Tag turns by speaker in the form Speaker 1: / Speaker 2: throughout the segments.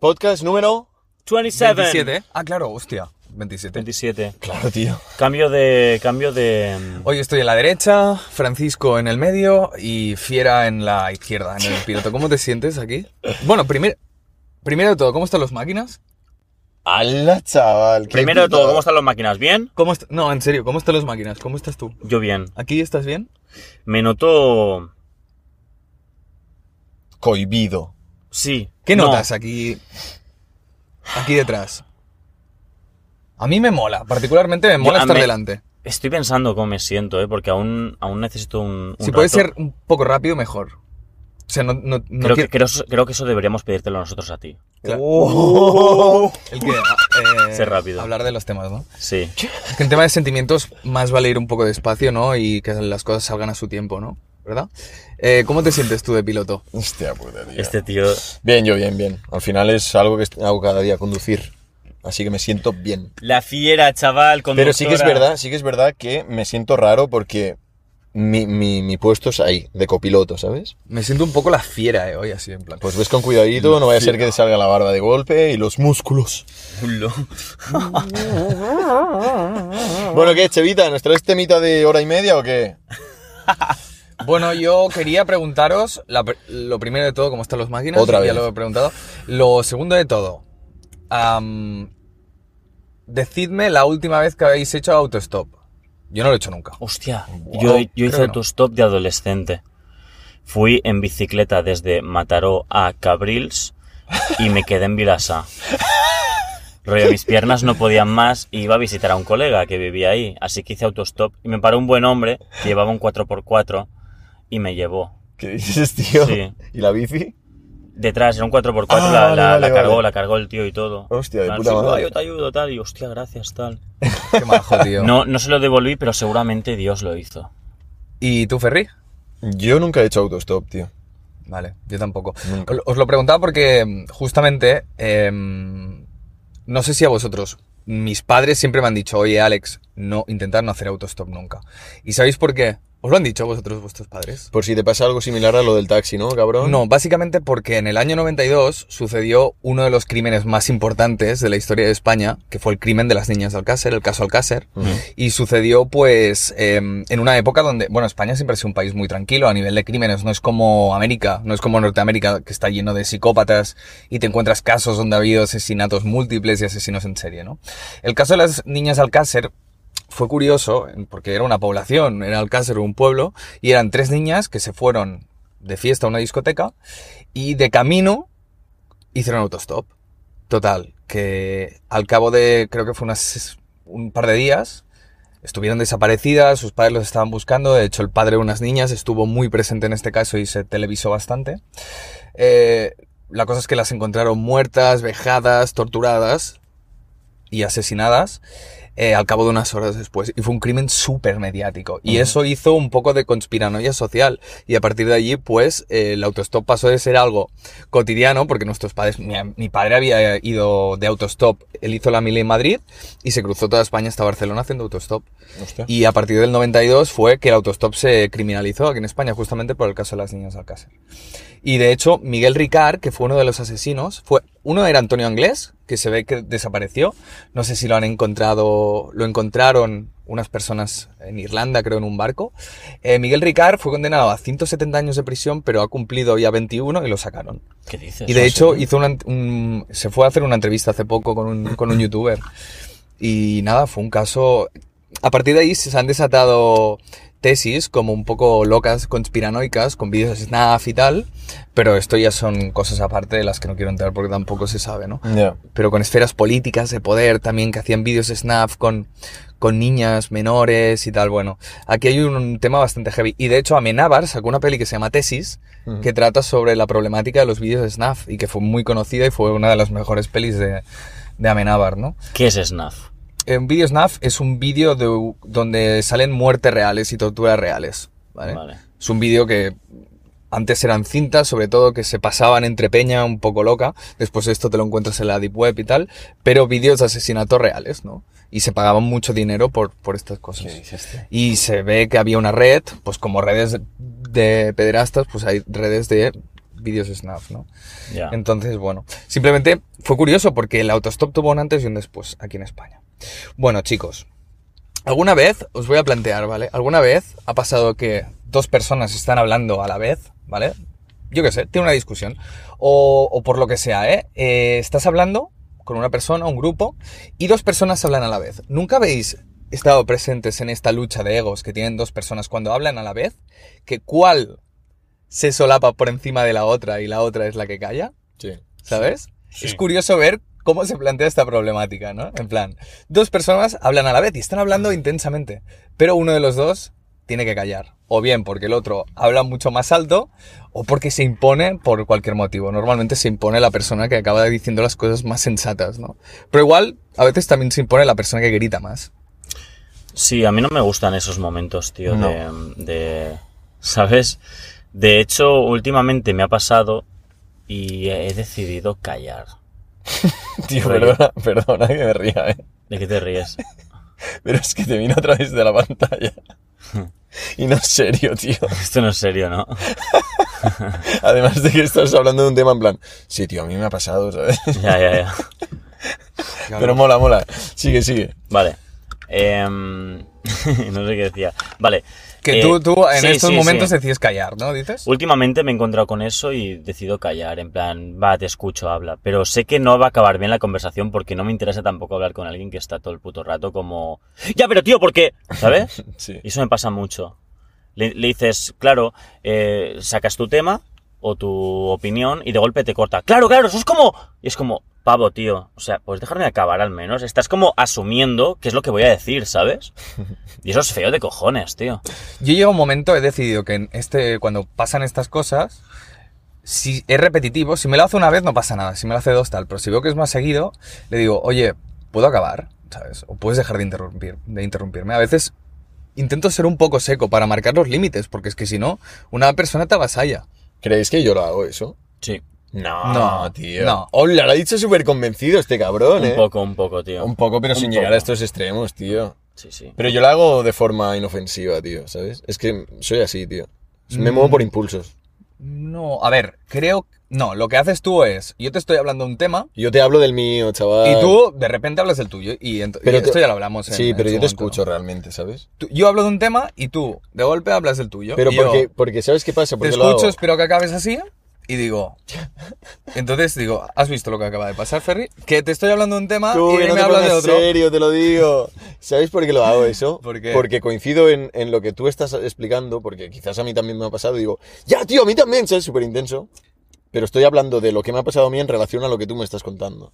Speaker 1: Podcast número
Speaker 2: 27.
Speaker 3: 27. Ah, claro, hostia. 27.
Speaker 2: 27.
Speaker 1: Claro, tío.
Speaker 2: Cambio de. Cambio de. mm,
Speaker 3: Hoy estoy en la derecha, Francisco en el medio y Fiera en la izquierda, en el piloto. ¿Cómo te sientes aquí? Bueno, primer- primero de todo, ¿cómo están las máquinas?
Speaker 1: ¡Hala, chaval! qué
Speaker 2: Primero de
Speaker 1: puta.
Speaker 2: todo, ¿cómo están las máquinas? ¿Bien?
Speaker 3: ¿Cómo est- no, en serio, ¿cómo están las máquinas? ¿Cómo estás tú?
Speaker 2: Yo bien.
Speaker 3: ¿Aquí estás bien?
Speaker 2: Me noto.
Speaker 1: Cohibido.
Speaker 2: Sí.
Speaker 3: ¿Qué
Speaker 2: no.
Speaker 3: notas aquí? Aquí detrás. A mí me mola, particularmente me mola
Speaker 2: a
Speaker 3: estar
Speaker 2: mí-
Speaker 3: delante.
Speaker 2: Estoy pensando cómo me siento, ¿eh? Porque aún, aún necesito un. un
Speaker 3: Si puede
Speaker 2: rato.
Speaker 3: ser un poco rápido, mejor. O sea, no, no, no
Speaker 2: Creo, que,
Speaker 3: quiero-
Speaker 2: creo, eso- creo que eso deberíamos pedírtelo nosotros a ti.
Speaker 3: Claro.
Speaker 1: Oh.
Speaker 3: El que, ah, eh,
Speaker 2: Ser rápido.
Speaker 3: Hablar de los temas, ¿no?
Speaker 2: Sí.
Speaker 3: Es que en tema de sentimientos más vale ir un poco despacio, ¿no? Y que las cosas salgan a su tiempo, ¿no? ¿Verdad? Eh, ¿Cómo te sientes tú de piloto?
Speaker 1: Hostia puta, tío.
Speaker 2: Este tío.
Speaker 1: Bien, yo bien, bien. Al final es algo que est- hago cada día, conducir. Así que me siento bien.
Speaker 2: La fiera, chaval.
Speaker 1: Pero sí que es verdad, sí que es verdad que me siento raro porque mi, mi- mi puesto es ahí, de copiloto, ¿sabes?
Speaker 3: Me siento un poco la fiera eh, hoy, así en plan.
Speaker 1: Pues ves con cuidadito, no vaya a ser que te salga la barba de golpe y los músculos. Bueno, ¿qué, Chevita? ¿Nos traes temita de hora y media o qué?
Speaker 3: Bueno, yo quería preguntaros, la pr- lo primero de todo, ¿cómo están las máquinas?
Speaker 1: Otra
Speaker 3: ya
Speaker 1: vez.
Speaker 3: lo he preguntado. Lo segundo de todo, am, decidme la última vez que habéis hecho autostop. Yo no lo he hecho nunca.
Speaker 2: Hostia. yo
Speaker 3: Wow,
Speaker 2: yo
Speaker 3: creo
Speaker 2: hice
Speaker 3: que no.
Speaker 2: autostop de adolescente. Fui en bicicleta desde Mataró a Cabrils y me quedé en Vilassar. Rollo, mis piernas no podían más y iba a visitar a un colega que vivía ahí. Así que hice autostop y me paró un buen hombre que llevaba un 4x4 y me llevó.
Speaker 1: ¿Qué dices, tío?
Speaker 2: Sí.
Speaker 1: ¿Y la bici?
Speaker 2: Detrás, era un 4x4,
Speaker 1: Ah,
Speaker 2: la,
Speaker 1: vale,
Speaker 2: la-
Speaker 1: vale,
Speaker 2: la cargó,
Speaker 1: vale.
Speaker 2: la cargó el tío y todo.
Speaker 1: Hostia, de
Speaker 2: En plan,
Speaker 1: puta
Speaker 2: sí,
Speaker 1: madre.
Speaker 2: "Ah, Yo te ayudo, tal, y hostia, gracias, tal.
Speaker 3: Qué majo, tío.
Speaker 2: No, no se lo devolví, pero seguramente Dios lo hizo.
Speaker 3: ¿Y tú, Ferry?
Speaker 1: Yo nunca he hecho autostop, tío.
Speaker 3: Vale, yo tampoco.
Speaker 1: Nunca.
Speaker 3: Os- Os lo preguntaba porque mm, justamente, em, no sé si a vosotros, mis padres siempre me han dicho, oye Alex, no intentar no hacer autostop nunca. ¿Y sabéis por qué? ¿Os lo han dicho vosotros vuestros padres?
Speaker 1: Por si te pasa algo similar a lo del taxi, ¿no, cabrón?
Speaker 3: No, básicamente porque en el año 92 sucedió uno de los crímenes más importantes de la historia de España, que fue el crimen de las niñas de Alcácer, el caso Alcácer.
Speaker 1: Ujú.
Speaker 3: Y sucedió pues eh, en una época donde, bueno, España siempre ha sido un país muy tranquilo a nivel de crímenes, no es como América, no es como Norteamérica que está lleno de psicópatas y te encuentras casos donde ha habido asesinatos múltiples y asesinos en serie, ¿no? El caso de las niñas de Alcácer fue curioso porque era una población, era Alcácer un pueblo y eran tres niñas que se fueron de fiesta a una discoteca y de camino hicieron autostop. Total, que al cabo de, creo que fue unas, un par de días, estuvieron desaparecidas, sus padres los estaban buscando, de hecho el padre de unas niñas estuvo muy presente en este caso y se televisó bastante. Eh, la cosa es que las encontraron muertas, vejadas, torturadas y asesinadas eh, al cabo de unas horas después. Y fue un crimen súper mediático. Y
Speaker 1: Ujú.
Speaker 3: eso hizo un poco de conspiranoia social. Y a partir de allí, pues, eh, el autostop pasó de ser algo cotidiano, porque nuestros padres, mi, mi padre había ido de autostop, él hizo la mili en Madrid y se cruzó toda España hasta Barcelona haciendo autostop.
Speaker 1: Hostia.
Speaker 3: Y a partir del 92 fue que el autostop se criminalizó aquí en España, justamente por el caso de las niñas de Alcácer. Y de hecho, Miguel Ricard, que fue uno de los asesinos, fue uno era Antonio Anglés, que se ve que desapareció. No sé si lo han encontrado, lo encontraron unas personas en Irlanda, creo, en un barco. Eh, Miguel Ricard fue condenado a 170 años de prisión, pero ha cumplido ya 21 y lo sacaron.
Speaker 2: ¿Qué dices? Ah,
Speaker 3: Y de hecho hizo una, un- se fue a hacer una entrevista hace poco con un, con un youtuber. Y nada, fue un caso... A partir de ahí se han desatado tesis como un poco locas, conspiranoicas, con vídeos de Snaf y tal. Pero esto ya son cosas aparte de las que no quiero entrar porque tampoco se sabe, ¿no?
Speaker 1: Ya.
Speaker 3: Pero con esferas políticas de poder también que hacían vídeos de Snaf con, con niñas menores y tal. Bueno, aquí hay un, un tema bastante heavy. Y de hecho Amenábar sacó una peli que se llama Tesis,
Speaker 1: Ujú.
Speaker 3: que trata sobre la problemática de los vídeos de Snaf y que fue muy conocida y fue una de las mejores pelis de, de Amenábar, ¿no?
Speaker 2: ¿Qué es Snaf?
Speaker 3: Eh, Un vídeo Snaf es un vídeo de- donde salen muertes reales y torturas reales, ¿vale?
Speaker 2: Vale.
Speaker 3: Es un vídeo que antes eran cintas, sobre todo que se pasaban entre peña un poco loca, después esto te lo encuentras en la Deep Web y tal, pero vídeos de asesinatos reales, ¿no? Y se pagaban mucho dinero por, por estas cosas. Y se ve que había una red, pues como redes de pederastas, pues hay redes de vídeos snuff, ¿no?
Speaker 2: Ya.
Speaker 3: Entonces, bueno, simplemente fue curioso porque el autostop tuvo un antes y un después aquí en España. Bueno, chicos, alguna vez os voy a plantear, ¿vale? ¿Alguna vez ha pasado que dos personas están hablando a la vez, ¿vale? Yo qué sé, tiene una discusión. O, o por lo que sea, ¿eh? Eh, Estás hablando con una persona, un grupo, y dos personas hablan a la vez. ¿Nunca habéis estado presentes en esta lucha de egos que tienen dos personas cuando hablan a la vez? ¿Que cuál se solapa por encima de la otra y la otra es la que calla?
Speaker 1: Sí.
Speaker 3: ¿sabes?
Speaker 2: Sí.
Speaker 3: Es curioso ver cómo se plantea esta problemática, ¿no? En plan, dos personas hablan a la vez y están hablando intensamente, pero uno de los dos tiene que callar. O bien porque el otro habla mucho más alto, o porque se impone por cualquier motivo. Normalmente se impone la persona que acaba diciendo las cosas más sensatas, ¿no? Pero igual, a veces también se impone la persona que grita más.
Speaker 2: Sí, a mí no me gustan esos momentos, tío,
Speaker 1: No.
Speaker 2: de, de- ¿Sabes? De hecho, últimamente me ha pasado y he decidido callar.
Speaker 1: Tío,
Speaker 2: Rollo.
Speaker 1: perdona, perdona que me ría, ¿eh?
Speaker 2: ¿De qué te ríes?
Speaker 1: Pero es que te vino a través de la pantalla. Y no es serio, tío.
Speaker 2: Esto no es serio, ¿no?
Speaker 1: Además de que estás hablando de un tema en plan, sí, tío, a mí me ha pasado, ¿sabes?
Speaker 2: Ya, ya, ya.
Speaker 1: Pero mola, mola. Sigue, sigue.
Speaker 2: Vale. Em, no sé qué decía. Vale.
Speaker 3: que
Speaker 2: eh,
Speaker 3: tú, tú en
Speaker 2: sí,
Speaker 3: estos
Speaker 2: sí,
Speaker 3: momentos
Speaker 2: sí.
Speaker 3: decides callar, ¿no? Dices.
Speaker 2: Últimamente me he encontrado con eso y decido callar, en plan, va, te escucho, habla. Pero sé que no va a acabar bien la conversación porque no me interesa tampoco hablar con alguien que está todo el puto rato como, ya, pero tío, ¿por qué? ¿Sabes?
Speaker 1: Sí.
Speaker 2: Y eso me pasa mucho. Le, le dices, claro, eh, sacas tu tema o tu opinión y de golpe te corta. Claro, claro, eso es como... Y es como, pavo, tío. O sea, pues dejarme acabar al menos. Estás como asumiendo qué es lo que voy a decir, ¿sabes? Y eso es feo de cojones, tío.
Speaker 3: Yo llega un momento, he decidido que en este, cuando pasan estas cosas, si es repetitivo, si me lo hace una vez no pasa nada, si me lo hace dos tal, pero si veo que es más seguido, le digo, oye, ¿puedo acabar? ¿Sabes? O puedes dejar de, interrumpir, de interrumpirme. A veces intento ser un poco seco para marcar los límites, porque es que si no, una persona te avasalla.
Speaker 1: ¿Creéis que yo lo hago eso?
Speaker 2: Sí.
Speaker 1: No,
Speaker 3: No,
Speaker 1: tío.
Speaker 3: no.
Speaker 1: Hola, lo ha dicho súper convencido este cabrón, ¿eh?
Speaker 2: Un poco, un poco, tío.
Speaker 1: Un poco, pero
Speaker 2: Un
Speaker 1: sin llegar
Speaker 2: poco.
Speaker 1: a estos extremos, tío.
Speaker 2: Sí, sí.
Speaker 1: Pero yo lo hago de forma inofensiva, tío, ¿sabes? Es que soy así, tío.
Speaker 3: Mm.
Speaker 1: Me muevo por impulsos.
Speaker 3: No, a ver, creo... No, lo que haces tú es, yo te estoy hablando de un tema
Speaker 1: Yo te hablo del mío, chaval.
Speaker 3: y tú de repente hablas del tuyo y, ento- y
Speaker 1: Eh, Pero te-
Speaker 3: esto ya lo hablamos. en-
Speaker 1: Sí,
Speaker 3: en
Speaker 1: pero
Speaker 3: su
Speaker 1: yo te
Speaker 3: momento, ¿no?
Speaker 1: escucho realmente, ¿sabes?
Speaker 3: Tú- yo hablo de un tema y tú de golpe hablas del tuyo.
Speaker 1: Pero
Speaker 3: y yo
Speaker 1: porque, porque ¿sabes qué pasa?
Speaker 3: te
Speaker 1: Porque lo
Speaker 3: escucho,
Speaker 1: hago.
Speaker 3: espero que acabes así y digo. Entonces digo, ¿has visto lo que acaba de pasar, Ferry? Que te estoy hablando de un tema
Speaker 1: Tú,
Speaker 3: ah, y
Speaker 1: que
Speaker 3: él
Speaker 1: no
Speaker 3: me
Speaker 1: te
Speaker 3: hablas de
Speaker 1: pones
Speaker 3: otro.
Speaker 1: serio, te lo digo. ¿Sabes por qué lo hago eso?
Speaker 3: ¿Por qué?
Speaker 1: Porque coincido en, en lo que tú estás explicando, porque quizás a mí también me ha pasado, y digo, ya, tío, a mí también, ¿sabes? Súper intenso. Pero estoy hablando de lo que me ha pasado a mí en relación a lo que tú me estás contando.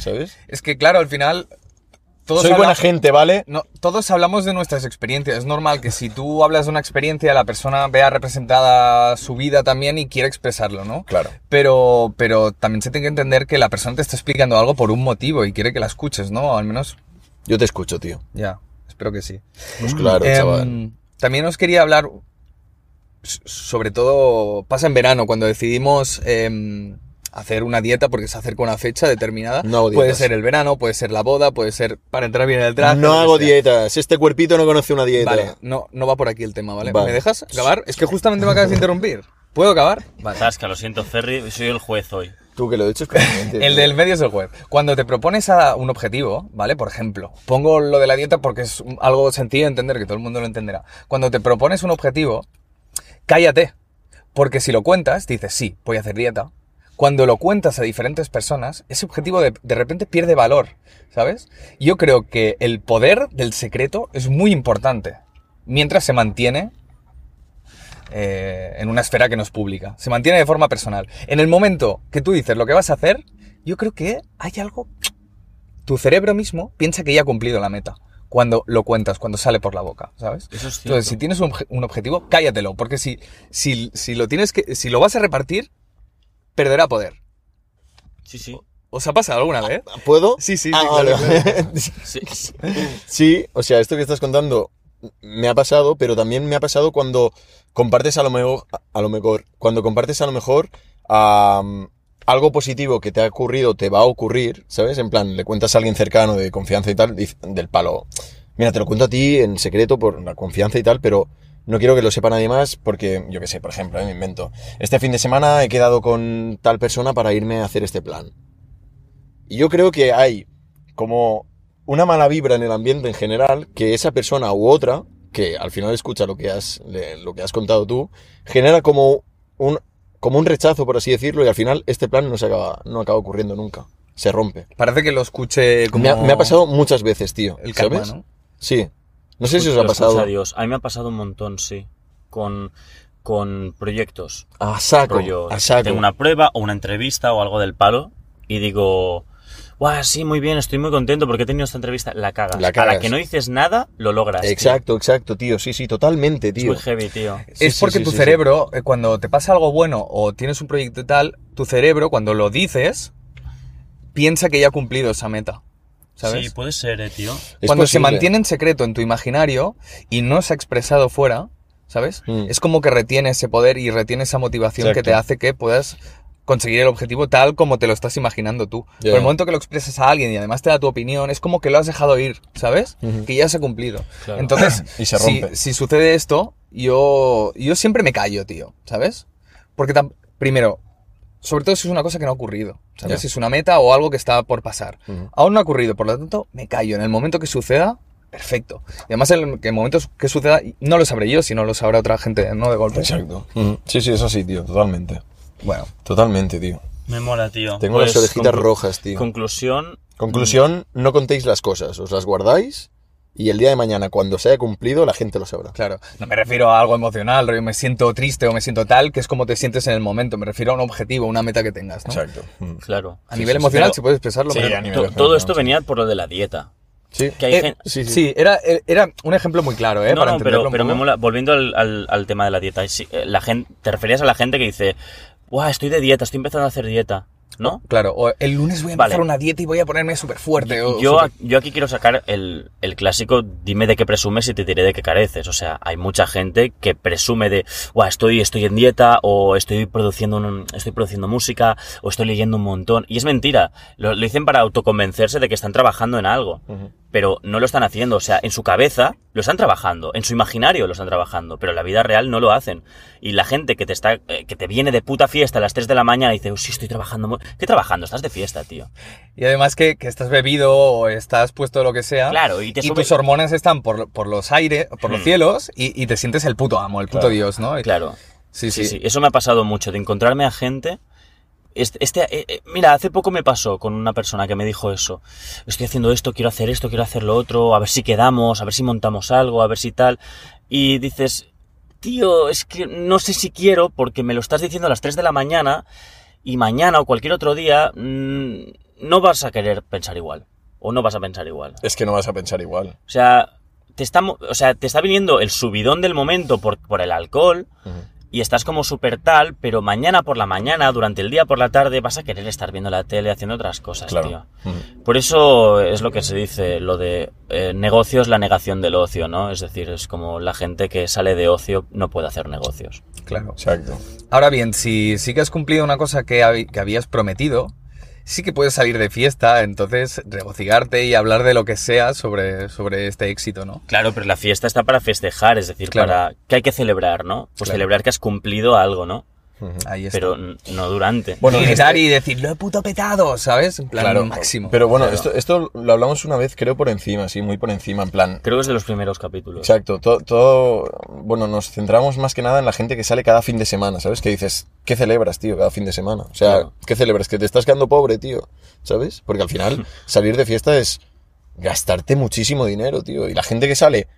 Speaker 1: ¿Sabes?
Speaker 3: Es que claro, al final. Todos
Speaker 1: Soy buena
Speaker 3: habla-
Speaker 1: gente, ¿vale?
Speaker 3: No, todos hablamos de nuestras experiencias. Es normal que si tú hablas de una experiencia, la persona vea representada su vida también y quiere expresarlo, ¿no?
Speaker 1: Claro.
Speaker 3: Pero, pero también se tiene que entender que la persona te está explicando algo por un motivo y quiere que la escuches, ¿no? Al menos,
Speaker 1: Yo te escucho, tío.
Speaker 3: ya, espero que sí.
Speaker 1: Pues claro,
Speaker 3: Em,
Speaker 1: chaval.
Speaker 3: También os quería hablar, s- sobre todo pasa en verano, cuando decidimos em, hacer una dieta porque se acerca una fecha determinada.
Speaker 1: No hago
Speaker 3: puede
Speaker 1: dietas.
Speaker 3: ser el verano, puede ser la boda, puede ser para entrar bien en el traje. lo
Speaker 1: No
Speaker 3: que
Speaker 1: hago
Speaker 3: sea.
Speaker 1: dietas. Este cuerpito no conoce una dieta.
Speaker 3: Vale, no, no va por aquí el tema, ¿vale?
Speaker 1: Vale.
Speaker 3: ¿Me dejas acabar? Es que justamente me acabas de interrumpir. ¿Puedo acabar? Vale.
Speaker 2: Zasca, lo siento, Ferry, soy el juez hoy.
Speaker 1: Tú que lo he hecho claramente,
Speaker 3: El
Speaker 1: tío.
Speaker 3: del medio es el web. Cuando te propones a un objetivo, ¿vale? Por ejemplo, pongo lo de la dieta porque es un- algo sencillo de entender, que todo el mundo lo entenderá. Cuando te propones un objetivo, cállate. Porque si lo cuentas, dices, sí, voy a hacer dieta. Cuando lo cuentas a diferentes personas, ese objetivo de, de repente pierde valor, ¿sabes? Yo creo que el poder del secreto es muy importante mientras se mantiene eh, en una esfera que no es pública. Se mantiene de forma personal. En el momento que tú dices lo que vas a hacer, yo creo que hay algo... Tu cerebro mismo piensa que ya ha cumplido la meta. Cuando lo cuentas, cuando sale por la boca, ¿sabes?
Speaker 2: Eso es cierto.
Speaker 3: Entonces, si tienes un, obje- un objetivo, cállatelo, porque si, si, si lo tienes que, si lo vas a repartir, perderá poder.
Speaker 2: Sí, sí.
Speaker 3: ¿Os ha pasado alguna vez?
Speaker 1: ¿Puedo?
Speaker 3: Sí, sí, sí,
Speaker 1: Ah,
Speaker 3: claro,
Speaker 1: vale.
Speaker 2: Sí, sí.
Speaker 1: Sí, o sea, esto que estás contando me ha pasado, pero también me ha pasado cuando compartes a lo mejor, a lo mejor, cuando compartes a lo mejor am, algo positivo que te ha ocurrido, te va a ocurrir, ¿sabes? En plan, le cuentas a alguien cercano de confianza y tal, dice- del palo. Mira, te lo cuento a ti en secreto por la confianza y tal, pero no quiero que lo sepa nadie más porque, yo qué sé, por ejemplo, eh, me invento. Este fin de semana he quedado con tal persona para irme a hacer este plan. Y yo creo que hay como una mala vibra en el ambiente en general que esa persona u otra, que al final escucha lo que has, le- lo que has contado tú, genera como un, como un rechazo, por así decirlo, y al final este plan no, se acaba, no acaba ocurriendo nunca. Se rompe.
Speaker 3: Parece que lo escuché como...
Speaker 1: Me ha, me ha pasado muchas veces, tío.
Speaker 3: el karma,
Speaker 1: ¿Sabes?
Speaker 3: ¿no?
Speaker 1: Sí. No sé si os
Speaker 2: Pues Lo
Speaker 1: ha
Speaker 2: escucha
Speaker 1: pasado.
Speaker 2: Dios. A mí me ha pasado un montón, sí. Con, con proyectos.
Speaker 1: A saco.
Speaker 2: rollo,
Speaker 1: A saco.
Speaker 2: tengo una prueba o una entrevista o algo del palo y digo, guau, sí, muy bien, estoy muy contento porque he tenido esta entrevista. La cagas.
Speaker 1: La
Speaker 2: A
Speaker 1: cagas.
Speaker 2: la que no dices nada, lo logras. tío.
Speaker 1: Exacto, exacto, tío. Sí, sí, totalmente,
Speaker 2: Es
Speaker 1: tío.
Speaker 2: muy heavy, tío.
Speaker 1: Sí,
Speaker 3: es
Speaker 1: sí,
Speaker 3: porque
Speaker 1: sí,
Speaker 3: tu
Speaker 1: sí, sí.
Speaker 3: cerebro, eh, cuando te pasa algo bueno o tienes un proyecto y tal, tu cerebro, cuando lo dices, piensa que ya ha cumplido esa meta. ¿Sabes?
Speaker 2: Sí, puede ser, eh, tío.
Speaker 1: Es
Speaker 3: cuando se
Speaker 1: posible.
Speaker 3: mantiene en secreto en tu imaginario y no se ha expresado fuera, ¿sabes?
Speaker 1: Mm.
Speaker 3: Es como que retiene ese poder y retiene esa motivación que te
Speaker 1: Exacto.
Speaker 3: hace que puedas conseguir el objetivo tal como te lo estás imaginando tú.
Speaker 1: Ya,
Speaker 3: Pero
Speaker 1: ya.
Speaker 3: el momento que lo expresas a alguien y además te da tu opinión, es como que lo has dejado ir, ¿sabes?
Speaker 1: Ujú.
Speaker 3: Que ya se ha cumplido.
Speaker 2: Claro.
Speaker 3: Entonces,
Speaker 1: Y se
Speaker 3: si-
Speaker 1: rompe.
Speaker 3: Si, sucede esto, yo, yo siempre me callo, tío, ¿sabes? Porque tam- primero, sobre todo si es una cosa que no ha ocurrido, ¿sabes?
Speaker 1: Ya.
Speaker 3: Si es una meta o algo que está por pasar.
Speaker 1: Ujú.
Speaker 3: Aún no ha ocurrido, por lo tanto, me callo. En el momento que suceda, perfecto. Y además, en el que- el momento que suceda, no lo sabré yo, sino lo sabrá otra gente, no de golpe.
Speaker 1: Exacto. Ujú. Sí, sí, eso sí, tío. Totalmente.
Speaker 3: Bueno,
Speaker 1: Totalmente, tío.
Speaker 2: Me mola, tío.
Speaker 1: Tengo las orejitas rojas, tío.
Speaker 2: Pues, Conclusión,
Speaker 1: Conclusión, no contéis las cosas, os las guardáis y el día de mañana, cuando se haya cumplido, la gente lo sabrá.
Speaker 3: claro. No me refiero a algo emocional, rollo, me siento triste o me siento tal, que es como te sientes en el momento. Me refiero a un objetivo, una meta que tengas, ¿no?
Speaker 1: Exacto. Mm.
Speaker 2: claro.
Speaker 3: A nivel
Speaker 1: sí, sí.
Speaker 3: emocional,
Speaker 1: Pero-
Speaker 3: si puedes expresarlo.
Speaker 1: Sí,
Speaker 3: pero-
Speaker 1: a nivel
Speaker 2: To-
Speaker 1: emocional,
Speaker 2: todo esto
Speaker 1: sí.
Speaker 2: venía por lo de la dieta.
Speaker 1: Sí.
Speaker 2: Que hay
Speaker 3: Eh,
Speaker 2: gen-
Speaker 1: Sí,
Speaker 3: sí,
Speaker 1: sí.
Speaker 3: era, eh, era un ejemplo muy claro, ¿eh?
Speaker 2: No,
Speaker 3: para
Speaker 2: no, pero,
Speaker 3: entenderlo un
Speaker 2: pero me
Speaker 3: poco.
Speaker 2: mola. Volviendo al, al- al tema de la dieta. sí, eh, la gente, te referías a la gente que dice, guau, estoy de dieta, estoy empezando a hacer dieta, ¿no?
Speaker 3: Claro, o el lunes voy a
Speaker 2: Vale.
Speaker 3: empezar una dieta y voy a ponerme súper fuerte. o
Speaker 2: Yo,
Speaker 3: súper-
Speaker 2: a- yo aquí quiero sacar el, el clásico dime de qué presumes y te diré de qué careces. O sea, hay mucha gente que presume de "Buah, estoy, estoy en dieta, o estoy produciendo un- estoy produciendo música, o estoy leyendo un montón. Y es mentira. Lo, lo dicen para autoconvencerse de que están trabajando en algo.
Speaker 1: Ujú.
Speaker 2: Pero no lo están haciendo. O sea, en su cabeza lo están trabajando, en su imaginario lo están trabajando, pero en la vida real no lo hacen. Y la gente que te está, eh, que te viene de puta fiesta a las 3 de la mañana y dice, "Oh, sí, estoy trabajando. mu-". ¿Qué trabajando? Estás de fiesta, tío.
Speaker 3: Y además que, que estás bebido o estás puesto lo que sea.
Speaker 2: Claro, ¿Ah? y te
Speaker 3: Y
Speaker 2: sube-
Speaker 3: tus hormonas están por, por los aires, por los
Speaker 2: Hmm.
Speaker 3: cielos, y, y te sientes el puto amo, el puto
Speaker 1: Claro.
Speaker 3: dios, ¿no? Y-
Speaker 2: Claro.
Speaker 3: Sí,
Speaker 2: Sí,
Speaker 3: sí.
Speaker 2: sí, eso me ha pasado mucho, de encontrarme a gente. Este, este- eh, eh, mira, hace poco me pasó con una persona que me dijo eso. Estoy haciendo esto, quiero hacer esto, quiero hacer lo otro, a ver si quedamos, a ver si montamos algo, a ver si tal. Y dices, tío, es que no sé si quiero porque me lo estás diciendo a las 3 de la mañana y mañana o cualquier otro día mm, no vas a querer pensar igual. O no vas a pensar igual.
Speaker 1: Es que no vas a pensar igual.
Speaker 2: O sea, te está, mo- o sea, te está viniendo el subidón del momento por, por el alcohol
Speaker 1: Ujú.
Speaker 2: y estás como súper tal, pero mañana por la mañana, durante el día por la tarde, vas a querer estar viendo la tele, haciendo otras cosas,
Speaker 1: Claro.
Speaker 2: tío.
Speaker 1: Ujú.
Speaker 2: Por eso es lo que se dice, lo de eh, negocio es la negación del ocio, ¿no? Es decir, es como la gente que sale de ocio no puede hacer negocios.
Speaker 3: Claro.
Speaker 1: Exacto.
Speaker 3: Ahora bien, si sí que has cumplido una cosa que, hab- que habías prometido, sí que puedes salir de fiesta, entonces regocijarte y hablar de lo que sea sobre, sobre este éxito, ¿no?
Speaker 2: Claro, pero la fiesta está para festejar, es decir,
Speaker 3: Claro.
Speaker 2: para que hay que celebrar, ¿no? Pues
Speaker 3: Claro.
Speaker 2: celebrar que has cumplido algo, ¿no?
Speaker 1: Ujú.
Speaker 3: Ahí está.
Speaker 2: Pero n- no durante.
Speaker 1: Bueno,
Speaker 3: y gritar
Speaker 1: este-
Speaker 3: y decir, lo he puto petado, ¿sabes? En plan, máximo.
Speaker 1: Pero bueno, esto, esto lo hablamos una vez, creo, por encima, sí, muy por encima, en plan.
Speaker 2: Creo que es de los primeros capítulos.
Speaker 1: Exacto, todo, todo- Bueno, nos centramos más que nada en la gente que sale cada fin de semana, ¿sabes? Que dices, ¿qué celebras, tío, cada fin de semana? O sea,
Speaker 2: Claro.
Speaker 1: ¿qué celebras? Que te estás quedando pobre, tío, ¿sabes? Porque al final, salir de fiesta es gastarte muchísimo dinero, tío. Y la gente que sale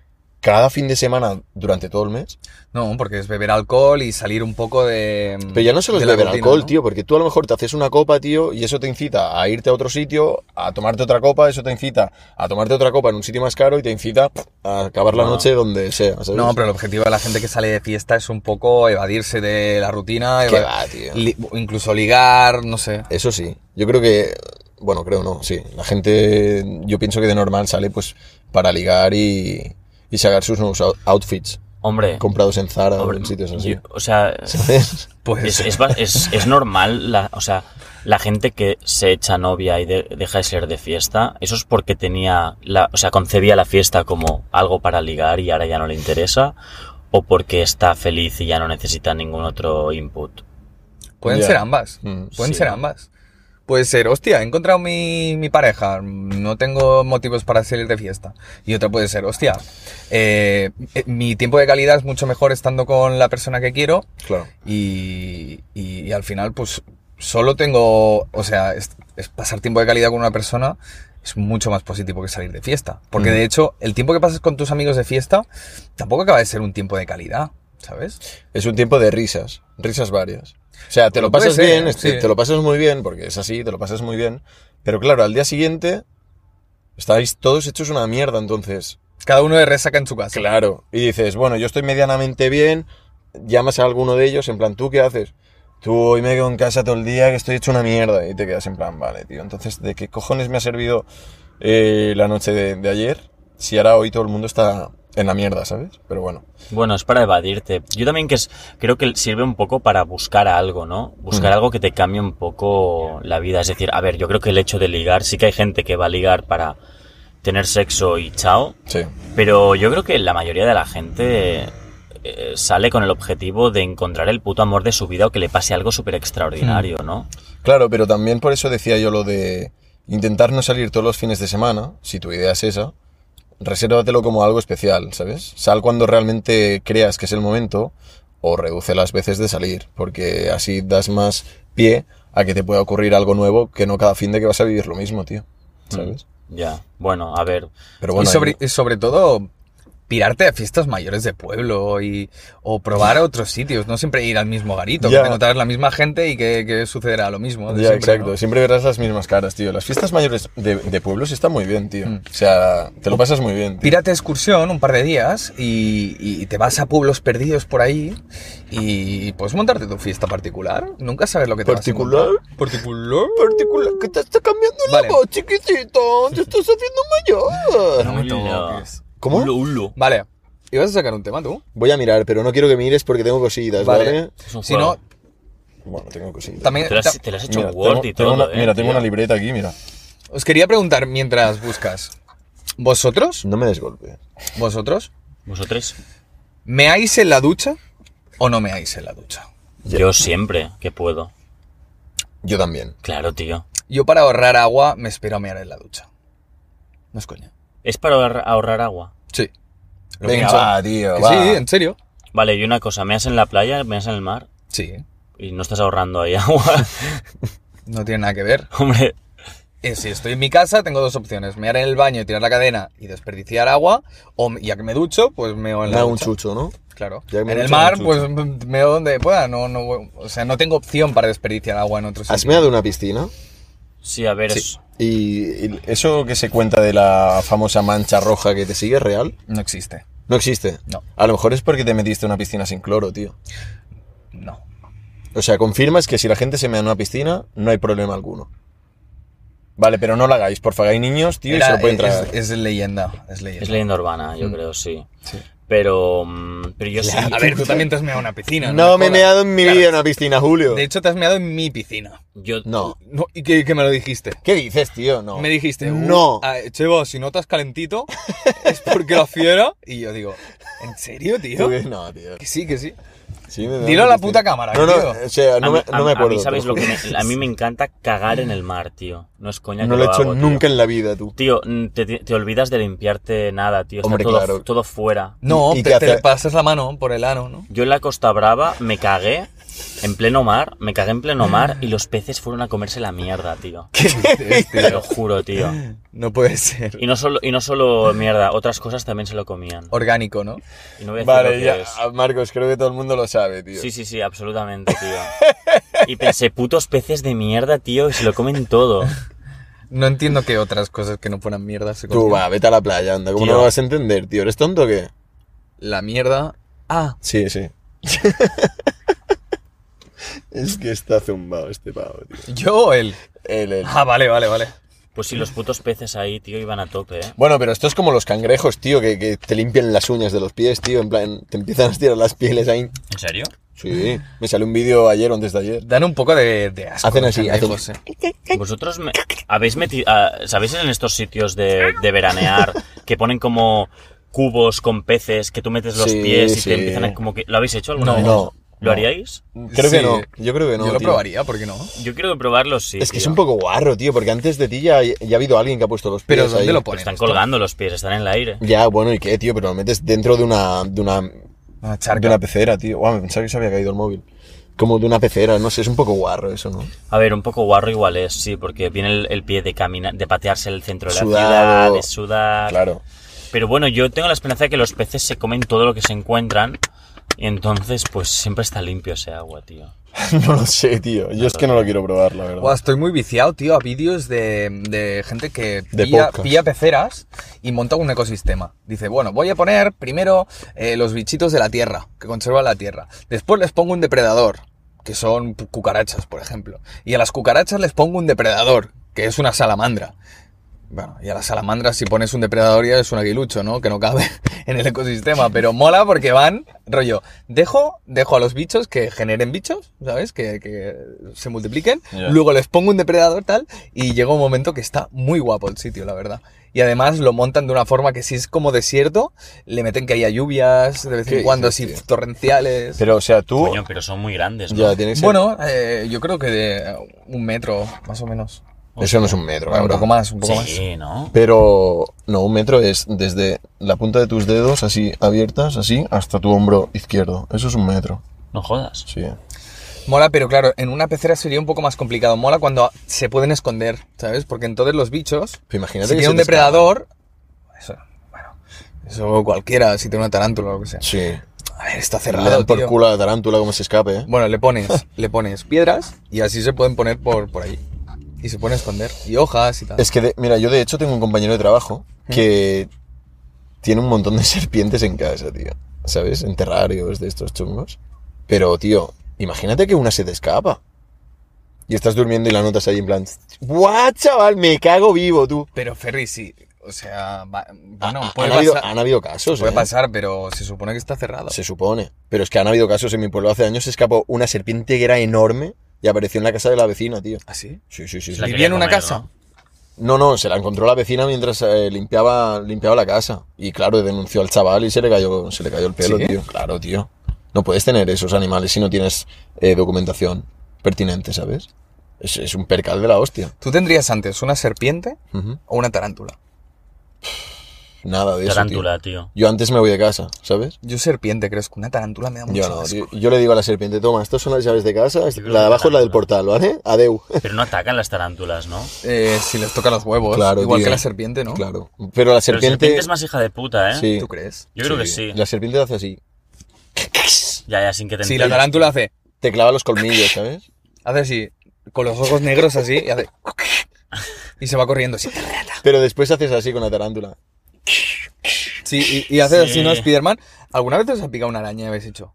Speaker 1: cada fin de semana durante todo el mes,
Speaker 3: No, porque es beber alcohol y salir un poco de.
Speaker 1: pero ya no solo
Speaker 3: Mm. de
Speaker 1: es
Speaker 3: la
Speaker 1: beber
Speaker 3: rutina,
Speaker 1: alcohol,
Speaker 3: ¿no?
Speaker 1: tío, porque tú a lo mejor te haces una copa, tío, y eso te incita a irte a otro sitio, a tomarte otra copa, eso te incita a tomarte otra copa en un sitio más caro y te incita pff, a acabar la
Speaker 2: No.
Speaker 1: noche donde sea, ¿sabes?
Speaker 3: Ah. No, pero el objetivo de la gente que sale de fiesta es un poco evadirse de la rutina,
Speaker 1: ¿Qué
Speaker 3: eva-
Speaker 1: va, tío?
Speaker 3: li- incluso ligar, no sé.
Speaker 1: Eso sí, yo creo que, bueno, creo no, sí. La gente, yo pienso que de normal sale pues para ligar y, y sacar sus nuevos out- outfits
Speaker 2: Hombre,
Speaker 1: comprados en Zara o
Speaker 2: hombre,
Speaker 1: en sitios así.
Speaker 2: yo- o sea,
Speaker 1: ¿Sabes?
Speaker 3: Pues
Speaker 2: Es, es, ba- es- es normal, la, o sea, la gente que se echa novia y de- deja de ser de fiesta, eso es porque tenía, la, o sea, concebía la fiesta como algo para ligar y ahora ya no le interesa, o porque está feliz y ya no necesita ningún otro input.
Speaker 3: Pueden
Speaker 1: Ya.
Speaker 3: ser ambas.
Speaker 1: Mm,
Speaker 3: Pueden
Speaker 2: sí.
Speaker 3: ser ambas. Puede ser, hostia, he encontrado mi, mi pareja, no tengo motivos para salir de fiesta. Y otra puede ser, hostia, eh, eh, mi tiempo de calidad es mucho mejor estando con la persona que quiero
Speaker 1: Claro.
Speaker 3: y, y- y al final pues solo tengo, o sea, es, es pasar tiempo de calidad con una persona es mucho más positivo que salir de fiesta. Porque
Speaker 1: Mm.
Speaker 3: de hecho, el tiempo que pasas con tus amigos de fiesta tampoco acaba de ser un tiempo de calidad, ¿sabes?
Speaker 1: Es un tiempo de risas, risas varias. O sea, te lo
Speaker 3: Pues Puede
Speaker 1: pasas
Speaker 3: ser,
Speaker 1: bien, este,
Speaker 3: sí.
Speaker 1: te lo pasas muy bien, porque es así, te lo pasas muy bien. Pero claro, al día siguiente estáis todos hechos una mierda, entonces.
Speaker 3: Cada uno de resaca en su casa.
Speaker 1: Claro. Y dices, bueno, yo estoy medianamente bien, llamas a alguno de ellos, en plan, ¿tú qué haces? Tú hoy me quedo en casa todo el día que estoy hecho una mierda. Y te quedas en plan, vale, tío. Entonces, ¿de qué cojones me ha servido eh, la noche de, de ayer? Si ahora hoy todo el mundo está en la mierda, ¿sabes? Pero bueno.
Speaker 2: Bueno, es para evadirte. Yo también que es, creo que sirve un poco para buscar algo, ¿no? Buscar
Speaker 1: Mm.
Speaker 2: algo que te cambie un poco la vida. Es decir, a ver, yo creo que el hecho de ligar, sí que hay gente que va a ligar para tener sexo y chao,
Speaker 1: Sí.
Speaker 2: pero yo creo que la mayoría de la gente eh, sale con el objetivo de encontrar el puto amor de su vida o que le pase algo súper extraordinario, ¿no?
Speaker 1: Claro, pero también por eso decía yo lo de intentar no salir todos los fines de semana, si tu idea es esa, resérvatelo como algo especial, ¿sabes? Sal cuando realmente creas que es el momento o reduce las veces de salir, porque así das más pie a que te pueda ocurrir algo nuevo que no cada fin de que vas a vivir lo mismo, tío. ¿Sabes?
Speaker 2: Ya, bueno, a ver.
Speaker 1: Pero bueno,
Speaker 3: Mm. y, sobre,
Speaker 1: ahí-
Speaker 3: y sobre todo, pirarte a fiestas mayores de pueblo y, o probar a otros sitios, no siempre ir al mismo garito,
Speaker 1: Ya.
Speaker 3: que te encontrarás la misma gente y que, que sucederá lo mismo. de
Speaker 1: Ya,
Speaker 3: siempre,
Speaker 1: exacto.
Speaker 3: ¿no?
Speaker 1: Siempre verás las mismas caras, tío. Las fiestas mayores de, de pueblos están muy bien, tío.
Speaker 3: Mm.
Speaker 1: O sea, te lo pasas muy bien, tío.
Speaker 3: Pírate a excursión un par de días y, y te vas a pueblos perdidos por ahí y puedes montarte tu fiesta particular. Nunca sabes lo que te vas a
Speaker 1: ¿Particular?
Speaker 3: encontrar. ¿Particular?
Speaker 1: particular que te está cambiando
Speaker 3: Vale.
Speaker 1: la voz, chiquitito. Te estás haciendo mayor.
Speaker 3: No me
Speaker 2: Hola.
Speaker 3: toques.
Speaker 1: ¿Cómo?
Speaker 2: Ulo, ulo.
Speaker 3: Vale. ¿Ibas a sacar un tema tú?
Speaker 1: Voy a mirar, pero no quiero que mires porque tengo cositas,
Speaker 3: Vale.
Speaker 1: ¿vale?
Speaker 2: Es un
Speaker 3: Si no,
Speaker 2: juego.
Speaker 1: Bueno, tengo cositas.
Speaker 3: también...
Speaker 2: Te lo has,
Speaker 3: ta-
Speaker 2: te lo has hecho
Speaker 1: eh, Mira,
Speaker 2: un Word
Speaker 1: tengo,
Speaker 2: y todo.
Speaker 1: tengo una,
Speaker 2: ¿eh,
Speaker 1: mira, tengo
Speaker 2: tío?
Speaker 1: una libreta aquí, mira.
Speaker 3: Os quería preguntar mientras buscas. ¿Vosotros?
Speaker 1: No me des golpe.
Speaker 3: ¿Vosotros?
Speaker 2: ¿Vosotros?
Speaker 3: ¿Meáis en la ducha o no meáis en la ducha?
Speaker 1: Ya.
Speaker 2: Yo siempre que puedo.
Speaker 1: Yo también.
Speaker 2: Claro, tío.
Speaker 3: Yo para ahorrar agua me espero a mear en la ducha. No es coña.
Speaker 2: Es para ahorrar, ahorrar agua.
Speaker 3: Sí. Lo
Speaker 1: Venga,
Speaker 3: pienso.
Speaker 1: va, tío,
Speaker 3: Que
Speaker 1: va.
Speaker 3: sí, en serio.
Speaker 2: Vale, y una cosa, meas en la playa, meas en el mar
Speaker 3: Sí.
Speaker 2: y no estás ahorrando ahí agua.
Speaker 3: No tiene nada que ver.
Speaker 2: Hombre,
Speaker 3: Eh, si estoy en mi casa, tengo dos opciones. Mear en el baño y tirar la cadena y desperdiciar agua. O me- ya que me ducho, pues meo en
Speaker 1: Me
Speaker 3: la
Speaker 1: hago un
Speaker 3: ducha.
Speaker 1: chucho, ¿no?
Speaker 3: Claro.
Speaker 1: Ya que
Speaker 3: En
Speaker 1: me
Speaker 3: el
Speaker 1: ducho, me
Speaker 3: mar,
Speaker 1: ducho.
Speaker 3: pues meo donde pueda. No, no, o sea, no tengo opción para desperdiciar agua en otros
Speaker 1: Has meado en una piscina
Speaker 2: sí, a ver,
Speaker 3: Sí.
Speaker 2: es-
Speaker 1: y y eso que se cuenta de la famosa mancha roja que te sigue es real.
Speaker 3: No existe.
Speaker 1: No existe.
Speaker 3: No.
Speaker 1: A lo mejor es porque te metiste en una piscina sin cloro, tío.
Speaker 3: No.
Speaker 1: O sea, confirmas que si la gente se mea en una piscina, no hay problema alguno. Vale, pero no la hagáis, por favor. Hay niños, tío, y
Speaker 3: Era- eh,
Speaker 1: se lo pueden tragar.
Speaker 3: es, es leyenda. Es leyenda.
Speaker 2: es leyenda urbana, yo
Speaker 3: Mm.
Speaker 2: creo, sí.
Speaker 3: Sí.
Speaker 2: Pero, mm, pero yo sí.
Speaker 3: A ver, tú también te has meado en una piscina.
Speaker 1: no me he
Speaker 3: jodas.
Speaker 1: meado en mi
Speaker 3: Claro,
Speaker 1: vida en una piscina, Julio.
Speaker 3: De hecho, te has meado en mi piscina.
Speaker 2: Yo,
Speaker 1: No.
Speaker 3: No, ¿Y qué, qué me lo dijiste?
Speaker 1: ¿Qué dices, tío? No.
Speaker 3: Me dijiste, "Uh,
Speaker 1: No.
Speaker 3: ah, Chevo, si notas calentito, es porque la fiera. Y yo digo, ¿en serio, tío?
Speaker 1: Tú- No, tío.
Speaker 3: Que sí, que sí.
Speaker 1: Sí me meo en
Speaker 3: Dilo a
Speaker 1: una
Speaker 3: la
Speaker 1: piscina.
Speaker 3: puta cámara,
Speaker 1: No, no,
Speaker 3: tío.
Speaker 1: o sea, no,
Speaker 2: a
Speaker 1: me,
Speaker 2: mí-
Speaker 1: no
Speaker 2: a-
Speaker 1: me
Speaker 2: a
Speaker 1: acuerdo.
Speaker 2: mí, ¿sabéis
Speaker 1: te
Speaker 2: lo que me-
Speaker 1: juro.
Speaker 2: A mí me encanta cagar en el mar, tío. No es coña
Speaker 1: No
Speaker 2: que
Speaker 1: lo he
Speaker 2: lo
Speaker 1: hecho
Speaker 2: hago, tío.
Speaker 1: nunca en la vida, tú.
Speaker 2: Tío, mm, te, te olvidas de limpiarte nada, tío. Está
Speaker 1: Hombre,
Speaker 2: todo,
Speaker 1: claro.
Speaker 2: todo fuera.
Speaker 3: No,
Speaker 1: ¿Y
Speaker 3: te,
Speaker 1: qué
Speaker 3: te
Speaker 1: hace?
Speaker 3: le pasas la mano por el ano, ¿no?
Speaker 2: Yo en la Costa Brava me cagué en pleno mar, me cagué en pleno mar y los peces fueron a comerse la mierda, tío.
Speaker 3: ¿Qué dices,
Speaker 2: Te lo
Speaker 3: tío?
Speaker 2: juro, tío.
Speaker 3: No puede ser.
Speaker 2: Y no solo, y no solo mierda, otras cosas también se lo comían.
Speaker 3: Orgánico, ¿no?
Speaker 2: Y no voy a decir lo
Speaker 1: Vale,
Speaker 2: que
Speaker 1: ya,
Speaker 2: es.
Speaker 1: Marcos, creo que todo el mundo lo sabe, tío.
Speaker 2: Sí, sí, sí, absolutamente, tío. Y pensé, putos peces de mierda, tío, y se lo comen todo.
Speaker 3: No entiendo que otras cosas que no fueran mierda se
Speaker 1: Tú,
Speaker 3: comieran.
Speaker 1: va, vete a la playa, anda. ¿Cómo
Speaker 2: Tío.
Speaker 1: no lo vas a entender, tío? ¿Eres tonto o qué?
Speaker 3: La mierda. Ah,
Speaker 1: Sí, sí. es que está zumbado este pavo, tío.
Speaker 3: yo o él.
Speaker 1: El, el-
Speaker 3: Ah, vale, vale, vale.
Speaker 2: Pues sí, los putos peces ahí, tío, iban a tope, ¿eh?
Speaker 1: Bueno, pero esto es como los cangrejos, tío, que, que te limpian las uñas de los pies, tío. En plan, te empiezan a estirar las pieles ahí.
Speaker 2: ¿En serio?
Speaker 1: Sí, me salió un vídeo ayer o antes de ayer.
Speaker 3: Dan un poco de, de asco.
Speaker 1: Hacen
Speaker 3: los
Speaker 1: así, hacen-
Speaker 3: cangrejos, eh.
Speaker 2: ¿Vosotros me- habéis metido... ah, ¿Sabéis en estos sitios de, de veranear que ponen como cubos con peces que tú metes los
Speaker 1: Sí,
Speaker 2: pies y
Speaker 1: sí.
Speaker 2: te empiezan a como que... ¿Lo habéis hecho alguna
Speaker 3: No.
Speaker 2: vez?
Speaker 1: No.
Speaker 2: ¿Lo haríais?
Speaker 1: Creo que
Speaker 3: Sí.
Speaker 1: no, yo creo que no.
Speaker 3: Yo lo
Speaker 1: tío.
Speaker 3: probaría, ¿por qué no?
Speaker 2: Yo quiero probarlo, sí.
Speaker 1: Es que es
Speaker 2: tío.
Speaker 1: un poco guarro, tío, porque antes de ti ya, ya ha habido alguien que ha puesto los pies.
Speaker 3: Pero ¿dónde
Speaker 1: ahí.
Speaker 3: lo
Speaker 2: Pero
Speaker 3: pones?
Speaker 2: están colgando los pies, están en el aire.
Speaker 1: Ya, bueno, ¿y qué, tío? Pero lo metes dentro de una. de una. de
Speaker 3: Una charca.
Speaker 1: una pecera, tío. Guau, me pensaba que se había caído el móvil. Como de una pecera, no sé, es un poco guarro eso, ¿no?
Speaker 2: A ver, un poco guarro igual es, sí, porque viene el, el pie de caminar, de patearse el centro de la
Speaker 1: Sudado.
Speaker 2: ciudad, de sudar.
Speaker 1: Claro.
Speaker 2: Pero bueno, yo tengo la esperanza de que los peces se comen todo lo que se encuentran. Y entonces, pues siempre está limpio ese agua, tío.
Speaker 1: no lo sé, tío. Yo es que no lo quiero probar, la verdad.
Speaker 3: Buah, estoy muy viciado, tío, a vídeos de, de gente que
Speaker 1: De
Speaker 3: pilla,
Speaker 1: podcast.
Speaker 3: pilla peceras y monta un ecosistema. Dice, bueno, voy a poner primero eh, los bichitos de la tierra, que conservan la tierra. Después les pongo un depredador, que son pu- cucarachas, por ejemplo. Y a las cucarachas les pongo un depredador, que es una salamandra. Bueno, y a las salamandras si pones un depredador ya es un aguilucho, ¿no? Que no cabe en el ecosistema, pero mola porque van, rollo, dejo, dejo a los bichos que generen bichos, ¿sabes? Que, que se multipliquen,
Speaker 1: Ya.
Speaker 3: luego les pongo un depredador tal, y llega un momento que está muy guapo el sitio, la verdad. Y además lo montan de una forma que si es como desierto, le meten que haya lluvias de vez
Speaker 1: ¿Qué
Speaker 3: en cuando, así
Speaker 1: dices, tío?
Speaker 3: torrenciales.
Speaker 1: Pero, o sea,
Speaker 3: Oh.
Speaker 1: tú.
Speaker 2: Coño, pero son muy grandes, ¿no?
Speaker 1: ya, tiene que ser-
Speaker 3: pues Bueno, eh, yo creo que de un metro, más o menos.
Speaker 1: Eso no es un metro,
Speaker 3: Bueno, un
Speaker 1: cabrón.
Speaker 3: poco más, un poco más.
Speaker 2: sí, ¿no?
Speaker 1: Pero no, un metro es desde la punta de tus dedos, así abiertas, así, hasta tu hombro izquierdo. Eso es un metro.
Speaker 2: No jodas.
Speaker 1: Sí.
Speaker 3: Mola, pero claro, en una pecera sería un poco más complicado. Mola cuando se pueden esconder, ¿sabes? Porque entonces los bichos,
Speaker 1: Pero imagínate
Speaker 3: si
Speaker 1: que
Speaker 3: tiene
Speaker 1: se
Speaker 3: un
Speaker 1: te escapa.
Speaker 3: depredador, eso, bueno, eso cualquiera, si tiene una tarántula o lo que sea.
Speaker 1: Sí.
Speaker 3: A ver, está
Speaker 1: Le
Speaker 3: cerrado,
Speaker 1: dan por
Speaker 3: tío.
Speaker 1: culo a la tarántula como se escape, ¿eh?
Speaker 3: Bueno, le pones, le pones piedras y así se pueden poner por, por ahí. Y se pueden esconder. Y hojas y tal.
Speaker 1: Es que, de- mira, yo de hecho tengo un compañero de trabajo que tiene un montón de serpientes en casa, tío. ¿Sabes? En terrarios de estos chungos. Pero, tío, imagínate que una se te escapa. Y estás durmiendo y la notas ahí en plan... ¡Guau, chaval! Me cago vivo, tú.
Speaker 3: Pero Ferry sí, o sea, va- bueno,
Speaker 1: Ha-
Speaker 3: puede
Speaker 1: han, habido,
Speaker 3: pasar,
Speaker 1: han habido casos,
Speaker 3: puede
Speaker 1: ¿eh?
Speaker 3: pasar, pero se supone que está cerrado.
Speaker 1: Se supone. Pero es que han habido casos en mi pueblo. Hace años se escapó una serpiente que era enorme y apareció en la casa de la vecina, tío.
Speaker 3: ¿Ah, sí?
Speaker 1: Sí, sí, sí. sí.
Speaker 2: Se la
Speaker 3: ¿Vivía
Speaker 2: quería
Speaker 3: en una
Speaker 2: comer,
Speaker 3: casa?
Speaker 2: ¿no?
Speaker 1: No, no, se la encontró la vecina mientras eh, limpiaba, limpiaba la casa. Y claro, denunció al chaval y se le cayó, se le cayó el pelo,
Speaker 3: ¿Sí?
Speaker 1: tío. Claro, tío. No puedes tener esos animales si no tienes eh, documentación pertinente, ¿sabes? Es, es un percal de la hostia.
Speaker 3: ¿Tú tendrías antes una serpiente
Speaker 1: Ujú.
Speaker 3: o una tarántula?
Speaker 1: Nada de eso.
Speaker 2: Tarántula, tío.
Speaker 1: tío. Yo antes me voy de casa, ¿sabes?
Speaker 3: Yo serpiente, creo que una tarántula me da mucho
Speaker 1: Yo no,
Speaker 3: asco.
Speaker 1: tío. Yo le digo a la serpiente, toma, estas son las llaves de casa,
Speaker 2: creo
Speaker 1: la de
Speaker 2: que
Speaker 1: abajo es la del
Speaker 2: tarántula.
Speaker 1: portal, ¿vale? Adeu.
Speaker 2: Pero no atacan las tarántulas, ¿no?
Speaker 3: Eh, si les toca los huevos,
Speaker 1: Claro,
Speaker 3: igual
Speaker 1: tío.
Speaker 3: que la serpiente, ¿no?
Speaker 1: Claro. Pero la
Speaker 2: Pero la
Speaker 1: serpiente.
Speaker 2: serpiente es más hija de puta, ¿eh?
Speaker 1: Sí.
Speaker 3: ¿Tú crees?
Speaker 2: Yo creo que sí.
Speaker 1: La serpiente hace así.
Speaker 2: Ya, ya, sin que te
Speaker 3: Sí, la
Speaker 2: enteres.
Speaker 3: tarántula hace,
Speaker 1: Te clava los colmillos, ¿sabes?
Speaker 3: hace así, con los ojos negros así, y hace... Y se va corriendo así.
Speaker 1: Pero después haces así con la tarántula.
Speaker 3: Sí, y, y hace
Speaker 2: Sí.
Speaker 3: así, ¿no? Spiderman. ¿Alguna vez te has picado una araña y habéis hecho?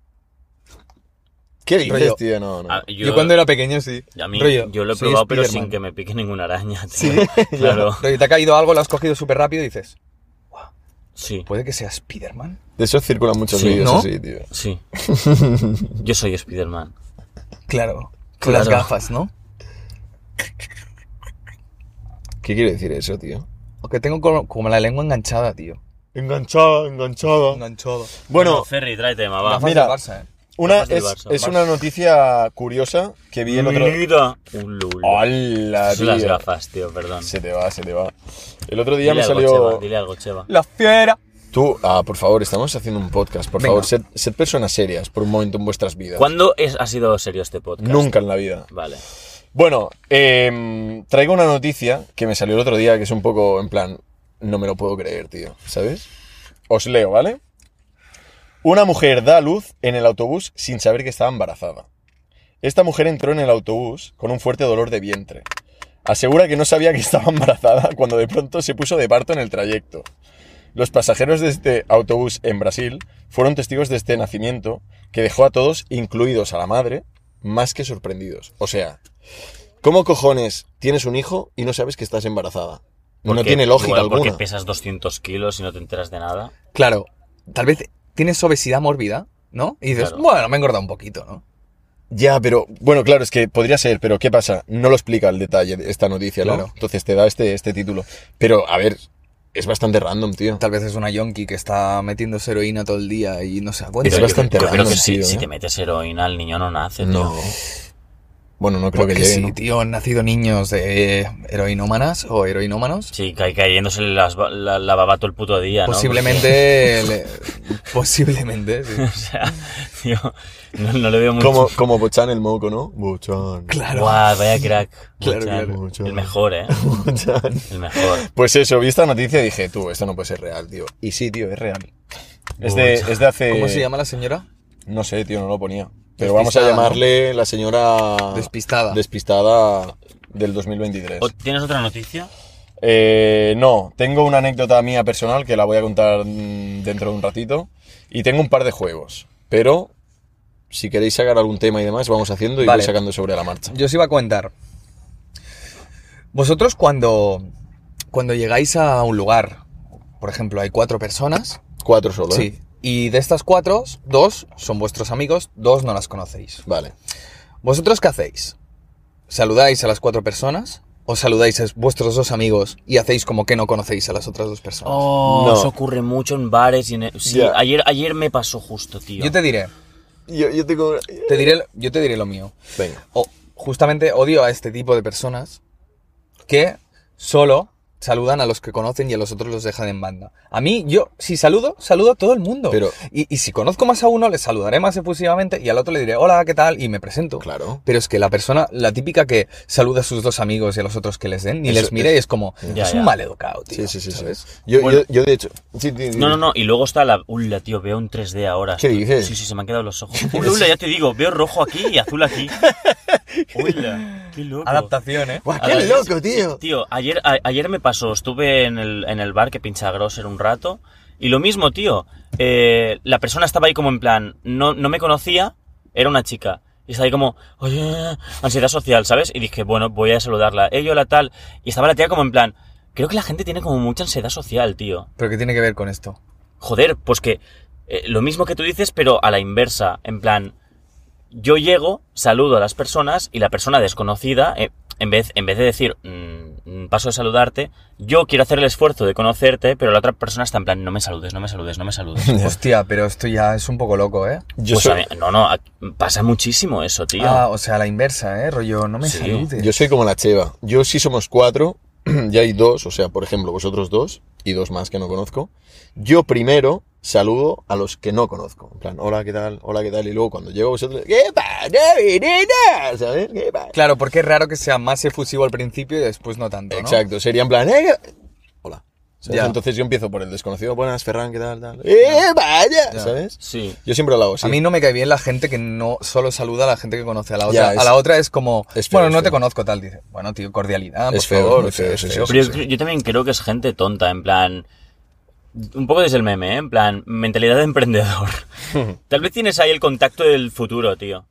Speaker 1: ¿Qué dices,
Speaker 3: Rollo.
Speaker 1: tío? No, no.
Speaker 2: Ah,
Speaker 3: Yo, cuando era pequeño, sí.
Speaker 2: A mí,
Speaker 3: Rollo,
Speaker 2: yo lo he
Speaker 3: soy
Speaker 2: probado, pero
Speaker 3: Spiderman.
Speaker 2: sin que me pique ninguna araña, tío. claro.
Speaker 3: Rollo, te ha caído algo, lo has cogido súper rápido y dices,
Speaker 2: Sí,
Speaker 3: ¿puede que sea Spiderman?
Speaker 1: De eso circulan muchos
Speaker 2: Sí,
Speaker 1: vídeos
Speaker 3: ¿no?
Speaker 1: así, tío.
Speaker 2: sí. Yo soy Spiderman.
Speaker 3: Claro, con las
Speaker 2: Claro.
Speaker 3: gafas, ¿no?
Speaker 1: ¿Qué quiere decir eso, tío?
Speaker 3: O que tengo como, como la lengua enganchada, tío.
Speaker 1: Enganchada, enganchada.
Speaker 3: Enganchado.
Speaker 1: Bueno,
Speaker 2: Ferry, tráete tema,
Speaker 3: Gafas
Speaker 2: va.
Speaker 1: Mira.
Speaker 3: del Barça, ¿eh?
Speaker 1: una,
Speaker 2: Gafas del
Speaker 1: es,
Speaker 2: Barça.
Speaker 1: es una noticia curiosa que vi el otro día.
Speaker 2: Mira. Un lulo.
Speaker 1: ¡Hola,
Speaker 2: Son las
Speaker 1: tío!
Speaker 2: gafas, tío, perdón.
Speaker 1: Se te va, se te va. El otro día
Speaker 2: Dile
Speaker 1: me
Speaker 2: algo,
Speaker 1: salió.
Speaker 2: Cheva, dile algo, Cheva.
Speaker 3: La fiera.
Speaker 1: Tú, ah, por favor, estamos haciendo un podcast. Por
Speaker 3: Venga.
Speaker 1: favor, sed, sed personas serias por un momento en vuestras vidas.
Speaker 2: ¿Cuándo es- ha sido serio este podcast?
Speaker 1: Nunca en la vida.
Speaker 2: Vale.
Speaker 1: Bueno, em, traigo una noticia que me salió el otro día que es un poco en plan, no me lo puedo creer, tío, ¿sabes? Os leo, ¿vale? Una mujer da a luz en el autobús sin saber que estaba embarazada. Esta mujer entró en el autobús con un fuerte dolor de vientre. Asegura que no sabía que estaba embarazada cuando de pronto se puso de parto en el trayecto. Los pasajeros de este autobús en Brasil fueron testigos de este nacimiento que dejó a todos, incluidos a la madre, más que sorprendidos. O sea, ¿cómo cojones tienes un hijo y no sabes que estás embarazada? no
Speaker 2: Porque-
Speaker 1: tiene lógica
Speaker 2: igual
Speaker 1: alguna.
Speaker 2: Porque pesas 200 kilos y no te enteras de nada.
Speaker 3: Claro, tal vez tienes obesidad mórbida, ¿no? Y dices,
Speaker 2: Claro.
Speaker 3: bueno, me he engordado un poquito, ¿no?
Speaker 1: Ya, pero bueno, claro, es que podría ser, pero ¿qué pasa? No lo explica el detalle de esta noticia, ¿no?
Speaker 3: Claro.
Speaker 1: Entonces te da este, este título. Pero, a ver, es bastante random, tío.
Speaker 3: Tal vez es una yonki que está metiéndose heroína todo el día y no se da cuenta.
Speaker 1: Es
Speaker 2: Pero yo-
Speaker 1: bastante
Speaker 2: yo, creo
Speaker 1: random,
Speaker 2: que si,
Speaker 1: tío,
Speaker 2: si
Speaker 1: ¿eh?
Speaker 2: te metes heroína, el niño no nace, tío.
Speaker 1: No. Bueno, no creo
Speaker 3: Porque
Speaker 1: que llegue,
Speaker 3: sí,
Speaker 1: ¿no?
Speaker 3: tío, han nacido niños de heroinómanas o heroinómanos.
Speaker 2: Sí, ca- cayéndose las ba- la, la baba todo el puto día, ¿no?
Speaker 3: Posiblemente, le- posiblemente, sí.
Speaker 2: Porque, o sea, tío, no, no le veo mucho.
Speaker 1: Como, como Bochan el moco, ¿no? Bochan.
Speaker 3: Claro.
Speaker 2: Guau, vaya crack.
Speaker 3: Claro,
Speaker 2: Mucha-
Speaker 3: claro,
Speaker 1: mucho.
Speaker 2: El mejor, ¿eh?
Speaker 1: Bochan.
Speaker 2: El mejor.
Speaker 1: Pues eso, vi esta noticia y dije, tú, esto no puede ser real, tío. Y sí, tío, es real. Es de,
Speaker 2: Bochan.
Speaker 1: es de hace...
Speaker 3: ¿Cómo se llama la señora?
Speaker 1: No sé, tío, no lo ponía. Pero vamos a
Speaker 3: Despistada, ¿no?
Speaker 1: llamarle la señora...
Speaker 3: Despistada.
Speaker 1: Despistada del 2023.
Speaker 2: O- ¿Tienes otra noticia?
Speaker 1: Eh, no, tengo una anécdota mía personal que la voy a contar mm, dentro de un ratito. Y tengo un par de juegos. Pero si queréis sacar algún tema y demás, vamos haciendo y
Speaker 3: Vale.
Speaker 1: voy sacando sobre la marcha.
Speaker 3: Yo os iba a contar. Vosotros cuando, cuando llegáis a un lugar, por ejemplo, hay cuatro personas,
Speaker 1: Cuatro solo. ¿eh?
Speaker 3: sí, y de estas cuatro, dos son vuestros amigos, dos no las conocéis.
Speaker 1: Vale.
Speaker 3: ¿Vosotros qué hacéis? ¿Saludáis a las cuatro personas? ¿O saludáis a vuestros dos amigos y hacéis como que no conocéis a las otras dos personas?
Speaker 2: Oh,
Speaker 1: No.
Speaker 2: eso ocurre mucho en bares y en... e-, Sí,
Speaker 1: Ya.
Speaker 2: ayer, ayer me pasó justo, tío.
Speaker 3: Yo te diré,
Speaker 1: Yo, tengo...
Speaker 3: te diré, yo te diré lo mío.
Speaker 1: Venga.
Speaker 3: O- justamente odio a este tipo de personas que solo saludan a los que conocen y a los otros los dejan en banda. A mí, yo, si saludo, saludo a todo el mundo.
Speaker 1: Pero-
Speaker 3: y, y si conozco más a uno, le saludaré más efusivamente y al otro le diré, hola, ¿qué tal? Y me presento.
Speaker 1: Claro.
Speaker 3: Pero es que la persona, la típica que saluda a sus dos amigos y a los otros que les den, ni
Speaker 1: Eso-
Speaker 3: les mire y es como,
Speaker 2: Ya,
Speaker 3: es
Speaker 2: ya.
Speaker 3: un mal educado, tío.
Speaker 1: Sí, sí, sí. sí.
Speaker 3: ¿sabes?
Speaker 1: Yo,
Speaker 2: Bueno.
Speaker 1: yo, yo, de hecho... Sí, sí, sí.
Speaker 2: No, no, no. Y luego está la... Ula, tío, veo un 3D ahora.
Speaker 1: Mm. ¿Qué dices?
Speaker 2: Sí, sí, se me han quedado los ojos. Ula, ula, ya te digo. Veo rojo aquí y azul aquí. Ula, qué loco.
Speaker 3: Adaptación, ¿eh?
Speaker 1: Guau,
Speaker 2: A
Speaker 1: ¡Qué
Speaker 2: ver,
Speaker 1: loco, tío!
Speaker 2: Tío, ayer, a- ayer me pasó, estuve en el, en el bar que pincha Grosser un rato, y lo mismo, tío. eh, la persona estaba ahí como en plan, no, no me conocía, era una chica. Y estaba ahí como, oye, ansiedad social, ¿sabes? Y dije, bueno, voy a saludarla. Ella, hola, tal. Y estaba la tía como en plan, creo que la gente tiene como mucha ansiedad social, tío.
Speaker 3: ¿Pero qué tiene que ver con esto?
Speaker 2: Joder, pues que eh, lo mismo que tú dices, pero a la inversa. En plan, yo llego, saludo a las personas y la persona desconocida, eh, en, vez, en vez de decir, mm, mm, paso de saludarte, yo quiero hacer el esfuerzo de conocerte, pero la otra persona está en plan, no me saludes, no me saludes, no me saludes.
Speaker 3: Hostia, pero esto ya es un poco loco, ¿eh?
Speaker 1: Yo
Speaker 2: Pues a
Speaker 1: soy,
Speaker 2: mí- no, no, a- pasa muchísimo eso, tío.
Speaker 3: Ah, o sea, la inversa, ¿eh? Rollo, no me
Speaker 2: Sí.
Speaker 3: saludes.
Speaker 1: yo soy como la Cheva. Yo sí somos cuatro, ya hay dos, o sea, por ejemplo, vosotros dos y dos más que no conozco. Yo primero saludo a los que no conozco. En plan, hola, ¿qué tal? Hola, ¿qué tal? Y luego cuando llego a vosotros, ¿qué pasa, menina? ¿Sabes? ¿Qué pasa?
Speaker 3: Claro, porque es raro que sea más efusivo al principio y después no tanto, ¿no?
Speaker 1: Exacto, sería en plan, "Eh, ¿qué-?" hola. ¿Sabes?
Speaker 3: Ya.
Speaker 1: Entonces yo empiezo por el desconocido, buenas, Ferran, ¿qué tal? tal? ¡Eh, vaya!
Speaker 3: Ya.
Speaker 1: ¿Sabes?
Speaker 2: Sí.
Speaker 1: Yo siempre lo hago así.
Speaker 3: A mí no me cae bien la gente que no solo saluda a la gente que conoce a la otra.
Speaker 1: Ya, es-
Speaker 3: a la otra es como,
Speaker 1: es feo,
Speaker 3: bueno,
Speaker 1: es
Speaker 3: no te
Speaker 1: feo.
Speaker 3: conozco tal, dice. Bueno, tío, cordialidad,
Speaker 1: Es
Speaker 3: por
Speaker 1: feo,
Speaker 3: favor.
Speaker 1: es feo,
Speaker 3: o sea,
Speaker 1: sí,
Speaker 3: es
Speaker 1: sí,
Speaker 3: feo.
Speaker 1: sí.
Speaker 2: Pero yo, yo también creo que es gente tonta, en plan. Un poco desde el meme, ¿eh? En plan, mentalidad de emprendedor. Tal vez tienes ahí el contacto del futuro, tío.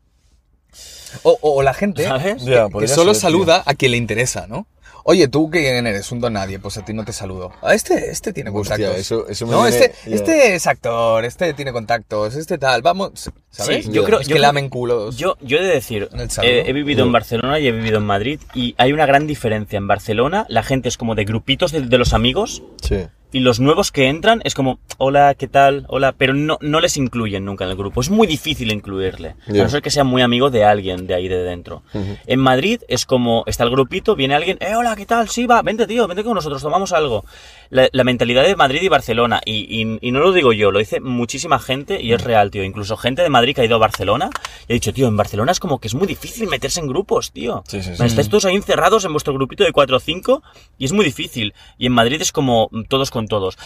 Speaker 3: O, o- o la gente
Speaker 2: ¿Sabes?
Speaker 1: Ya,
Speaker 3: que
Speaker 1: podría
Speaker 3: solo
Speaker 1: ser, tío.
Speaker 3: saluda a quien le interesa, ¿no? Oye, tú que eres un don nadie, pues a ti no te saludo. A este, este tiene
Speaker 1: Hostia,
Speaker 3: contactos.
Speaker 1: eso- eso me
Speaker 3: no,
Speaker 1: viene-
Speaker 3: este,
Speaker 1: ya.
Speaker 3: este es actor, este tiene contactos, este tal, vamos, ¿sabes?
Speaker 2: Sí, yo creo-
Speaker 3: es
Speaker 2: yo
Speaker 3: que
Speaker 2: creo-
Speaker 3: lamen culos.
Speaker 2: Yo, yo he de decir,
Speaker 3: El saludo.
Speaker 2: eh, he, vivido en Barcelona y he vivido en Madrid y hay una gran diferencia. En Barcelona la gente es como de grupitos de, de los amigos
Speaker 1: Sí.
Speaker 2: y los nuevos que entran es como, hola, ¿qué tal? Hola, pero no, no les incluyen nunca en el grupo. Es muy difícil incluirle,
Speaker 1: Ya.
Speaker 2: a no ser que sea muy amigo de alguien de ahí de dentro.
Speaker 1: Ujú.
Speaker 2: En Madrid es como, está el grupito, viene alguien, eh, hola, ¿qué tal? Sí, va, vente tío, vente con nosotros, tomamos algo. La, la mentalidad de Madrid y Barcelona, y, y- y no lo digo yo, lo dice muchísima gente y es real, tío. Incluso gente de Madrid que ha ido a Barcelona y ha dicho, tío, en Barcelona es como que es muy difícil meterse en grupos, tío.
Speaker 1: Sí, sí, sí.
Speaker 2: Estáis todos ahí encerrados en vuestro grupito de 4 o 5 y es muy difícil. Y en Madrid es como todos con todos.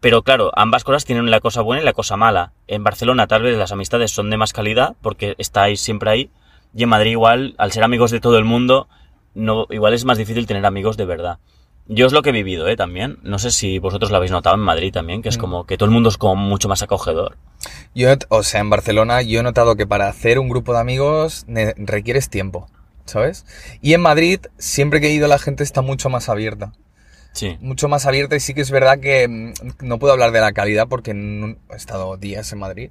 Speaker 2: Pero claro, ambas cosas tienen la cosa buena y la cosa mala. En Barcelona tal vez las amistades son de más calidad porque estáis siempre ahí. Y en Madrid igual, al ser amigos de todo el mundo, no, igual es más difícil tener amigos de verdad. Yo es lo que he vivido, ¿eh? También. No sé si vosotros lo habéis notado en Madrid también, que es
Speaker 3: Mm.
Speaker 2: como que todo el mundo es como mucho más acogedor.
Speaker 3: Yo, he- o sea, en Barcelona yo he notado que para hacer un grupo de amigos ne- requieres tiempo, ¿sabes? Y en Madrid, siempre que he ido, la gente está mucho más abierta.
Speaker 2: Sí.
Speaker 3: Mucho más abierta y sí que es verdad que mm, no puedo hablar de la calidad porque no he estado días en Madrid.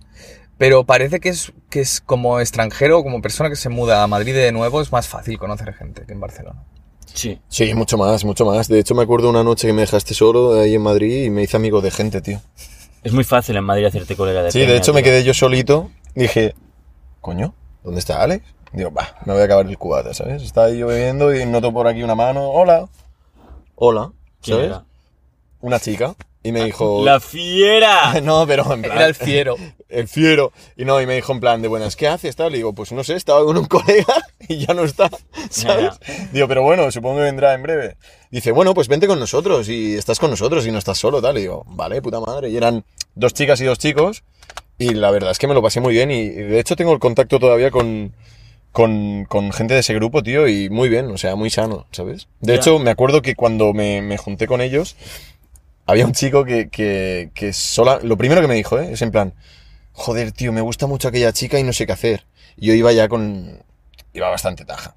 Speaker 3: Pero parece que es, que es como extranjero, como persona que se muda a Madrid de nuevo, es más fácil conocer gente que en Barcelona.
Speaker 2: Sí.
Speaker 1: Sí, mucho más, mucho más. De hecho, me acuerdo una noche que me dejaste solo ahí en Madrid y me hice amigo de gente, tío.
Speaker 2: Es muy fácil en Madrid hacerte colega de
Speaker 1: Sí,
Speaker 2: peña,
Speaker 1: de hecho me
Speaker 2: tío.
Speaker 1: quedé yo solito. Dije, coño, ¿dónde está Alex? Digo, va, me voy a acabar el cubata, ¿sabes? Estaba yo bebiendo y noto por aquí una mano. Hola. Hola.
Speaker 2: ¿Quién
Speaker 1: ¿Sabes?
Speaker 2: era?
Speaker 1: Una chica. Y me dijo... "Ah,
Speaker 2: ¡La fiera!
Speaker 1: no, pero en plan...
Speaker 3: Era el fiero.
Speaker 1: el fiero. Y no, y me dijo en plan de buenas, ¿qué haces? Tal? Le digo, pues no sé, estaba con un colega y ya no está, ¿sabes? Digo, pero bueno, supongo que vendrá en breve. Dice, bueno, pues vente con nosotros y estás con nosotros y no estás solo, tal. Y digo, vale, puta madre. Y eran dos chicas y dos chicos y la verdad es que me lo pasé muy bien y, y de hecho tengo el contacto todavía con, con, con gente de ese grupo, tío, y muy bien, o sea, muy sano, ¿sabes? De
Speaker 2: Ya.
Speaker 1: hecho, me acuerdo que cuando me, me junté con ellos, había un chico que, que, que sola... Lo primero que me dijo, ¿eh? Es en plan, joder, tío, me gusta mucho aquella chica y no sé qué hacer. Y yo iba ya con... Iba bastante taja.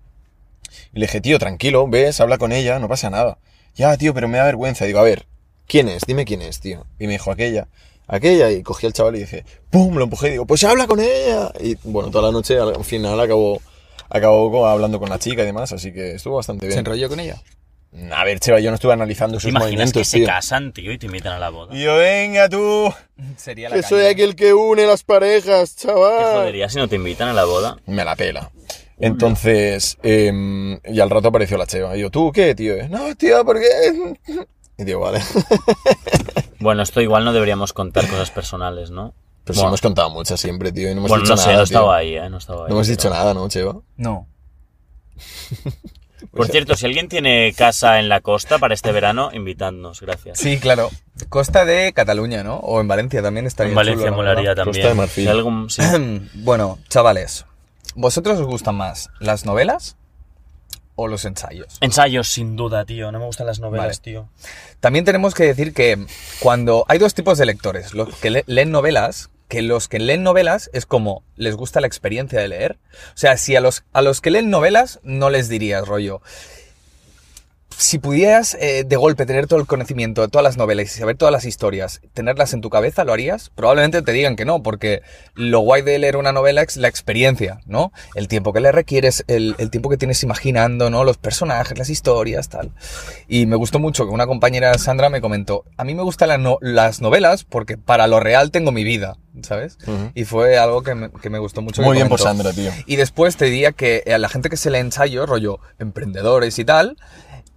Speaker 1: Y le dije, tío, tranquilo, ves, habla con ella, no pasa nada. Ya, tío, pero me da vergüenza. Digo, a ver, ¿quién es? Dime quién es, tío. Y me dijo, aquella. Aquella, y cogí al chaval y dije, ¡pum! Lo empujé y digo, pues habla con ella. Y bueno, toda la noche al final acabó, acabó co- hablando con la chica y demás, así que estuvo bastante
Speaker 3: ¿Se
Speaker 1: bien.
Speaker 3: enrolló con ella?
Speaker 1: A ver, Cheva, yo no estuve analizando
Speaker 2: ¿Te
Speaker 1: sus
Speaker 2: imaginas que
Speaker 1: movimientos,
Speaker 2: se
Speaker 1: tío.
Speaker 2: casan, tío, y te invitan a la boda?
Speaker 1: Y yo, venga tú,
Speaker 3: Sería la
Speaker 1: que soy
Speaker 3: caña.
Speaker 1: aquel que une las parejas,
Speaker 2: ¿Qué
Speaker 1: chaval.
Speaker 2: jodería si no te invitan a la boda?
Speaker 1: me la pela. Entonces, em, y al rato apareció la cheva. Y yo, ¿tú qué, tío? No, tío, ¿por qué? Y digo, vale.
Speaker 2: Bueno, esto igual no deberíamos contar cosas personales, ¿no?
Speaker 1: Pero si
Speaker 2: bueno,
Speaker 1: hemos contado muchas siempre, tío, y no hemos
Speaker 2: bueno,
Speaker 1: dicho
Speaker 2: no sé,
Speaker 1: nada.
Speaker 2: no
Speaker 1: tío.
Speaker 2: estaba ahí, ¿eh? No estaba ahí.
Speaker 1: No hemos
Speaker 2: pero-
Speaker 1: dicho nada, ¿no, Cheva?
Speaker 3: No.
Speaker 2: Por cierto, si alguien tiene casa en la costa para este verano, invitadnos, gracias.
Speaker 3: Sí, claro. Costa de Cataluña, ¿no? O en Valencia también estaría
Speaker 2: en Valencia
Speaker 3: chulo, la
Speaker 2: molaría
Speaker 1: verdad.
Speaker 2: también.
Speaker 1: Costa de Marfil.
Speaker 2: Si algún- sí.
Speaker 3: verdad. bueno, chavales. ¿Vosotros os gustan más las novelas o los ensayos?
Speaker 2: Ensayos, sin duda, tío. No me gustan las novelas,
Speaker 3: Vale.
Speaker 2: tío.
Speaker 3: También tenemos que decir que cuando hay dos tipos de lectores, los que le- leen novelas, que los que leen novelas es como les gusta la experiencia de leer. O sea, si a los, a los que leen novelas no les dirías rollo. Si pudieras eh, de golpe tener todo el conocimiento de todas las novelas y saber todas las historias, tenerlas en tu cabeza, ¿lo harías? Probablemente te digan que no, porque lo guay de leer una novela es la experiencia, ¿no? El tiempo que le requieres, el, el tiempo que tienes imaginando, ¿no? Los personajes, las historias, tal. Y me gustó mucho que una compañera Sandra me comentó, a mí me gustan la no- las novelas porque para lo real tengo mi vida, ¿sabes?
Speaker 1: Ujú.
Speaker 3: Y fue algo que me, que me gustó mucho.
Speaker 1: Muy
Speaker 3: que
Speaker 1: bien por
Speaker 3: comentó.
Speaker 1: Sandra, tío.
Speaker 3: Y después te diría que eh, a la gente que se le ensayo, rollo emprendedores y tal,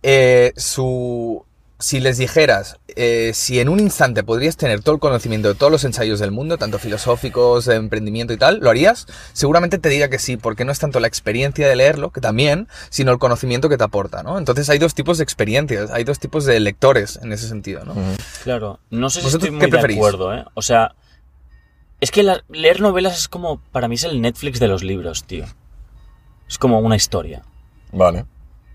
Speaker 3: eh, su, si les dijeras, eh, si en un instante podrías tener todo el conocimiento de todos los ensayos del mundo, tanto filosóficos, de emprendimiento y tal, ¿lo harías? Seguramente te diría que sí, porque no es tanto la experiencia de leerlo, que también, sino el conocimiento que te aporta, ¿no? Entonces hay dos tipos de experiencias, hay dos tipos de lectores en ese sentido, ¿no?
Speaker 1: Ujú.
Speaker 2: Claro. No sé si
Speaker 3: ¿Vosotros
Speaker 2: estoy
Speaker 3: qué
Speaker 2: muy de
Speaker 3: preferís?
Speaker 2: acuerdo, ¿eh? O sea, es que la- leer novelas es como, para mí es el Netflix de los libros, tío. Es como una historia.
Speaker 1: Vale.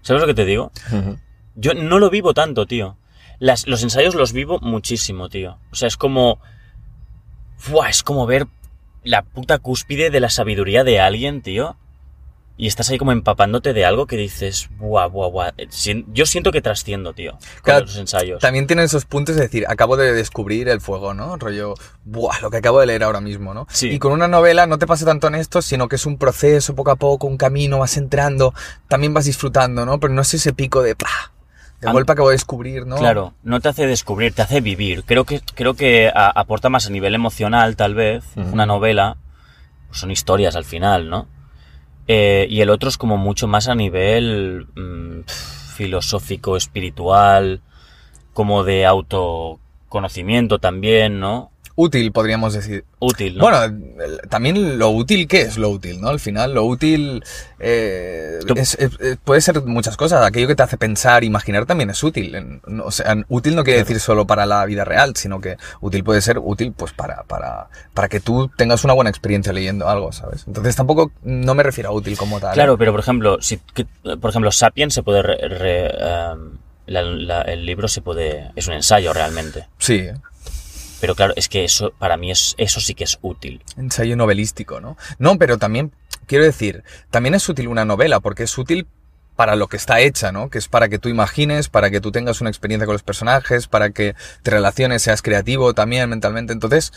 Speaker 2: ¿Sabes lo que te digo?
Speaker 1: Ujú.
Speaker 2: Yo no lo vivo tanto, tío. Las- los ensayos los vivo muchísimo, tío. O sea, es como. Fua, es como ver la puta cúspide de la sabiduría de alguien, tío. Y estás ahí como empapándote de algo que dices, buah, buah, buah. Eh, sien- Yo siento que trasciendo, tío, con
Speaker 3: Claro,
Speaker 2: los ensayos.
Speaker 3: También tienen esos puntos de decir, acabo de descubrir el fuego, ¿no? Rollo, buah, lo que acabo de leer ahora mismo, ¿no?
Speaker 2: Sí.
Speaker 3: Y con una novela no te pasa tanto en esto, sino que es un proceso poco a poco, un camino, vas entrando, también vas disfrutando, ¿no? Pero no es ese pico de, ¡pah! De
Speaker 2: Am-
Speaker 3: golpe acabo de descubrir, ¿no?
Speaker 2: Claro, no te hace descubrir, te hace vivir. Creo que, creo que a- aporta más a nivel emocional, tal vez.
Speaker 1: Ujú.
Speaker 2: Una novela, pues son historias al final, ¿no? Eh, y el otro es como mucho más a nivel mm, pf, filosófico, espiritual, como de autoconocimiento también, ¿no?
Speaker 3: Útil, podríamos decir.
Speaker 2: Útil, ¿no?
Speaker 3: Bueno, el- también lo útil, ¿qué es lo útil, no? Al final, lo útil eh,
Speaker 2: Tú-
Speaker 3: es- es- es- puede ser muchas cosas. Aquello que te hace pensar, imaginar también es útil. En- no- O sea, útil no quiere decir solo para la vida real, sino que útil puede ser útil pues para, para, para que tú tengas una buena experiencia leyendo algo, ¿sabes? Entonces tampoco no me refiero a útil como tal.
Speaker 2: Claro, pero por ejemplo, si, que- por ejemplo, Sapiens se puede... re- re- em, la- la- el libro se puede... Es un ensayo realmente.
Speaker 3: Sí,
Speaker 2: Pero claro, es que eso para mí es, eso sí que es útil.
Speaker 3: ensayo novelístico, ¿no? No, pero también, quiero decir, también es útil una novela, porque es útil para lo que está hecha, ¿no? Que es para que tú imagines, para que tú tengas una experiencia con los personajes, para que te relaciones, seas creativo también mentalmente. Entonces,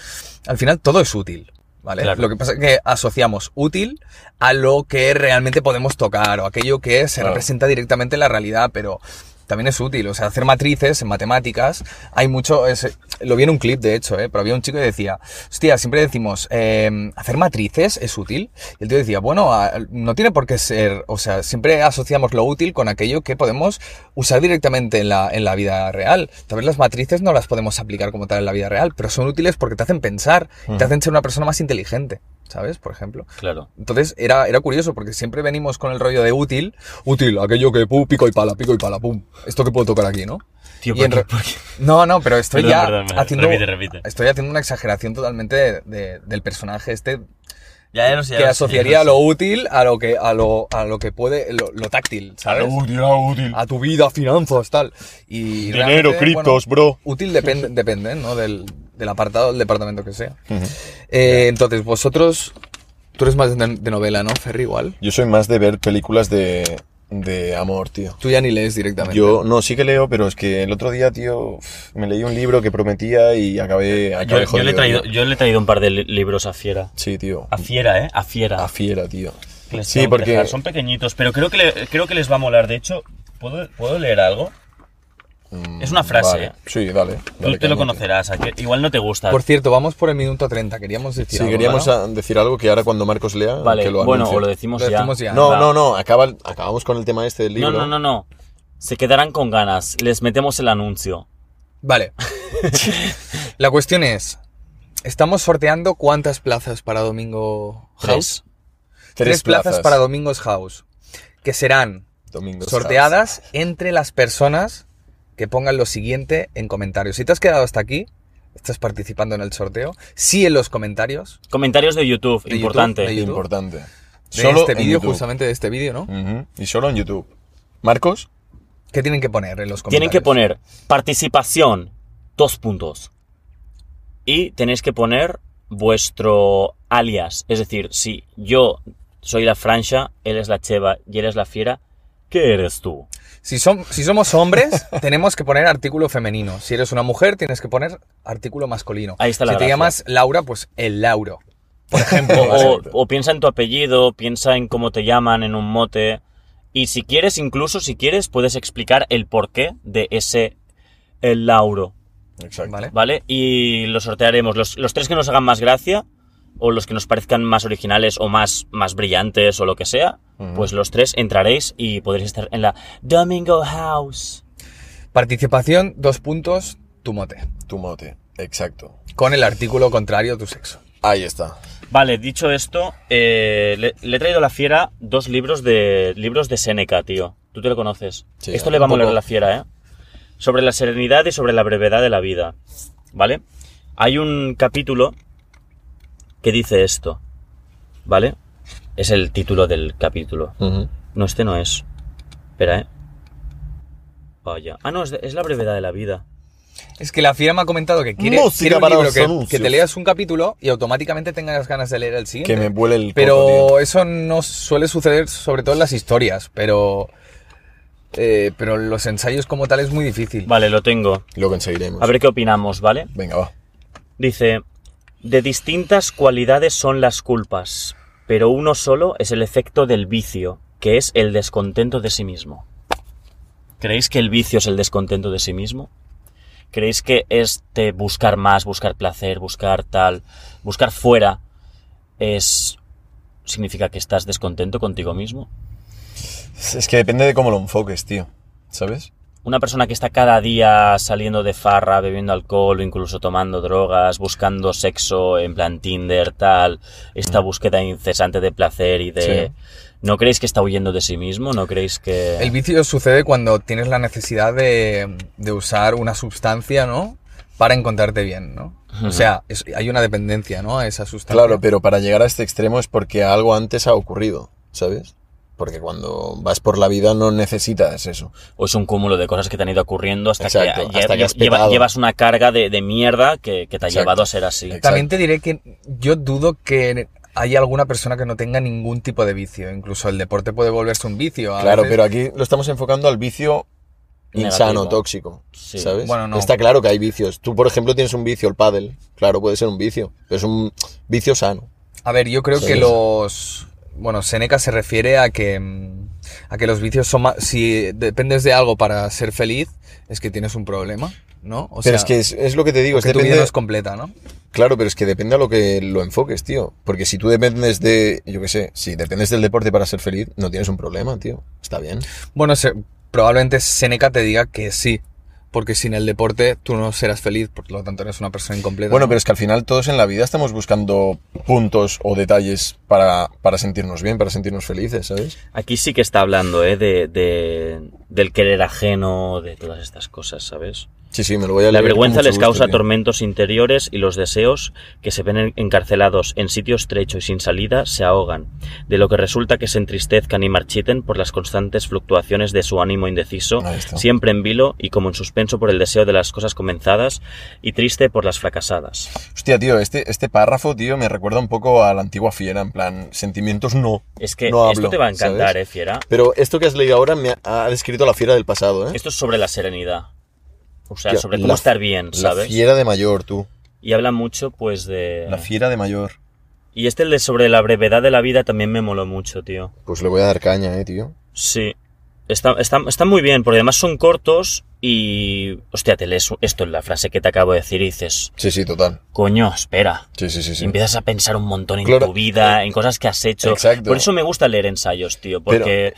Speaker 3: al final todo es útil. ¿vale?
Speaker 2: Claro.
Speaker 3: Lo que pasa es que asociamos útil a lo que realmente podemos tocar o aquello que se
Speaker 2: Claro.
Speaker 3: representa directamente en la realidad, pero también es útil. O sea, hacer matrices en matemáticas, hay mucho... es- lo vi en un clip, de hecho, ¿eh? pero había un chico que decía, hostia, siempre decimos, eh, hacer matrices es útil. Y el tío decía, bueno, a- no tiene por qué ser... O sea, siempre asociamos lo útil con aquello que podemos usar directamente en la, en la vida real. Tal vez las matrices no las podemos aplicar como tal en la vida real, pero son útiles porque te hacen pensar, y te
Speaker 1: Ujú.
Speaker 3: hacen ser una persona más inteligente, ¿sabes? Por ejemplo.
Speaker 2: Claro.
Speaker 3: Entonces era, era curioso porque siempre venimos con el rollo de útil, útil, aquello que pu, pico y pala, pico y pala, pum. Esto que puedo tocar aquí, ¿no?
Speaker 2: Tío,
Speaker 3: Y
Speaker 2: ¿por
Speaker 3: en
Speaker 2: qué-
Speaker 3: re-
Speaker 2: por qué?
Speaker 3: No, no, pero estoy
Speaker 2: Perdón,
Speaker 3: ya
Speaker 2: perdón, perdón.
Speaker 3: haciendo.
Speaker 2: Repite, repite.
Speaker 3: Estoy haciendo una exageración totalmente de- de- del personaje este
Speaker 2: Ya, ya lo sé, ya
Speaker 3: que
Speaker 2: lo sé,
Speaker 3: asociaría
Speaker 2: ya
Speaker 3: lo
Speaker 2: lo sé.
Speaker 3: útil a lo que, a lo, a lo que puede, lo, lo táctil, ¿sabes?
Speaker 1: útil, era útil.
Speaker 2: Ah.
Speaker 3: A tu vida, finanzas, tal. Y
Speaker 1: Dinero,
Speaker 3: realmente,
Speaker 1: criptos,
Speaker 3: bueno,
Speaker 1: bro.
Speaker 3: útil depende, depende ¿no? Del, del apartado, del departamento que sea. Eh, entonces, vosotros. Tú eres más de, de novela, ¿no? Ferry igual.
Speaker 1: Yo soy más de ver películas de, de amor, tío.
Speaker 3: Tú ya ni lees directamente.
Speaker 1: Yo no, sí que leo, pero es que el otro día, tío, uf, me leí un libro que prometía y acabé,
Speaker 2: Yo,
Speaker 1: acabé
Speaker 2: yo le he
Speaker 1: jodido,
Speaker 2: traído,
Speaker 1: tío.
Speaker 2: yo le he traído un par de li- libros a Fiera.
Speaker 1: Sí, tío.
Speaker 2: A Fiera, ¿eh? A Fiera.
Speaker 1: A fiera, tío.
Speaker 2: Que les
Speaker 1: Sí,
Speaker 2: tengo que
Speaker 1: porque
Speaker 2: dejar. Son pequeñitos, pero creo que, le- creo que les va a molar. De hecho, ¿puedo, ¿puedo leer algo?
Speaker 1: Mm,
Speaker 2: Es una frase,
Speaker 1: vale.
Speaker 2: ¿eh?
Speaker 1: Sí, dale. dale,
Speaker 2: Tú te lo
Speaker 1: cálmate.
Speaker 2: conocerás. a que- igual no te gusta.
Speaker 3: Por cierto, vamos por el minuto 30. Queríamos decir.
Speaker 1: Si
Speaker 3: algo,
Speaker 1: queríamos
Speaker 3: ¿no?
Speaker 1: a- decir algo que ahora cuando Marcos lea,
Speaker 2: Vale,
Speaker 1: que lo
Speaker 2: bueno,
Speaker 1: anuncie.
Speaker 2: o lo decimos,
Speaker 3: Lo
Speaker 2: ya.
Speaker 3: decimos ya.
Speaker 1: No,
Speaker 2: Va.
Speaker 1: no, no, acaba, acabamos con el tema este del libro.
Speaker 2: No, no, no, no. Se quedarán con ganas. Les metemos el anuncio.
Speaker 3: Vale. La cuestión es: ¿estamos sorteando cuántas plazas para Domingo House?
Speaker 2: Tres.
Speaker 1: Tres plazas
Speaker 3: para Domingos House. Que serán
Speaker 1: Domingos
Speaker 3: sorteadas entre las personas que pongan lo siguiente en comentarios. Si te has quedado hasta aquí, estás participando en el sorteo. Sí, en los comentarios.
Speaker 2: Comentarios de YouTube,
Speaker 3: De
Speaker 2: importante.
Speaker 3: YouTube, de YouTube.
Speaker 1: Importante.
Speaker 3: De
Speaker 1: Solo
Speaker 3: este
Speaker 1: en
Speaker 3: vídeo,
Speaker 1: YouTube. Mm.
Speaker 3: justamente de este vídeo, ¿no?
Speaker 1: Ujú, Y solo en YouTube. Marcos,
Speaker 3: ¿Qué tienen que poner en los
Speaker 2: Tienen
Speaker 3: comentarios?
Speaker 2: que poner participación, dos puntos. Y tenéis que poner vuestro alias. Es decir, si yo soy la Francia, él es la Cheva y él es la Fiera, ¿qué eres tú?
Speaker 3: Si, som- si somos hombres, tenemos que poner artículo femenino. Si eres una mujer, tienes que poner artículo masculino.
Speaker 2: Ahí está la
Speaker 3: si te
Speaker 2: gracia.
Speaker 3: llamas Laura, pues el Lauro. Por ejemplo. ¿vale?
Speaker 2: O, o piensa en tu apellido, piensa en cómo te llaman en un mote. Y si quieres, incluso si quieres, puedes explicar el porqué de ese el lauro,
Speaker 1: exacto.
Speaker 3: ¿Vale?
Speaker 2: ¿vale? Y lo sortearemos. Los, los tres que nos hagan más gracia, o los que nos parezcan más originales, o más, más brillantes, o lo que sea,
Speaker 1: Ujú.
Speaker 2: pues los tres entraréis y podréis estar en la Domingo House.
Speaker 3: Participación, dos puntos, tu mote.
Speaker 1: Tu mote, exacto.
Speaker 3: Con el artículo contrario, tu sexo.
Speaker 1: Ahí está.
Speaker 2: Vale, dicho esto, eh, le, le he traído a la fiera dos libros de libros de Seneca, tío. Tú te lo conoces.
Speaker 1: Sí,
Speaker 2: esto le va a
Speaker 1: un
Speaker 2: molar
Speaker 1: poco.
Speaker 2: a la fiera, ¿eh? Sobre la serenidad y sobre la brevedad de la vida. ¿Vale? Hay un capítulo que dice esto. ¿Vale? Es el título del capítulo. No, este no es. Espera, ¿eh? Vaya. Ah, no, es, de- es la brevedad de la vida.
Speaker 3: Es que la fiera me ha comentado que quiere,
Speaker 1: Música
Speaker 3: quiere un
Speaker 1: para
Speaker 3: libro
Speaker 1: los
Speaker 3: que-
Speaker 1: anuncios.
Speaker 3: que, te leas un capítulo y automáticamente tengas ganas de leer el
Speaker 1: Que
Speaker 3: siguiente.
Speaker 1: me vuele el coco, tío.
Speaker 3: pero eso no suele suceder sobre todo en las historias, pero eh, pero en los ensayos como tal es muy difícil.
Speaker 2: Vale, lo tengo.
Speaker 1: Lo conseguiremos.
Speaker 2: A ver qué opinamos, ¿vale?
Speaker 1: Venga, va.
Speaker 2: Dice, de distintas cualidades son las culpas, pero uno solo es el efecto del vicio, que es el descontento de sí mismo. ¿Creéis que el vicio es el descontento de sí mismo? ¿Creéis que este buscar más, buscar placer, buscar tal, buscar fuera, es... significa que estás descontento contigo mismo?
Speaker 1: Es que depende de cómo lo enfoques, tío. ¿Sabes?
Speaker 2: Una persona que está cada día saliendo de farra, bebiendo alcohol o incluso tomando drogas, buscando sexo en plan Tinder, tal, esta
Speaker 1: Mm.
Speaker 2: búsqueda incesante de placer y de... ¿No creéis que está huyendo de sí mismo? ¿No creéis que...
Speaker 3: El vicio sucede cuando tienes la necesidad de, de usar una sustancia, ¿no? Para encontrarte bien, ¿no? O sea, es- hay una dependencia, ¿no? A esa sustancia.
Speaker 1: Claro, pero para llegar a este extremo es porque algo antes ha ocurrido, ¿sabes? Porque cuando vas por la vida no necesitas eso.
Speaker 2: ¿O es un cúmulo de cosas que te han ido ocurriendo hasta
Speaker 1: Exacto,
Speaker 2: que,
Speaker 1: hasta que has
Speaker 2: lleva-
Speaker 1: petado.
Speaker 2: llevas una carga de, de mierda que, que te ha
Speaker 1: Exacto.
Speaker 2: llevado a ser así?
Speaker 1: Exacto.
Speaker 3: También te diré que yo dudo que haya alguna persona que no tenga ningún tipo de vicio. Incluso el deporte puede volverse un vicio. A
Speaker 1: Claro,
Speaker 3: veces-
Speaker 1: pero aquí lo estamos enfocando al vicio insano,
Speaker 2: Negativa.
Speaker 1: tóxico.
Speaker 2: Sí.
Speaker 1: ¿Sabes?
Speaker 3: Bueno, no.
Speaker 1: Está claro que hay vicios. Tú, por ejemplo, tienes un vicio, el pádel. Claro, puede ser un vicio, pero es un vicio sano.
Speaker 3: A ver, yo creo
Speaker 1: Sí.
Speaker 3: que los. Bueno, Seneca se refiere a que. mm, A que los vicios son más. Si dependes de algo para ser feliz, es que tienes un problema, ¿no? O
Speaker 1: pero es que es, es lo que te digo,
Speaker 3: o
Speaker 1: es
Speaker 3: que tu vida
Speaker 1: depende,
Speaker 3: no es completa, ¿no?
Speaker 1: Claro, pero es que depende a lo que lo enfoques, tío. Porque si tú dependes de, yo qué sé, si dependes del deporte para ser feliz, no tienes un problema, tío. Está bien.
Speaker 3: Bueno, se- probablemente Seneca te diga que sí. Porque sin el deporte tú no serás feliz, por lo tanto eres una persona incompleta.
Speaker 1: Bueno,
Speaker 3: ¿no?
Speaker 1: pero es que al final todos en la vida estamos buscando puntos o detalles para, para sentirnos bien, para sentirnos felices, ¿sabes?
Speaker 2: Aquí sí que está hablando, ¿eh? De, de- del querer ajeno, de todas estas cosas, ¿sabes?
Speaker 1: Sí, sí, me lo voy a
Speaker 2: La
Speaker 1: leer con
Speaker 2: vergüenza
Speaker 1: mucho
Speaker 2: les
Speaker 1: gusto,
Speaker 2: causa
Speaker 1: tío.
Speaker 2: tormentos interiores y los deseos que se ven en- encarcelados en sitio estrecho y sin salida se ahogan, de lo que resulta que se entristezcan y marchiten por las constantes fluctuaciones de su ánimo indeciso,
Speaker 1: Ahí está.
Speaker 2: siempre en vilo y como en suspenso por el deseo de las cosas comenzadas y triste por las fracasadas.
Speaker 1: Hostia, tío, este, este párrafo, tío, me recuerda un poco a la antigua fiera, en plan, sentimientos no.
Speaker 2: Es que
Speaker 1: No
Speaker 2: esto
Speaker 1: hablo,
Speaker 2: te va a encantar,
Speaker 1: ¿sabes?
Speaker 2: ¿eh, Fiera?
Speaker 1: Pero esto que has leído ahora me ha, ha descrito la fiera del pasado, ¿eh?
Speaker 2: Esto es sobre la serenidad. O sea,
Speaker 1: Tío,
Speaker 2: sobre
Speaker 1: la
Speaker 2: cómo
Speaker 1: f-
Speaker 2: estar bien,
Speaker 1: La
Speaker 2: ¿sabes?
Speaker 1: fiera de mayor, tú.
Speaker 2: Y habla mucho, pues, de...
Speaker 1: La fiera de mayor.
Speaker 2: Y este el de sobre la brevedad de la vida también me moló mucho, tío.
Speaker 1: Pues le voy a dar caña, ¿eh, tío?
Speaker 2: Sí. Está, está- está muy bien, porque además son cortos y... Hostia, te lees esto en la frase que te acabo de decir y dices...
Speaker 1: Sí, sí, total.
Speaker 2: Coño, espera.
Speaker 1: Sí, sí, sí, sí.
Speaker 2: Y empiezas a pensar un montón en
Speaker 1: Claro.
Speaker 2: tu vida, en cosas que has hecho.
Speaker 1: Exacto.
Speaker 2: Por eso me gusta leer ensayos, tío, porque...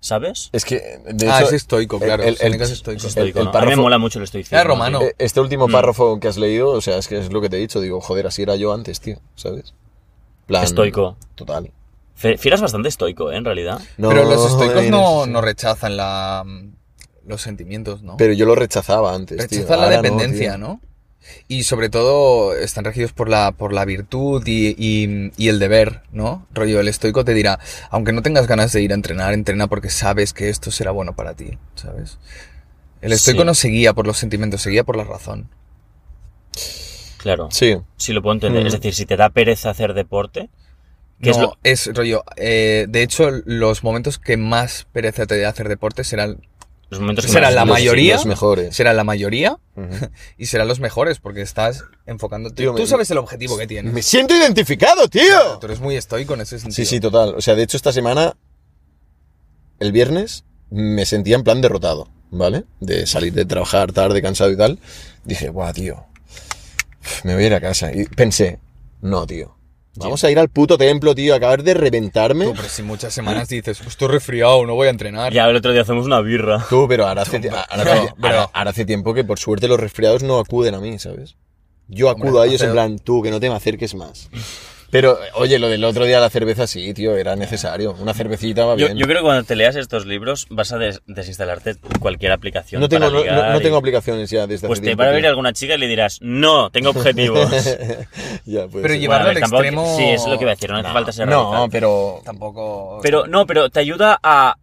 Speaker 2: ¿Sabes?
Speaker 1: Es que, de
Speaker 3: ah,
Speaker 1: hecho,
Speaker 3: es estoico, claro.
Speaker 1: el- el-
Speaker 3: Seneca es
Speaker 1: el-
Speaker 3: estoico.
Speaker 2: Es estoico,
Speaker 1: el
Speaker 2: ¿no? A
Speaker 1: párrafo-
Speaker 2: mí me mola mucho lo estoy diciendo.
Speaker 3: Era romano.
Speaker 1: eh, este
Speaker 3: Mm.
Speaker 1: último párrafo que has leído, o sea, es que es lo que te he dicho. Digo, joder, así era yo antes, tío, ¿sabes? Plan,
Speaker 2: Estoico.
Speaker 1: Total.
Speaker 2: Fe- Fiera es bastante estoico, ¿eh? En realidad.
Speaker 1: No,
Speaker 3: pero los estoicos
Speaker 1: joder,
Speaker 3: no,
Speaker 1: sí.
Speaker 3: no rechazan la, los sentimientos, ¿no?
Speaker 1: Pero yo lo rechazaba antes, tío.
Speaker 3: Rechazan la
Speaker 1: Ahora
Speaker 3: dependencia,
Speaker 1: "Ah, tío.
Speaker 3: no, Y sobre todo están regidos por la, por la virtud y, y- y el deber, ¿no? Rollo, el estoico te dirá, aunque no tengas ganas de ir a entrenar, entrena porque sabes que esto será bueno para ti, ¿sabes? El estoico
Speaker 2: Sí.
Speaker 3: no se guía por los sentimientos, se guía por la razón.
Speaker 2: Claro.
Speaker 1: Sí,
Speaker 2: Si lo puedo entender.
Speaker 1: Mm.
Speaker 2: Es decir, si te da pereza hacer deporte, ¿Qué
Speaker 3: no,
Speaker 2: es
Speaker 3: es,
Speaker 2: lo-
Speaker 3: rollo, eh, de hecho, los momentos que más pereza te de hacer deporte serán,
Speaker 2: los momentos que
Speaker 3: Será
Speaker 2: más-
Speaker 3: la
Speaker 2: los-
Speaker 3: mayoría.
Speaker 1: Los mejores.
Speaker 3: serán la mayoría
Speaker 1: Ujú.
Speaker 3: y serán los mejores porque estás enfocándote.
Speaker 1: Tío,
Speaker 3: Tú
Speaker 1: me-
Speaker 3: sabes el objetivo que tienes.
Speaker 1: Me siento identificado, tío.
Speaker 3: Tú eres muy estoico en ese sentido.
Speaker 1: Sí, sí, total. O sea, de hecho, esta semana, el viernes, me sentía en plan derrotado, ¿vale? De salir de trabajar tarde, cansado y tal. Dije, guau, tío, me voy a ir a casa. Y pensé, no, tío. Vamos a ir al puto templo, tío, a acabar de reventarme.
Speaker 3: Tú, pero si muchas semanas dices, "Pues estoy resfriado, no voy a entrenar.
Speaker 2: Ya el otro día hacemos una birra.
Speaker 1: Tú, pero ahora hace, ahora hace-
Speaker 3: Pero- pero-
Speaker 1: ahora- ahora hace tiempo que por suerte los resfriados no acuden a mí, ¿sabes? Yo acudo
Speaker 3: Hombre,
Speaker 1: a ellos
Speaker 3: hace-
Speaker 1: en plan, tú, que no te me acerques más. Pero, oye, lo del otro día la cerveza sí, tío, era necesario. Una cervecita va
Speaker 2: Yo,
Speaker 1: bien.
Speaker 2: yo creo que cuando te leas estos libros vas a des- desinstalarte cualquier aplicación.
Speaker 1: No tengo,
Speaker 2: para
Speaker 1: no- no,
Speaker 2: ligar
Speaker 1: no
Speaker 2: y-
Speaker 1: tengo aplicaciones ya desde
Speaker 2: Pues
Speaker 1: hace
Speaker 2: te
Speaker 1: tiempo.
Speaker 2: va a venir
Speaker 1: tío.
Speaker 2: alguna chica y le dirás, no, tengo objetivos.
Speaker 1: Ya, pues, puede
Speaker 3: Pero
Speaker 1: ser.
Speaker 3: lleva- Llevarlo
Speaker 2: a ver,
Speaker 3: al
Speaker 2: tampoco-
Speaker 3: extremo-
Speaker 2: Sí, es lo que iba a decir, no hace falta ser
Speaker 1: No,
Speaker 2: radical.
Speaker 1: pero...
Speaker 3: Tampoco.
Speaker 2: Pero no, pero te ayuda a,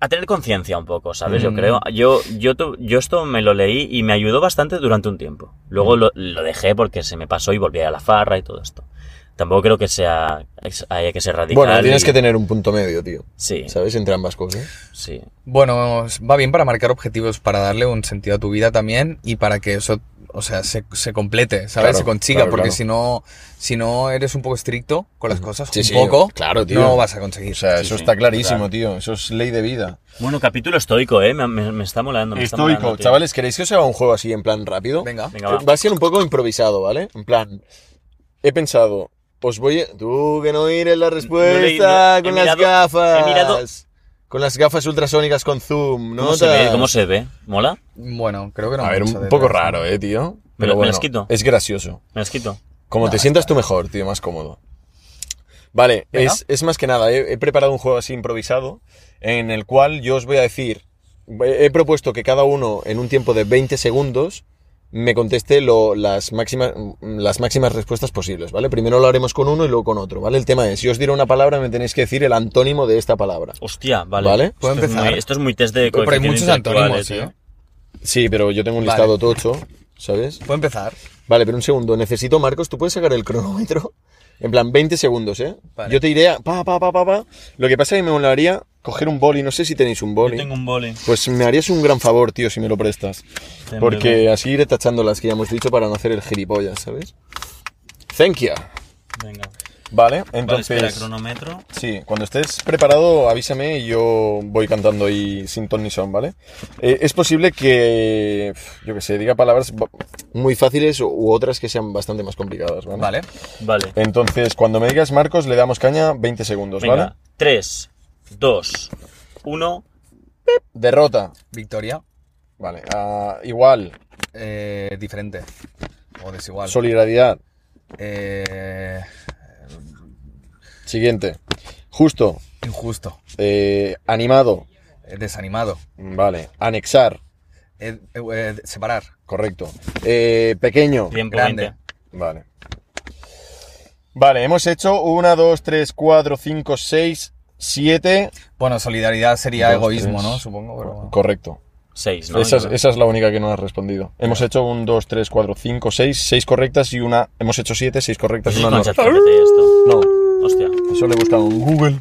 Speaker 2: a tener conciencia un poco, ¿sabes? Yo
Speaker 3: Mm.
Speaker 2: creo. Yo, yo, tu- yo esto me lo leí y me ayudó bastante durante un tiemempo. Luego
Speaker 1: Mm.
Speaker 2: lo, lo dejé porque se me pasó y volví a la farra y todo esto. Tampoco creo que sea haya que ser radical.
Speaker 1: Bueno, tienes
Speaker 2: y-
Speaker 1: que tener un punto medio, tío.
Speaker 2: Sí,
Speaker 1: ¿Sabes? Entre ambas cosas.
Speaker 2: sí.
Speaker 3: Bueno, va bien para marcar objetivos, para darle un sentido a tu vida también y para que eso, o sea, se, se complete, ¿sabes?
Speaker 1: Claro,
Speaker 3: se consiga,
Speaker 1: claro,
Speaker 3: porque
Speaker 1: claro.
Speaker 3: si no si no eres un poco estricto con las cosas,
Speaker 1: Sí,
Speaker 3: un
Speaker 1: sí,
Speaker 3: poco,
Speaker 1: claro, tío.
Speaker 3: no vas a conseguir.
Speaker 1: O sea,
Speaker 2: Sí,
Speaker 1: eso
Speaker 2: sí,
Speaker 1: está clarísimo,
Speaker 2: total.
Speaker 1: tío. Eso es ley de vida.
Speaker 2: Bueno, capítulo estoico, ¿eh? Me, me- me está molando. me está molando,
Speaker 1: Estoico.
Speaker 2: tío.
Speaker 1: Chavales, ¿queréis que os haga un juego así en plan rápido? Eh,
Speaker 3: Venga.
Speaker 2: Venga, va.
Speaker 1: Va a ser un poco improvisado, ¿vale? En plan, he pensado, os voy a... Tú que no eres la respuesta
Speaker 2: he
Speaker 1: con las
Speaker 2: mirado-
Speaker 1: gafas.
Speaker 2: he mirado-
Speaker 1: Con las gafas ultrasónicas con zoom, ¿no?
Speaker 2: ¿Cómo se ve? ¿Cómo se ve? ¿Mola?
Speaker 3: Bueno, creo que no.
Speaker 1: A ver,
Speaker 3: mucho
Speaker 1: un
Speaker 3: de
Speaker 1: poco
Speaker 3: verdad.
Speaker 1: raro, ¿eh, tío?
Speaker 2: Me
Speaker 1: Pero
Speaker 2: lo- me
Speaker 1: bueno,
Speaker 2: las quito.
Speaker 1: es gracioso.
Speaker 2: Me las quito.
Speaker 1: Como
Speaker 3: Nah,
Speaker 1: te sientas tú mejor, tío, más cómodo. Vale,
Speaker 3: Venga.
Speaker 1: es, es más que nada, he, he preparado un juego así improvisado en el cual yo os voy a decir, he he propuesto que cada uno en un tiempo de 20 segundos me conteste lo- las, máximas, las máximas respuestas posibles, ¿vale? Primero lo haremos con uno y luego con otro, ¿vale? El tema es, yo os diré una palabra, me tenéis que decir el antónimo de esta palabra.
Speaker 2: Hostia, vale.
Speaker 1: Vale.
Speaker 3: ¿Puedo
Speaker 2: esto, es
Speaker 3: empezar?
Speaker 2: muy, esto es muy test de
Speaker 3: Pero hay
Speaker 2: coeficiente
Speaker 3: muchos
Speaker 2: intelectual,
Speaker 3: antónimos,
Speaker 2: eh,
Speaker 3: ¿eh?
Speaker 1: Sí, pero yo tengo un
Speaker 3: Vale.
Speaker 1: listado tocho, ¿sabes?
Speaker 3: Puedo empezar.
Speaker 1: Vale, pero un segundo. Necesito, Marcos, ¿tú puedes sacar el cronómetro? En plan, 20 segundos, ¿eh?
Speaker 3: Vale.
Speaker 1: Yo te iré a... Pa, pa, pa, pa, pa. Lo que pasa es que me molaría coger un boli. No sé si tenéis un boli.
Speaker 2: Yo tengo un boli.
Speaker 1: Pues me harías un gran favor, tío, si me lo prestas.
Speaker 2: Ten,
Speaker 1: Porque
Speaker 2: bebé.
Speaker 1: así iré tachando las que ya hemos dicho para no hacer el gilipollas, ¿sabes? Thank you.
Speaker 2: Venga.
Speaker 1: Vale,
Speaker 2: Vale,
Speaker 1: entonces.
Speaker 2: espera, cronómetro.
Speaker 1: Sí, cuando estés preparado avísame y yo voy cantando ahí sin ton ni son, ¿vale? Eh, es posible que, yo que sé, diga palabras ba- muy fáciles u- u otras que sean bastante más complicadas, ¿vale?
Speaker 3: Vale.
Speaker 2: Vale.
Speaker 1: Pues Entonces, cuando me digas Marcos, le damos caña 20 segundos, ¿vale?
Speaker 2: Venga. 3, 2, 1.
Speaker 1: Derrota.
Speaker 3: Victoria.
Speaker 1: Vale. ah, igual.
Speaker 3: eh, diferente. O desigual.
Speaker 1: Solidaridad.
Speaker 3: Eh,
Speaker 1: Siguiente. Justo.
Speaker 3: injusto.
Speaker 1: Eh, animado.
Speaker 3: eh, desanimado.
Speaker 1: Vale. Anexar.
Speaker 3: eh, eh, eh, separar.
Speaker 1: Correcto. Eh, pequeño.
Speaker 2: Tiempo
Speaker 3: Grande.
Speaker 2: 20.
Speaker 1: Vale. Vale, hemos hecho 1, 2, 3, 4, 5, 6, 7.
Speaker 3: Bueno, solidaridad sería
Speaker 1: Dos,
Speaker 3: egoísmo,
Speaker 1: tres.
Speaker 3: ¿no? Supongo, pero bueno.
Speaker 1: Correcto.
Speaker 2: 6, ¿no?
Speaker 1: Esa es,
Speaker 2: Yo creo.
Speaker 1: esa es la única que no has respondido. Hemos hecho un 2, 3, 4, 5, 6, 6 correctas y una. Hemos hecho 7, 6 correctas
Speaker 2: Pues
Speaker 1: y
Speaker 2: es
Speaker 1: una
Speaker 2: con
Speaker 1: no.
Speaker 2: ChatGPT esto.
Speaker 1: No,
Speaker 2: Hostia.
Speaker 1: eso le he buscado en Google.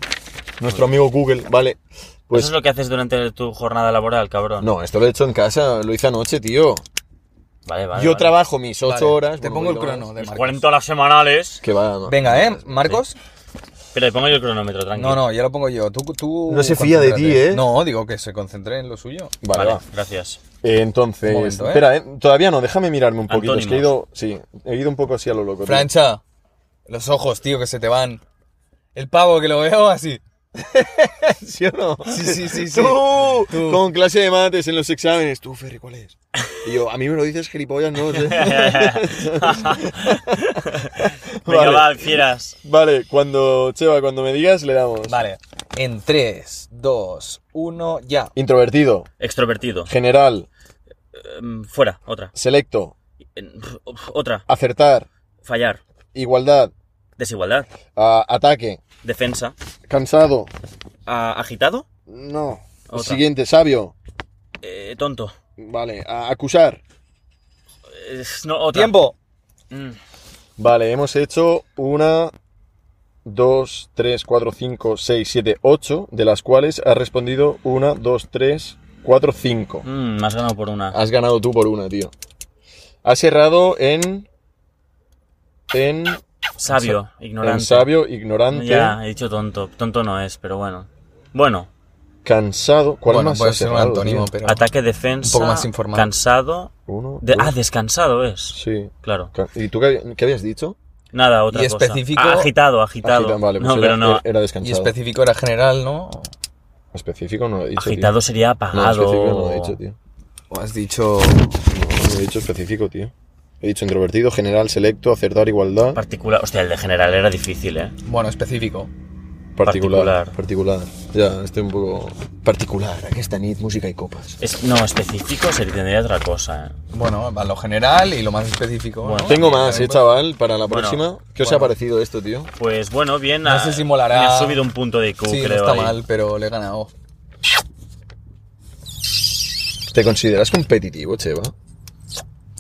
Speaker 1: Nuestro amigo Google, vale.
Speaker 2: Eso es
Speaker 1: Pues.
Speaker 2: lo que haces durante tu jornada laboral, cabrón.
Speaker 1: No, esto lo he hecho en casa, lo hice anoche, tío.
Speaker 2: Vale, vale.
Speaker 1: Yo
Speaker 2: vale.
Speaker 1: trabajo mis 8
Speaker 3: Vale,
Speaker 1: horas.
Speaker 3: Te
Speaker 1: bueno,
Speaker 3: pongo el
Speaker 1: ocho horas, Pues
Speaker 3: crono de
Speaker 2: Mis
Speaker 3: Marcos.
Speaker 2: 40 horas semanales.
Speaker 1: Que va. no-
Speaker 3: Venga, ¿eh? ¿Marcos?
Speaker 2: Pero le pongo yo el cronómetro, tranquilo.
Speaker 3: No, no, ya lo pongo yo. Tú, tú
Speaker 1: No se fía de ti,
Speaker 3: concéntrate.
Speaker 1: ¿eh?
Speaker 3: No, digo que se concentre en lo suyo.
Speaker 1: Vale,
Speaker 2: Vale,
Speaker 1: va.
Speaker 2: gracias.
Speaker 1: Eh, Entonces,
Speaker 3: Un momento, ¿eh?
Speaker 1: espera, eh, todavía no, déjame mirarme un poquito. Es que he ido,
Speaker 2: Antónimos.
Speaker 1: sí, he ido un poco así a lo loco. tío.
Speaker 3: Francha, los ojos, tío, que se te van. El pavo que lo veo así.
Speaker 1: ¿Sí o no?
Speaker 3: Sí, sí, sí, sí.
Speaker 1: Tú,
Speaker 3: Tú.
Speaker 1: con clase de mates en los exámenes. Tú, Ferry, ¿cuál es? Y yo, a mí me lo dices gilipollas, no lo sé.
Speaker 2: Venga,
Speaker 1: Vale.
Speaker 2: va, fieras.
Speaker 1: Vale, cuando, Cheva, cuando me digas, le damos.
Speaker 3: Vale. En 3, 2, 1, ya.
Speaker 1: Introvertido,
Speaker 2: Extrovertido.
Speaker 1: general,
Speaker 2: Em, fuera, otra.
Speaker 1: selecto,
Speaker 2: En- uf, Otra.
Speaker 1: acertar,
Speaker 2: Fallar.
Speaker 1: igualdad,
Speaker 2: Desigualdad.
Speaker 1: a- ataque,
Speaker 2: Defensa.
Speaker 1: cansado,
Speaker 2: A- agitado.
Speaker 1: no.
Speaker 2: Otra.
Speaker 1: Siguiente, sabio,
Speaker 2: Eh, tonto.
Speaker 1: vale, a- acusar.
Speaker 2: Eh, no, otra.
Speaker 3: Tiempo.
Speaker 2: Mm,
Speaker 1: Vale, hemos hecho una, dos, tres, cuatro, cinco, seis, siete, ocho, de las cuales has respondido una, dos, tres, cuatro, cinco.
Speaker 2: mm, me has ganado por
Speaker 3: Ah,
Speaker 2: una.
Speaker 1: Has ganado tú por una, tío. Has cerrado en. En.
Speaker 2: Sabio.
Speaker 1: en
Speaker 2: Ignorante.
Speaker 1: sabio, ignorante,
Speaker 2: Ya, he dicho tonto. Tonto no es, pero bueno. Bueno.
Speaker 1: cansado. ¿Cuál
Speaker 3: bueno,
Speaker 1: más
Speaker 3: puede
Speaker 1: has
Speaker 3: ser un
Speaker 1: cerrado,
Speaker 3: antónimo,
Speaker 1: tío?
Speaker 3: pero.
Speaker 2: Ataque, defensa.
Speaker 3: Un poco más informado.
Speaker 2: Cansado.
Speaker 1: Uno.
Speaker 2: De-
Speaker 1: dos,
Speaker 2: ah, descansado es.
Speaker 1: Sí.
Speaker 2: Claro.
Speaker 1: Ca- ¿Y tú qué, qué habías dicho?
Speaker 2: Nada, otra
Speaker 3: Y
Speaker 2: cosa.
Speaker 3: específico-
Speaker 2: Ah, agitado, agitado.
Speaker 1: Agita- vale, pues
Speaker 2: no,
Speaker 1: era,
Speaker 2: pero no.
Speaker 1: era- era
Speaker 3: Y
Speaker 1: descansado.
Speaker 3: específico era general, ¿no?
Speaker 1: Específico no lo he dicho. tío.
Speaker 2: agitado sería
Speaker 1: No,
Speaker 2: apagado.
Speaker 1: específico no lo he dicho, tío.
Speaker 3: O has dicho.
Speaker 1: No, no he dicho específico, tío. He dicho introvertido, general, selecto, acertar, igualdad,
Speaker 2: Particular. Hostia, el de general era difícil, ¿eh?
Speaker 3: Bueno, específico.
Speaker 1: particular,
Speaker 2: particular.
Speaker 1: particular. Ya, estoy un poco particular. Aquí está Nid, música y copas.
Speaker 2: Es- no, específico sería tendría otra cosa, ¿eh?
Speaker 3: Bueno, va lo general y lo más específico.
Speaker 2: Bueno.
Speaker 3: ¿no?
Speaker 1: Tengo más, eh, chaval, para la
Speaker 2: Bueno,
Speaker 1: próxima. ¿Qué os ha
Speaker 3: bueno.
Speaker 1: parecido esto, tío?
Speaker 2: Pues bueno, bien.
Speaker 3: No
Speaker 2: ah,
Speaker 3: sé si molará.
Speaker 2: Me ha subido un punto de IQ,
Speaker 3: Sí, no
Speaker 2: creo.
Speaker 3: está
Speaker 2: ahí.
Speaker 3: mal, pero le he ganado.
Speaker 1: ¿Te consideras competitivo, Cheva?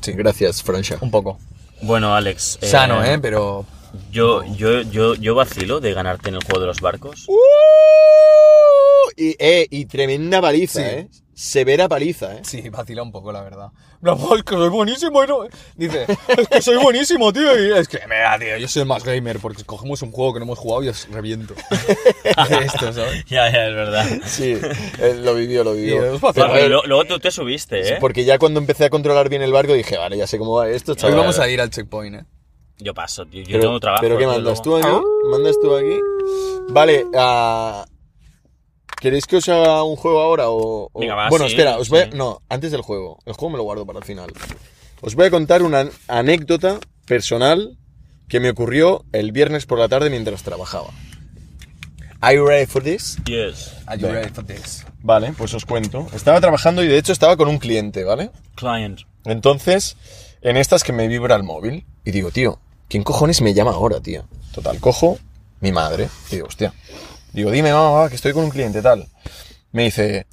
Speaker 1: Sí, gracias, Francia.
Speaker 3: Un poco.
Speaker 2: Bueno, Alex. eh,
Speaker 3: Sano, ¿eh? Pero.
Speaker 2: Yo, yo, yo, yo vacilo de ganarte en el juego de los barcos.
Speaker 3: Uh.
Speaker 1: Uh. Y, eh, y tremenda paliza,
Speaker 3: Sí.
Speaker 1: ¿eh? Severa paliza, ¿eh?
Speaker 3: Sí, vacila un poco, la verdad. No, es que soy buenísimo. y no- Dice, es que soy buenísimo, tío. Y es que, mira, tío, yo soy el más gamer porque cogemos un juego que no hemos jugado y os reviento. Esto, ¿sabes?
Speaker 2: ya, ya, es verdad.
Speaker 1: Sí, él lo vivió, lo
Speaker 3: Y
Speaker 1: vivió.
Speaker 3: es fácil.
Speaker 1: Pero,
Speaker 2: Claro,
Speaker 1: eh,
Speaker 2: lo- luego tú te subiste, ¿eh?
Speaker 1: Porque ya cuando empecé a controlar bien el barco dije, vale, ya sé cómo va esto,
Speaker 3: Hoy
Speaker 1: chaval.
Speaker 3: vamos a ir al checkpoint, ¿eh?
Speaker 2: Yo paso, tío. Yo tengo trabajo.
Speaker 1: ¿Pero qué
Speaker 2: tío,
Speaker 1: mandas tú eh?
Speaker 2: luego.
Speaker 1: aquí? ¿Mandas tú aquí? Vale, ah, ¿queréis que os haga un juego ahora o...? o-
Speaker 2: Venga, va,
Speaker 1: bueno,
Speaker 2: sí,
Speaker 1: espera, os voy a-
Speaker 2: sí.
Speaker 1: No, antes del juego. El juego me lo guardo para el final. Os voy a contar una an- anécdota personal que me ocurrió el viernes por la tarde mientras trabajaba. ¿Are you ready for this?
Speaker 2: Yes.
Speaker 3: Are you ready for this?
Speaker 1: Vale, pues os cuento. Estaba trabajando y de hecho estaba con un cliente, ¿vale?
Speaker 2: Client.
Speaker 1: Entonces, en estas que me vibra el móvil y digo, tío, ¿quién cojones me llama ahora, tío? Total, cojo mi madre. Y digo, hostia. Digo, dime, mamá, mamá, que estoy con un cliente tal. Me dice,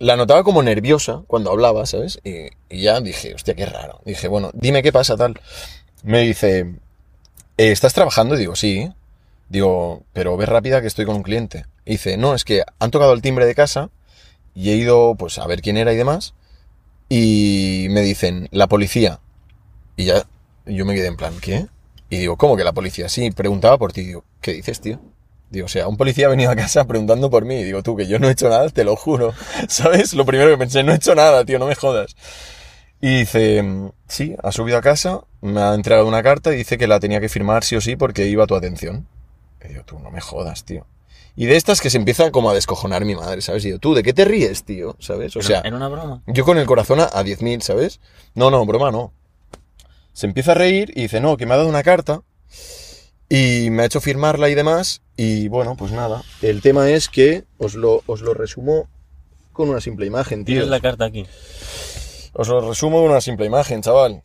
Speaker 1: la notaba como nerviosa cuando hablaba, ¿sabes? Y, y ya dije, hostia, qué raro. Dije, bueno, dime qué pasa tal. Me dice, "Eh, ¿estás trabajando? Y digo, sí. Digo, pero ve rápida que estoy con un cliente. Y dice, no, es que han tocado el timbre de casa y he ido pues a ver quién era y demás. Y me dicen, la policía. Y ya yo me quedé en plan, ¿qué? Y digo, ¿cómo que la policía? Sí, preguntaba por ti. Digo, ¿qué dices, tío? Digo, o sea, un policía ha venido a casa preguntando por mí. Y digo, tú, que yo no he hecho nada, te lo juro. ¿Sabes? Lo primero que pensé, no he hecho nada, tío, no me jodas. Y dice, sí, ha subido a casa, me ha entregado una carta y dice que la tenía que firmar sí o sí porque iba a tu atención. Y digo, tú, no me jodas, tío. Y de estas que se empieza como a descojonar mi madre, ¿sabes? Y yo, tú, ¿de qué te ríes, tío? ¿Sabes? O
Speaker 2: Era-
Speaker 1: sea,
Speaker 2: era una broma.
Speaker 1: yo con el corazón a, a 10.000, ¿sabes? No, no, broma, no. Se empieza a reír y dice, no, que me ha dado una carta y me ha hecho firmarla y demás. Y bueno, pues nada. El tema es que os lo, os lo resumo con una simple imagen, tío.
Speaker 2: Tienes la carta aquí.
Speaker 1: Os lo resumo con una simple imagen, chaval.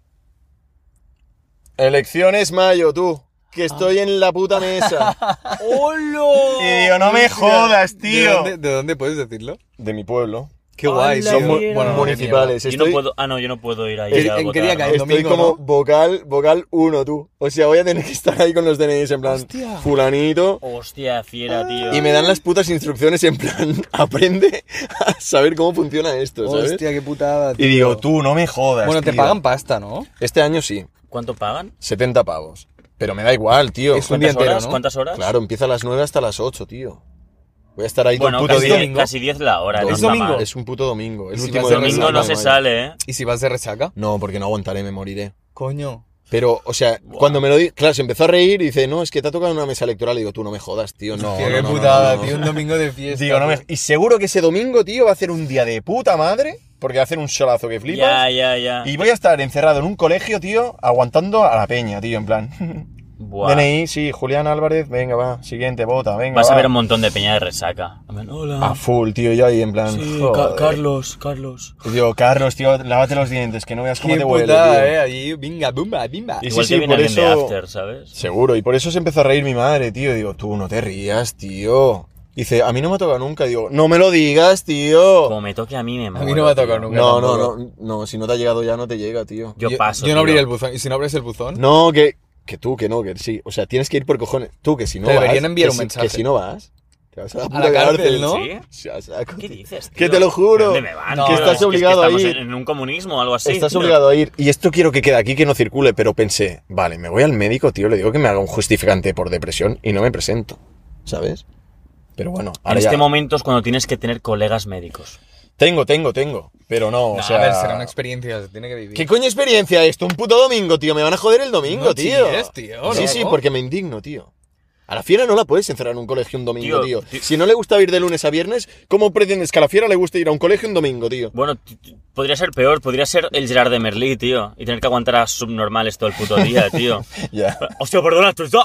Speaker 1: Elecciones mayo, tú.
Speaker 2: Ah.
Speaker 1: Que estoy en la puta mesa.
Speaker 3: ¡Holo!
Speaker 1: Y digo, no me jodas, tío.
Speaker 3: ¿De dónde, de dónde puedes decirlo?
Speaker 1: De mi pueblo.
Speaker 3: Qué guay.
Speaker 2: ¡Hala,
Speaker 3: son
Speaker 2: mierda!
Speaker 3: mu-
Speaker 1: Mu-
Speaker 3: bueno,
Speaker 1: municipales.
Speaker 2: Yo
Speaker 1: Estoy-
Speaker 2: no puedo. Ah, no, yo no puedo ir ahí.
Speaker 3: ¿En-
Speaker 2: a
Speaker 3: en qué día
Speaker 2: votar, ¿no?
Speaker 3: cae? el
Speaker 1: Estoy
Speaker 3: domingo,
Speaker 1: como
Speaker 3: ¿no?
Speaker 1: vocal, vocal 1, tú. O sea, voy a tener que estar ahí con los DNIs en plan
Speaker 3: Hostia.
Speaker 1: fulanito.
Speaker 2: Hostia, fiera, tío.
Speaker 1: Y me dan las putas instrucciones en plan, aprende a saber cómo funciona esto, ¿sabes?
Speaker 3: Hostia, qué putada.
Speaker 1: Y
Speaker 3: tío.
Speaker 1: digo, tú no me jodas.
Speaker 3: Bueno, te
Speaker 1: tío.
Speaker 3: pagan pasta, ¿no?
Speaker 1: Este año sí,
Speaker 2: ¿Cuánto pagan?
Speaker 1: 70 pavos. Pero me da igual, tío.
Speaker 3: Es
Speaker 2: ¿Cuántas
Speaker 3: un día entero,
Speaker 2: horas?
Speaker 3: ¿no?
Speaker 2: ¿Cuántas horas?
Speaker 1: Claro, empieza a las 9 hasta las 8, tío. Voy a estar ahí todo
Speaker 2: Bueno,
Speaker 1: el puto
Speaker 2: casi,
Speaker 1: día.
Speaker 3: domingo.
Speaker 2: casi 10 la hora.
Speaker 3: ¿Es
Speaker 2: no está
Speaker 3: domingo?
Speaker 2: mal.
Speaker 1: Es un puto domingo. El
Speaker 3: Si
Speaker 1: último
Speaker 3: vas de
Speaker 1: de
Speaker 2: Domingo
Speaker 1: resaca,
Speaker 2: no
Speaker 3: resaca,
Speaker 2: se
Speaker 1: macho.
Speaker 2: sale, ¿eh?
Speaker 3: ¿Y si vas de resaca?
Speaker 1: No, porque no aguantaré, me moriré.
Speaker 3: Coño.
Speaker 1: Pero, o sea,
Speaker 2: Buah.
Speaker 1: cuando me lo di, claro, se empezó a reír y dice, no, es que te ha tocado en una mesa electoral. Y digo, tú no me jodas, tío, no.
Speaker 3: Hostia,
Speaker 1: no,
Speaker 3: qué
Speaker 1: no, no,
Speaker 3: putada,
Speaker 1: no, no.
Speaker 3: tío. Un domingo de fiesta.
Speaker 1: Digo, no me- Y seguro que ese domingo, tío, va a hacer un día de puta madre, porque va a hacer un solazo que flipas.
Speaker 2: Ya, ya, ya.
Speaker 1: Y voy a estar encerrado en un colegio, tío, aguantando a la peña, tío, en plan.
Speaker 2: Buah.
Speaker 1: DNI, sí, Julián Álvarez, venga, va, siguiente, vota, venga.
Speaker 2: Vas a
Speaker 1: va.
Speaker 2: ver un montón de peña de resaca. En plan,
Speaker 1: A
Speaker 2: Hola.
Speaker 1: full, tío, yo ahí en plan.
Speaker 2: Sí, Ca-
Speaker 1: joder.
Speaker 2: Carlos, Carlos.
Speaker 1: Y Digo, Carlos, tío, lávate los dientes, que no veas cómo
Speaker 3: Qué
Speaker 1: te
Speaker 3: putada,
Speaker 1: huele. tío.
Speaker 3: eh. Ahí, binga, bumba, bimba.
Speaker 1: Y- sí,
Speaker 2: Igual
Speaker 1: sí,
Speaker 2: que viene
Speaker 1: por
Speaker 2: alguien de
Speaker 1: eso-
Speaker 2: After, ¿sabes?
Speaker 1: Seguro, y por eso se empezó a reír mi madre, tío. Digo, tú no te rías, tío. Dice, a mí no me ha tocado nunca. Digo, no me lo digas, tío.
Speaker 2: Como me toque a mí, me
Speaker 3: mí
Speaker 2: muero.
Speaker 3: no me ha
Speaker 2: tío.
Speaker 3: tocado nunca.
Speaker 1: No, no,
Speaker 3: tampoco.
Speaker 1: no, no, si no te ha llegado ya, no te llega, tío.
Speaker 2: Yo, paso.
Speaker 3: Yo
Speaker 2: tío.
Speaker 3: no abriré el buzón. ¿Y si no abres el buzón?
Speaker 1: No, que, que tú, que no, que sí. O sea, tienes que ir por cojones. Tú, que si no
Speaker 3: Te
Speaker 1: vas.
Speaker 3: deberían enviar
Speaker 1: que
Speaker 3: un
Speaker 1: si-
Speaker 3: mensaje.
Speaker 1: Que si no vas, te vas a la, puta
Speaker 3: cárcel, ¿no?
Speaker 2: ¿Sí?
Speaker 1: Sí, a saco,
Speaker 2: ¿Qué
Speaker 1: tío.
Speaker 2: dices?
Speaker 1: Que
Speaker 2: tío?
Speaker 1: te lo juro.
Speaker 2: ¿Dónde me van,
Speaker 3: No,
Speaker 2: tío?
Speaker 3: que estás
Speaker 2: Es
Speaker 1: obligado a
Speaker 2: estamos
Speaker 1: ir.
Speaker 2: En en un comunismo o algo así.
Speaker 1: Estás
Speaker 2: tío.
Speaker 1: obligado a ir. Y esto quiero que quede aquí, que no circule. Pero pensé, vale, me voy al médico, tío, le digo que me haga un justificante por depresión y no me presento. ¿Sabes? Pero bueno,
Speaker 2: En
Speaker 1: ahora ya-
Speaker 2: este momento es cuando tienes que tener colegas médicos.
Speaker 1: Tengo, tengo, tengo. Pero no, o
Speaker 3: No,
Speaker 1: sea.
Speaker 3: A ver, será una experiencia, se tiene que vivir.
Speaker 1: ¿Qué coño experiencia esto? Un puto domingo, tío. Me van a joder el domingo,
Speaker 3: No
Speaker 1: tío.
Speaker 3: chilles, tío,
Speaker 1: Sí,
Speaker 3: ¿no?
Speaker 1: sí, porque me indigno, tío. A la fiera no la puedes encerrar en un colegio un domingo, tío.
Speaker 2: Tío, tío.
Speaker 1: Si no le gusta ir de lunes a viernes, ¿cómo pretendes que a la fiera le guste ir a un colegio un domingo, tío?
Speaker 2: Bueno, t- t- podría ser peor, podría ser el Gerard de Merlí, tío. Y tener que aguantar a subnormales todo el puto día, tío.
Speaker 1: Ya.
Speaker 2: Hostia, perdona, te está.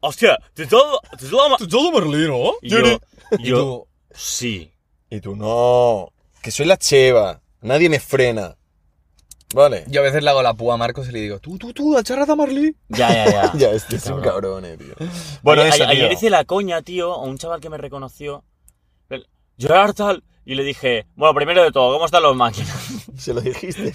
Speaker 2: Hostia, te está. Te está.
Speaker 3: Todo Merlino.
Speaker 2: Y yo,
Speaker 3: Y
Speaker 2: yo,
Speaker 3: tú,
Speaker 2: sí.
Speaker 1: Y tú, no. Que soy la cheva. Nadie me frena. Vale.
Speaker 3: yo a veces le hago la púa a Marcos y le digo, tú, tú, tú, acharrada Marley.
Speaker 2: Ya, ya, ya.
Speaker 1: Ya, este es un cabrón, eh, tío. Bueno,
Speaker 2: ayer,
Speaker 1: eso,
Speaker 2: ayer- ayer
Speaker 1: tío.
Speaker 2: hice la coña, tío, a un chaval que me reconoció. El, Gerard tal. Y le dije, bueno, primero de todo, ¿cómo están los máquinas?
Speaker 1: Se lo dijiste.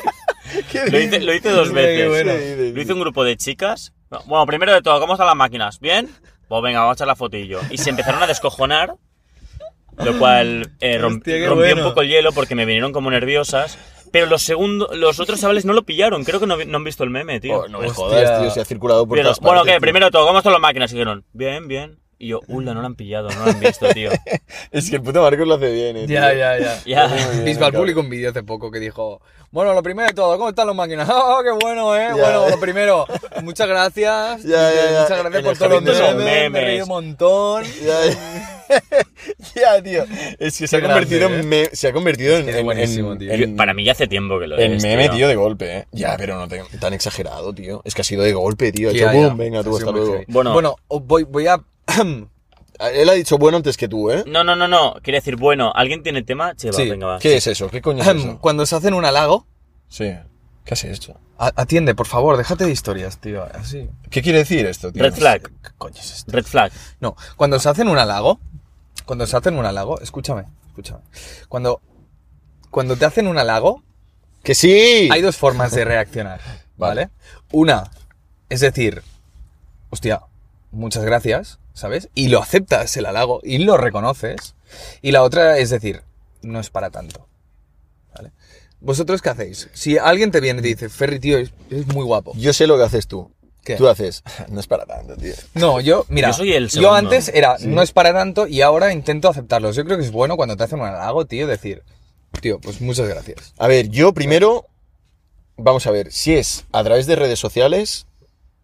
Speaker 1: ¿Qué
Speaker 2: Lo hice, lo hice dos
Speaker 3: Mira qué
Speaker 2: veces.
Speaker 3: bueno.
Speaker 2: Lo hizo un grupo de chicas. Bueno, primero de todo, ¿cómo están las máquinas? ¿Bien? Pues venga, vamos a echar la fotillo. Y se empezaron a descojonar, lo cual eh, romp-
Speaker 3: Hostia, qué
Speaker 2: rompió
Speaker 3: bueno.
Speaker 2: un poco el hielo porque me vinieron como nerviosas. Pero los, segundo, los otros chavales no lo pillaron, creo que no, vi- no han visto el meme, tío.
Speaker 1: Oh, no me
Speaker 3: Hostia.
Speaker 1: jodas, tío. Se ha circulado por
Speaker 2: Pero,
Speaker 1: todas
Speaker 2: bueno,
Speaker 1: partes,
Speaker 2: ¿qué?
Speaker 1: tío.
Speaker 2: Primero de todo, ¿cómo están las máquinas? Y dijeron, bien, bien. Y yo, ula, no lo han pillado, no lo han visto, tío.
Speaker 1: Es que el puto Marcos lo hace bien, eh, tío.
Speaker 3: Ya, ya, ya.
Speaker 2: Ya.
Speaker 3: Bisbal publicó un vídeo hace poco que dijo, bueno, lo primero de todo, ¿cómo están los máquinas? ¡Oh, qué bueno, eh!
Speaker 1: Ya,
Speaker 3: bueno,
Speaker 1: eh.
Speaker 3: lo primero, muchas gracias.
Speaker 1: Ya, ya, ya.
Speaker 3: Muchas gracias
Speaker 1: En el
Speaker 3: por todos los
Speaker 1: jardín de los
Speaker 3: memes, me he
Speaker 2: memes.
Speaker 3: reído un montón.
Speaker 1: Ya, ya. Ya, tío. Es que se ha
Speaker 3: Qué
Speaker 1: convertido
Speaker 3: grande, eh.
Speaker 1: en me- se ha convertido en,
Speaker 3: Es
Speaker 1: en-
Speaker 3: buenísimo,
Speaker 1: en-
Speaker 3: tío.
Speaker 1: en-
Speaker 2: Yo- Para mí ya hace tiempo que lo
Speaker 1: en
Speaker 2: es,
Speaker 1: meme, tío, de golpe, eh. Ya, pero no te- tan exagerado, tío. Es que ha sido de golpe, tío. Ha
Speaker 3: Ya,
Speaker 1: hecho,
Speaker 3: ya.
Speaker 1: "Bum, venga tú,
Speaker 3: Ha sido
Speaker 1: hasta
Speaker 3: muy
Speaker 1: luego. Ah,
Speaker 3: heavy.
Speaker 2: Bueno.
Speaker 3: bueno os voy, voy a...
Speaker 1: Él ha dicho bueno antes que tú, ¿eh?
Speaker 2: No, no, no, no. Quería decir, bueno, ¿alguien tiene tema? Che, va,
Speaker 3: Sí.
Speaker 2: venga, va.
Speaker 1: ¿Qué es eso? ¿Qué coño es eso?
Speaker 3: Cuando se hacen un halago,
Speaker 1: Sí. ¿Qué has hecho?
Speaker 3: a- atiende, por favor, déjate de historias, tío. Así.
Speaker 1: ¿Qué quiere decir esto, tío?
Speaker 2: Red flag.
Speaker 3: ¿Qué coño es esto?
Speaker 2: Red flag.
Speaker 3: No, cuando se hacen un halago, cuando se hacen un halago, escúchame, escúchame. Cuando, cuando te hacen un halago,
Speaker 1: ¡Que sí!
Speaker 3: hay dos formas de reaccionar, ¿vale? Una, es decir, hostia, muchas gracias, ¿sabes? Y lo aceptas el halago y lo reconoces. Y la otra es decir, no es para tanto. ¿Vale? ¿Vosotros qué hacéis? Si alguien te viene y te dice, Ferry, tío, es, es muy guapo.
Speaker 1: Yo sé lo que haces tú.
Speaker 3: ¿Qué?
Speaker 1: Tú haces. No es para tanto, tío.
Speaker 3: No, yo, mira,
Speaker 2: Yo soy el segundo.
Speaker 3: antes era, no es para tanto y ahora intento aceptarlos. Yo creo que es bueno cuando te hacen un halago, tío, decir, tío, pues muchas gracias.
Speaker 1: A ver, yo primero, vamos a ver, si es a través de redes sociales,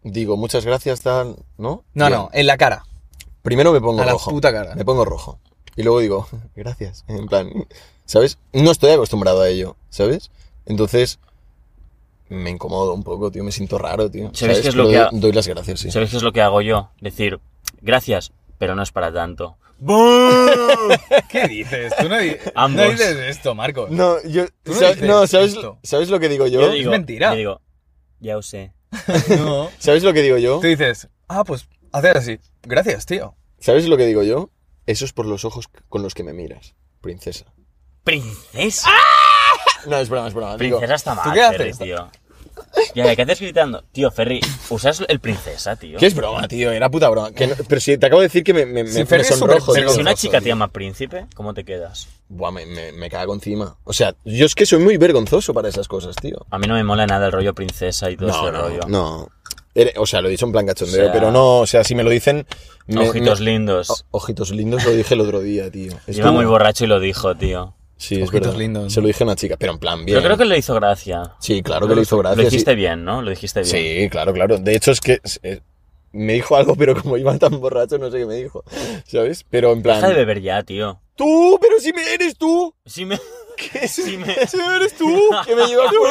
Speaker 1: digo muchas gracias, tal, ¿no?
Speaker 3: No,
Speaker 1: Bien.
Speaker 3: no, en la cara.
Speaker 1: Primero me pongo
Speaker 3: A la
Speaker 1: rojo.
Speaker 3: puta cara.
Speaker 1: Me pongo rojo. Y luego digo, gracias. En plan, ¿sabes? No estoy acostumbrado a ello, ¿sabes? Entonces, me incomodo un poco, tío. Me siento raro, tío.
Speaker 2: ¿Sabes qué es
Speaker 1: Pero
Speaker 2: lo que
Speaker 1: doy,
Speaker 2: ha-
Speaker 1: doy las gracias, sí.
Speaker 2: ¿Sabéis qué es lo que hago yo? Decir, gracias, pero no es para tanto.
Speaker 3: ¿Qué dices? Tú no, di-
Speaker 2: Ambos.
Speaker 3: no dices esto, Marcos.
Speaker 1: No, yo.
Speaker 3: Tú no
Speaker 1: sa-
Speaker 3: dices
Speaker 1: no, ¿sabes,
Speaker 3: esto.
Speaker 1: ¿sabes lo que digo yo?
Speaker 2: Yo digo,
Speaker 3: mentira.
Speaker 2: yo digo, ya lo sé.
Speaker 3: No.
Speaker 1: ¿Sabes lo que digo yo?
Speaker 3: Tú dices, ah, pues hacer así. Gracias, tío.
Speaker 1: ¿Sabes lo que digo yo? Eso es por los ojos con los que me miras, princesa.
Speaker 2: ¡Princesa!
Speaker 1: No, es broma, es broma. Digo,
Speaker 2: Princesa está mal,
Speaker 3: qué haces?
Speaker 2: Ferri, tío. ¿Y ahora qué haces gritando? Tío, Ferry, usas el princesa, tío.
Speaker 1: ¿Qué es broma, tío? Era puta broma. Que no- pero si te acabo de decir que me, me,
Speaker 3: Si
Speaker 1: me- me
Speaker 3: Ferri es
Speaker 1: sonrojo.
Speaker 3: súper
Speaker 1: tío.
Speaker 2: Si una
Speaker 3: vergonzoso,
Speaker 2: chica te
Speaker 3: tío.
Speaker 2: llama príncipe, ¿cómo te quedas?
Speaker 1: Buah, me, me, me cago encima. O sea, yo es que soy muy vergonzoso para esas cosas, tío.
Speaker 2: A mí no me mola nada el rollo princesa y todo ese
Speaker 1: no,
Speaker 2: rollo.
Speaker 1: no. Ere- O sea, lo he dicho en plan cachondeo,
Speaker 2: O sea,
Speaker 1: pero no, o sea, si me lo dicen... me-
Speaker 2: Ojitos
Speaker 1: me-
Speaker 2: lindos.
Speaker 1: O- ojitos lindos lo dije el otro día, tío.
Speaker 2: Iba
Speaker 1: Estuvo-
Speaker 2: muy borracho y lo dijo, tío.
Speaker 1: Sí, es
Speaker 3: Ojitos
Speaker 1: verdad.
Speaker 3: lindos.
Speaker 1: Se lo dije a una chica, pero en plan bien.
Speaker 2: Yo creo que le hizo gracia.
Speaker 1: Sí, claro que le hizo gracia.
Speaker 2: Lo
Speaker 1: sí.
Speaker 2: dijiste bien, ¿no? Lo dijiste bien.
Speaker 1: Sí, claro, claro. De hecho, es que eh, me dijo algo, pero como iba tan borracho, no sé qué me dijo. ¿Sabes? Pero en plan.
Speaker 2: Deja de beber ya, tío.
Speaker 1: ¡Tú! ¡Pero si me eres tú!
Speaker 2: Sí me...
Speaker 1: ¿Qué
Speaker 2: Si me-
Speaker 1: si eres tú! ¡Que me llevas por,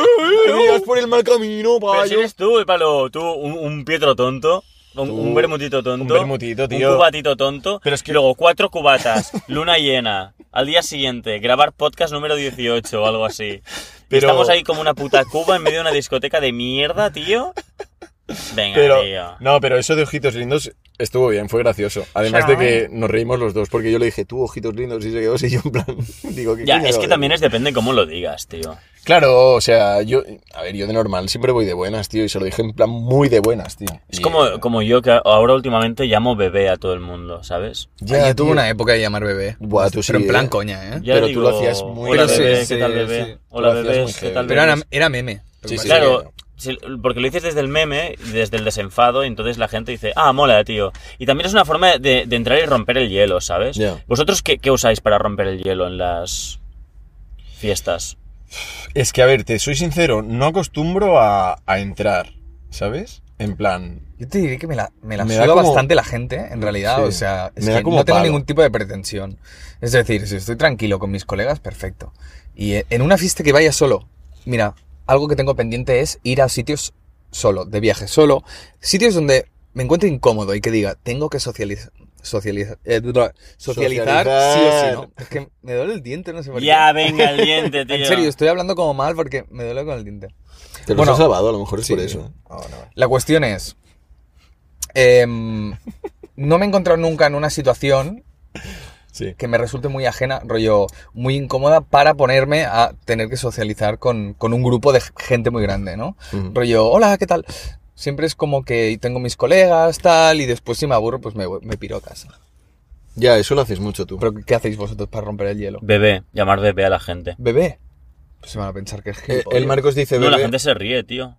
Speaker 1: que me llevas por el mal camino,
Speaker 2: Pero si
Speaker 1: payo!
Speaker 2: eres tú, el palo, tú, un, un Pietro tonto, un,
Speaker 1: Tú,
Speaker 2: un bermutito tonto,
Speaker 1: un bermutito, tío.
Speaker 2: un cubatito tonto,
Speaker 1: Pero es que-
Speaker 2: luego cuatro cubatas, luna llena, al día siguiente, grabar podcast número 18 o algo así. Y
Speaker 1: Pero-
Speaker 2: Estamos ahí como una puta cuba en medio de una discoteca de mierda, tío. Venga,
Speaker 1: Pero,
Speaker 2: tío.
Speaker 1: no, pero eso de ojitos lindos estuvo bien, fue gracioso. Además de que nos reímos los dos, porque yo le dije, tú, ojitos lindos, y se quedó así, yo en plan, digo, ¿qué
Speaker 2: Ya,
Speaker 1: coño
Speaker 2: es
Speaker 1: acabo
Speaker 2: que
Speaker 1: de
Speaker 2: también es depende cómo lo digas, tío.
Speaker 1: decir? Claro, o sea, yo, a ver, yo de normal siempre voy de buenas, tío, y se lo dije en plan muy de buenas, tío.
Speaker 2: Es
Speaker 1: Y,
Speaker 2: como, como yo que ahora últimamente llamo bebé a todo el mundo, ¿sabes?
Speaker 1: Ya,
Speaker 3: yo tuve
Speaker 1: tío.
Speaker 3: una época de llamar bebé.
Speaker 1: Buah, tú
Speaker 3: Pero
Speaker 1: sí,
Speaker 3: en plan
Speaker 1: eh.
Speaker 3: coña, ¿eh?
Speaker 2: Ya
Speaker 1: Pero tú
Speaker 2: digo,
Speaker 1: lo hacías muy
Speaker 2: Hola,
Speaker 3: heavy".
Speaker 2: bebé,
Speaker 3: Sí,
Speaker 2: ¿qué tal,
Speaker 3: sí,
Speaker 2: bebé?
Speaker 3: sí.
Speaker 2: Hola,
Speaker 1: Lo hacías muy
Speaker 2: bebés, ¿qué
Speaker 1: heavy.
Speaker 2: tal,
Speaker 3: Pero era,
Speaker 2: bebés?
Speaker 3: era meme. Lo
Speaker 1: Sí,
Speaker 3: que
Speaker 1: sí.
Speaker 3: pasa
Speaker 2: Claro, si- porque lo dices desde el meme, desde el desenfado, y entonces la gente dice, ah, mola, tío. Y también es una forma de, de entrar y romper el hielo, ¿sabes?
Speaker 1: Ya.
Speaker 2: ¿Vosotros qué, qué usáis para romper el hielo en las fiestas?
Speaker 1: Es que, a ver, te soy sincero, no acostumbro a, a entrar, ¿sabes? En plan,
Speaker 3: Yo te diré que me la, me la
Speaker 1: Me da
Speaker 3: suda
Speaker 1: como-
Speaker 3: bastante la gente, en realidad.
Speaker 1: Sí.
Speaker 3: O sea, es
Speaker 1: Me da
Speaker 3: que
Speaker 1: como
Speaker 3: no tengo
Speaker 1: palo.
Speaker 3: ningún tipo de pretensión. Es decir, si estoy tranquilo con mis colegas, perfecto. Y eh, en una fiesta que vaya solo, mira, algo que tengo pendiente es ir a sitios solo, de viaje solo, sitios donde me encuentre incómodo y que diga, tengo que eh, socializar. Socializar, socializar, sí o sí, ¿no?
Speaker 1: Socializar.
Speaker 3: Es que me duele el diente, no sé por
Speaker 2: Ya,
Speaker 3: qué.
Speaker 2: venga el diente, tío.
Speaker 3: En serio, estoy hablando como mal porque me duele con el diente.
Speaker 1: te los
Speaker 3: Bueno,
Speaker 1: has lavado, a lo mejor es
Speaker 3: sí.
Speaker 1: por eso.
Speaker 3: La cuestión es. em, no me he encontrado nunca en una situación
Speaker 1: Sí.
Speaker 3: que me resulte muy ajena, rollo, muy incómoda para ponerme a tener que socializar con, con un grupo de gente muy grande, ¿no?
Speaker 1: Ujú.
Speaker 3: Rollo, hola, ¿qué tal? Siempre es como que tengo mis colegas, tal, y después si me aburro, pues me, voy- me piro a casa.
Speaker 1: Ya, eso lo haces mucho tú.
Speaker 3: Pero ¿qué hacéis vosotros para romper el hielo?
Speaker 2: Bebé, llamar bebé a la gente.
Speaker 3: Bebé. Pues se van a pensar que es
Speaker 1: Eh,
Speaker 3: gilipollas.
Speaker 1: el Marcos dice,
Speaker 2: No, la
Speaker 1: bebé...
Speaker 2: gente se ríe, tío.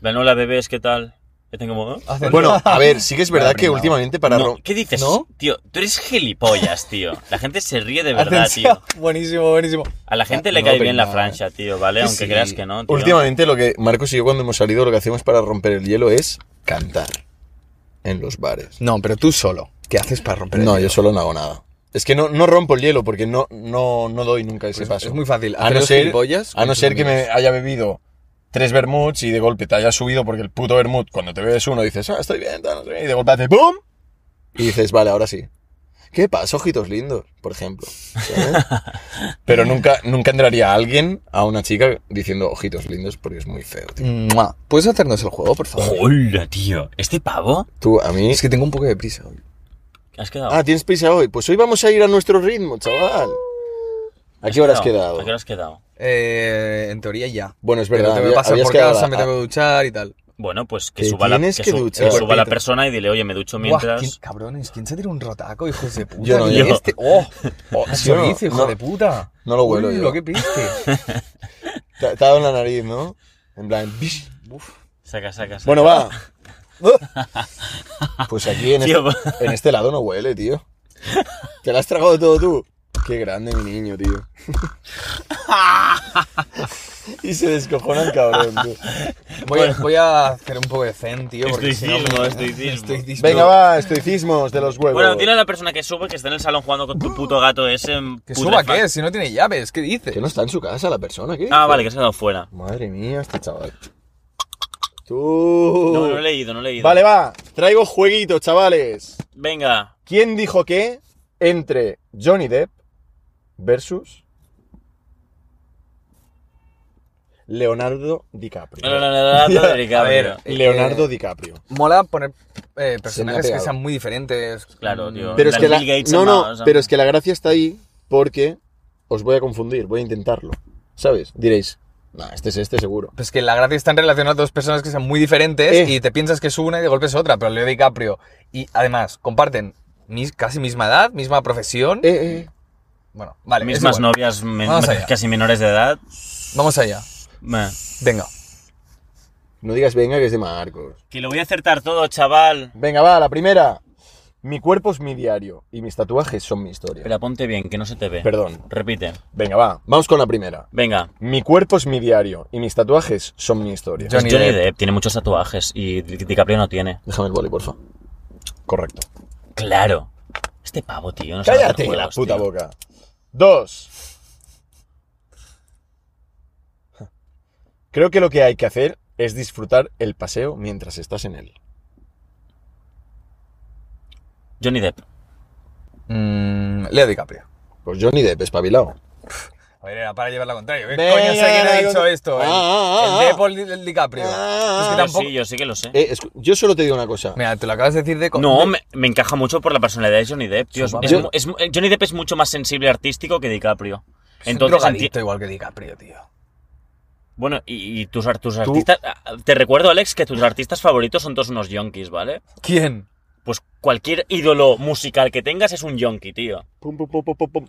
Speaker 2: Ven, hola, bebés, ¿qué tal? Y tengo como, ¿eh?
Speaker 3: Hacen-
Speaker 1: Bueno, a ver, sí que es verdad
Speaker 3: Vale,
Speaker 1: que
Speaker 3: venga,
Speaker 1: últimamente para...
Speaker 2: No,
Speaker 1: rom-
Speaker 2: ¿Qué dices?
Speaker 3: ¿No?
Speaker 2: Tío, tú eres gilipollas, tío. La gente se ríe de
Speaker 3: hacen-
Speaker 2: verdad, tío.
Speaker 3: Buenísimo, buenísimo.
Speaker 2: A la gente le
Speaker 3: No,
Speaker 2: cae
Speaker 3: pero
Speaker 2: bien la
Speaker 3: no. eh.
Speaker 2: Francia, tío, ¿vale? Aunque
Speaker 3: Sí.
Speaker 2: creas que no, tío.
Speaker 1: Últimamente lo que Marcos y yo cuando hemos salido lo que hacemos para romper el hielo es cantar en los bares.
Speaker 3: No, pero tú solo. ¿Qué haces para romper el
Speaker 1: no,
Speaker 3: hielo?
Speaker 1: yo solo no hago nada. Es que no, no rompo el hielo porque no, no, no doy nunca ese
Speaker 3: Pues
Speaker 1: paso.
Speaker 3: es muy fácil.
Speaker 1: A no
Speaker 3: Haceros
Speaker 1: ser,
Speaker 3: gilipollas
Speaker 1: a
Speaker 3: con
Speaker 1: no
Speaker 3: tus
Speaker 1: ser que me
Speaker 3: amigos.
Speaker 1: haya bebido tres vermuts y de golpe te haya subido porque el puto vermut, cuando te bebes uno, dices, ah, estoy bien, tal, no sé qué", y de golpe hace ¡pum! Y dices, vale, ahora sí. ¿Qué pasa, ojitos lindos? Por ejemplo. ¿sabes? Pero nunca, nunca entraría alguien a una chica diciendo ojitos lindos porque es muy feo, tío.
Speaker 3: Mua. ¿Puedes hacernos el juego, por favor?
Speaker 2: Hola, tío. ¿Este pavo?
Speaker 1: Tú, a mí...
Speaker 3: Es que tengo un poco de prisa hoy.
Speaker 2: ¿Has quedado?
Speaker 1: Ah, ¿tienes prisa hoy? Pues hoy vamos a ir a nuestro ritmo, chaval. ¿A qué hora has quedado?
Speaker 2: ¿A qué hora has quedado?
Speaker 3: Eh, en teoría ya.
Speaker 1: Bueno, es
Speaker 3: Pero
Speaker 1: verdad.
Speaker 3: tengo que
Speaker 1: había-
Speaker 3: pasar
Speaker 1: habías
Speaker 3: por
Speaker 1: quedado a-
Speaker 3: casa, me tengo que duchar y tal.
Speaker 2: Bueno, pues que
Speaker 1: Te
Speaker 2: suba, la, que
Speaker 1: tienes que
Speaker 2: su-
Speaker 1: duchar.
Speaker 2: que suba la
Speaker 3: Cuerpito.
Speaker 2: persona y dile, oye, me ducho
Speaker 3: Buah, ¿quién-
Speaker 2: mientras.
Speaker 3: cabrones, ¿quién se tira un rotaco, hijos de puta?
Speaker 1: Yo no,
Speaker 3: Y
Speaker 1: yo no.
Speaker 3: este, oh, oh
Speaker 1: Yo no,
Speaker 3: chorizo, hijo
Speaker 1: no.
Speaker 3: de puta.
Speaker 1: No lo huelo
Speaker 3: Uy,
Speaker 1: yo.
Speaker 3: lo que piste.
Speaker 1: Te, te ha dado en la nariz, ¿no? En plan. bish.
Speaker 2: Saca, saca, saca.
Speaker 1: Bueno, va. Pues aquí en,
Speaker 2: Tío,
Speaker 1: este, en este lado no huele, tío. Te la has tragado todo tú. Qué grande mi niño, tío. y se descojona el cabrón, tío.
Speaker 3: Voy, a- voy a hacer un poco de zen, tío, porque si no...
Speaker 2: Estoicismo, estoicismo.
Speaker 3: estoicismo.
Speaker 1: Venga, va, estoicismos de los huevos.
Speaker 2: Bueno, dile a la persona que sube que está en el salón jugando con tu puto gato ese. en
Speaker 3: Que suba,
Speaker 2: putrefacto.
Speaker 3: ¿qué? Si no tiene llaves, ¿qué dices?
Speaker 1: Que no está en su casa la persona, ¿qué?
Speaker 2: Ah, vale, que se ha quedado fuera.
Speaker 1: Madre mía, este chaval. Tú.
Speaker 2: No, no he leído, no he leído.
Speaker 1: Vale, va. Traigo jueguitos, chavales.
Speaker 2: Venga.
Speaker 1: ¿Quién dijo qué entre Johnny Depp versus Leonardo DiCaprio?
Speaker 2: A
Speaker 3: A ver. eh,
Speaker 2: ver. eh,
Speaker 1: Leonardo DiCaprio.
Speaker 3: Mola poner eh,
Speaker 1: Se me ha
Speaker 3: personajes que
Speaker 1: pegado.
Speaker 3: sean muy diferentes.
Speaker 2: Claro, tío.
Speaker 1: Pero es que la,
Speaker 2: Bill Gates
Speaker 1: no,
Speaker 2: amado, o
Speaker 1: no,
Speaker 2: sea.
Speaker 1: pero es que la gracia está ahí porque os voy a confundir, voy a intentarlo. ¿Sabes? Diréis, "Nah, este es este seguro.
Speaker 3: Pues que la gracia está en relacionar dos personas que sean muy diferentes
Speaker 1: Eh.
Speaker 3: y te piensas que es una y de golpe es otra, pero Leo DiCaprio. Y además, comparten mis- casi misma edad, misma profesión.
Speaker 1: Eh, eh, eh.
Speaker 3: Bueno, vale. es
Speaker 2: Mismas
Speaker 3: igual.
Speaker 2: novias men-
Speaker 3: Vamos allá.
Speaker 2: casi menores de edad.
Speaker 3: Vamos allá.
Speaker 2: Meh.
Speaker 3: Venga.
Speaker 1: No digas venga que es de Marcos.
Speaker 2: Que lo voy a acertar todo, chaval.
Speaker 1: Venga, va, la primera. Mi cuerpo es mi diario y mis tatuajes son mi historia.
Speaker 2: Pero ponte bien, que no se te ve.
Speaker 1: Perdón.
Speaker 2: Repite.
Speaker 1: Venga, va. Vamos con la primera.
Speaker 2: Venga.
Speaker 1: Mi cuerpo es mi diario y mis tatuajes son mi historia.
Speaker 2: Johnny,
Speaker 3: Johnny
Speaker 2: Pues Johnny
Speaker 3: Depp.
Speaker 2: Depp. tiene muchos tatuajes y Di- DiCaprio no tiene.
Speaker 1: Déjame el boli, porfa. Correcto.
Speaker 2: Claro. Este pavo, tío. No sabe hacer
Speaker 1: Cállate la
Speaker 2: juegos,
Speaker 1: puta
Speaker 2: tío.
Speaker 1: boca. Dos. Creo que lo que hay que hacer es disfrutar el paseo mientras estás en él.
Speaker 2: Johnny Depp.
Speaker 3: Mm, Leo DiCaprio.
Speaker 1: Pues Johnny Depp, espabilado.
Speaker 3: A ver, era para llevar la contraria. ¿Qué
Speaker 1: Venga,
Speaker 3: coño sé quién ha
Speaker 1: la
Speaker 3: dicho
Speaker 1: contra-
Speaker 3: esto? El,
Speaker 1: Ah, ah, ah,
Speaker 3: el
Speaker 1: ah.
Speaker 3: Depp o el, el DiCaprio.
Speaker 1: Ah,
Speaker 3: es
Speaker 1: ah,
Speaker 3: que
Speaker 1: ah.
Speaker 2: Yo
Speaker 3: tampoco...
Speaker 2: sí, yo sí que lo sé.
Speaker 1: Eh, escu- yo solo te digo una cosa.
Speaker 3: Mira, te lo acabas de decir de... co-
Speaker 2: No,
Speaker 3: de-
Speaker 2: me, me encaja mucho por la personalidad de Johnny Depp, tío. Es-
Speaker 3: Súper.
Speaker 2: es
Speaker 1: Yo-
Speaker 2: mu- es mu- eh, Johnny Depp es mucho más sensible artístico que DiCaprio.
Speaker 3: Es un
Speaker 2: Entonces,
Speaker 3: drogadicto
Speaker 2: enti-
Speaker 3: igual que DiCaprio, tío.
Speaker 2: bueno, y, y tus, ar- tus artistas. ah, ah, Te recuerdo, Alex, que tus artistas favoritos son todos unos yonkis, ¿vale?
Speaker 3: ¿Quién?
Speaker 2: Pues cualquier ídolo musical que tengas es un yonki, tío.
Speaker 1: Pum, pum, pum, pum, pum, pum.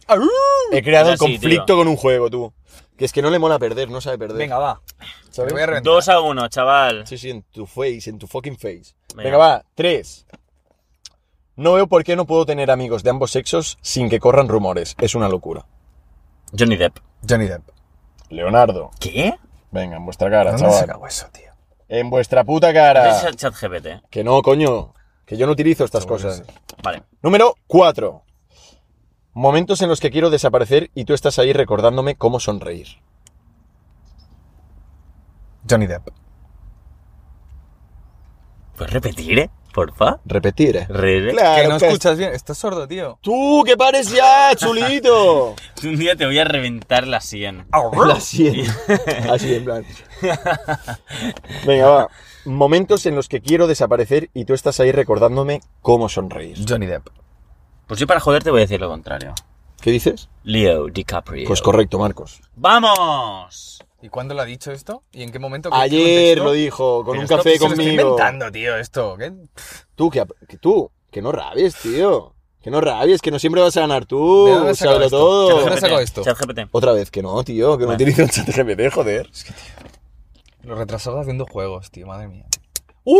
Speaker 1: He creado
Speaker 2: Es
Speaker 1: el
Speaker 2: así,
Speaker 1: conflicto
Speaker 2: tío.
Speaker 1: con un juego, tú. Que es que no le mola perder, no sabe perder.
Speaker 3: Venga, va.
Speaker 1: ¿sabes?
Speaker 3: Te voy a reventar.
Speaker 2: 2 a 1, chaval.
Speaker 1: Sí, sí, en tu face, en tu fucking face.
Speaker 2: Venga.
Speaker 1: Venga, va, tres. No veo por qué no puedo tener amigos de ambos sexos sin que corran rumores. Es una locura.
Speaker 2: Johnny Depp.
Speaker 3: Johnny Depp.
Speaker 1: Leonardo,
Speaker 2: ¿Qué?
Speaker 1: venga, en vuestra cara,
Speaker 3: ¿Dónde se
Speaker 1: chaval.
Speaker 3: acabó eso, tío?
Speaker 1: En vuestra puta
Speaker 2: Es
Speaker 1: cara.
Speaker 2: el chat GPT.
Speaker 1: Que no, coño. Que yo no utilizo estas cosas.
Speaker 2: Vale.
Speaker 1: Número cuatro. Momentos en los que quiero desaparecer y tú estás ahí recordándome cómo sonreír.
Speaker 3: Johnny Depp.
Speaker 2: ¿Puedes repetir, eh? Porfa.
Speaker 1: Repetir, eh.
Speaker 2: Re-
Speaker 1: Claro,
Speaker 3: que no
Speaker 1: que-
Speaker 3: escuchas bien. Estás sordo, tío.
Speaker 1: Tú, que pares ya, chulito.
Speaker 2: Un día te voy a reventar la 100.
Speaker 1: La sien. Así en plan. Venga, va. Momentos en los que quiero desaparecer y tú estás ahí recordándome cómo sonreír.
Speaker 3: Johnny Depp.
Speaker 2: Pues yo para joder te voy a decir lo contrario.
Speaker 1: ¿Qué dices?
Speaker 2: Leo DiCaprio.
Speaker 1: Pues correcto, Marcos.
Speaker 2: ¡Vamos!
Speaker 3: ¿Y cuándo lo ha dicho esto? ¿Y en qué momento? ¿Con qué
Speaker 1: Ayer
Speaker 3: contexto?
Speaker 1: lo dijo, con
Speaker 2: Pero
Speaker 1: un
Speaker 2: esto
Speaker 1: café
Speaker 3: Se lo estoy
Speaker 1: conmigo.
Speaker 3: inventando, tío, esto. ¿qué?
Speaker 1: Tú que, que tú, que no rabies, tío. Que no rabies, que no siempre vas a ganar tú.
Speaker 3: ¿De dónde has sacado
Speaker 1: Sábelo
Speaker 3: esto? ¿De
Speaker 1: todo.
Speaker 3: dónde has sacado esto?
Speaker 2: Chat GPT.
Speaker 1: Otra vez, que no, tío, que no
Speaker 2: Vale.
Speaker 1: utilizo el chat GPT, joder.
Speaker 3: Lo retrasó haciendo juegos, tío, madre mía.
Speaker 1: ¡Uh!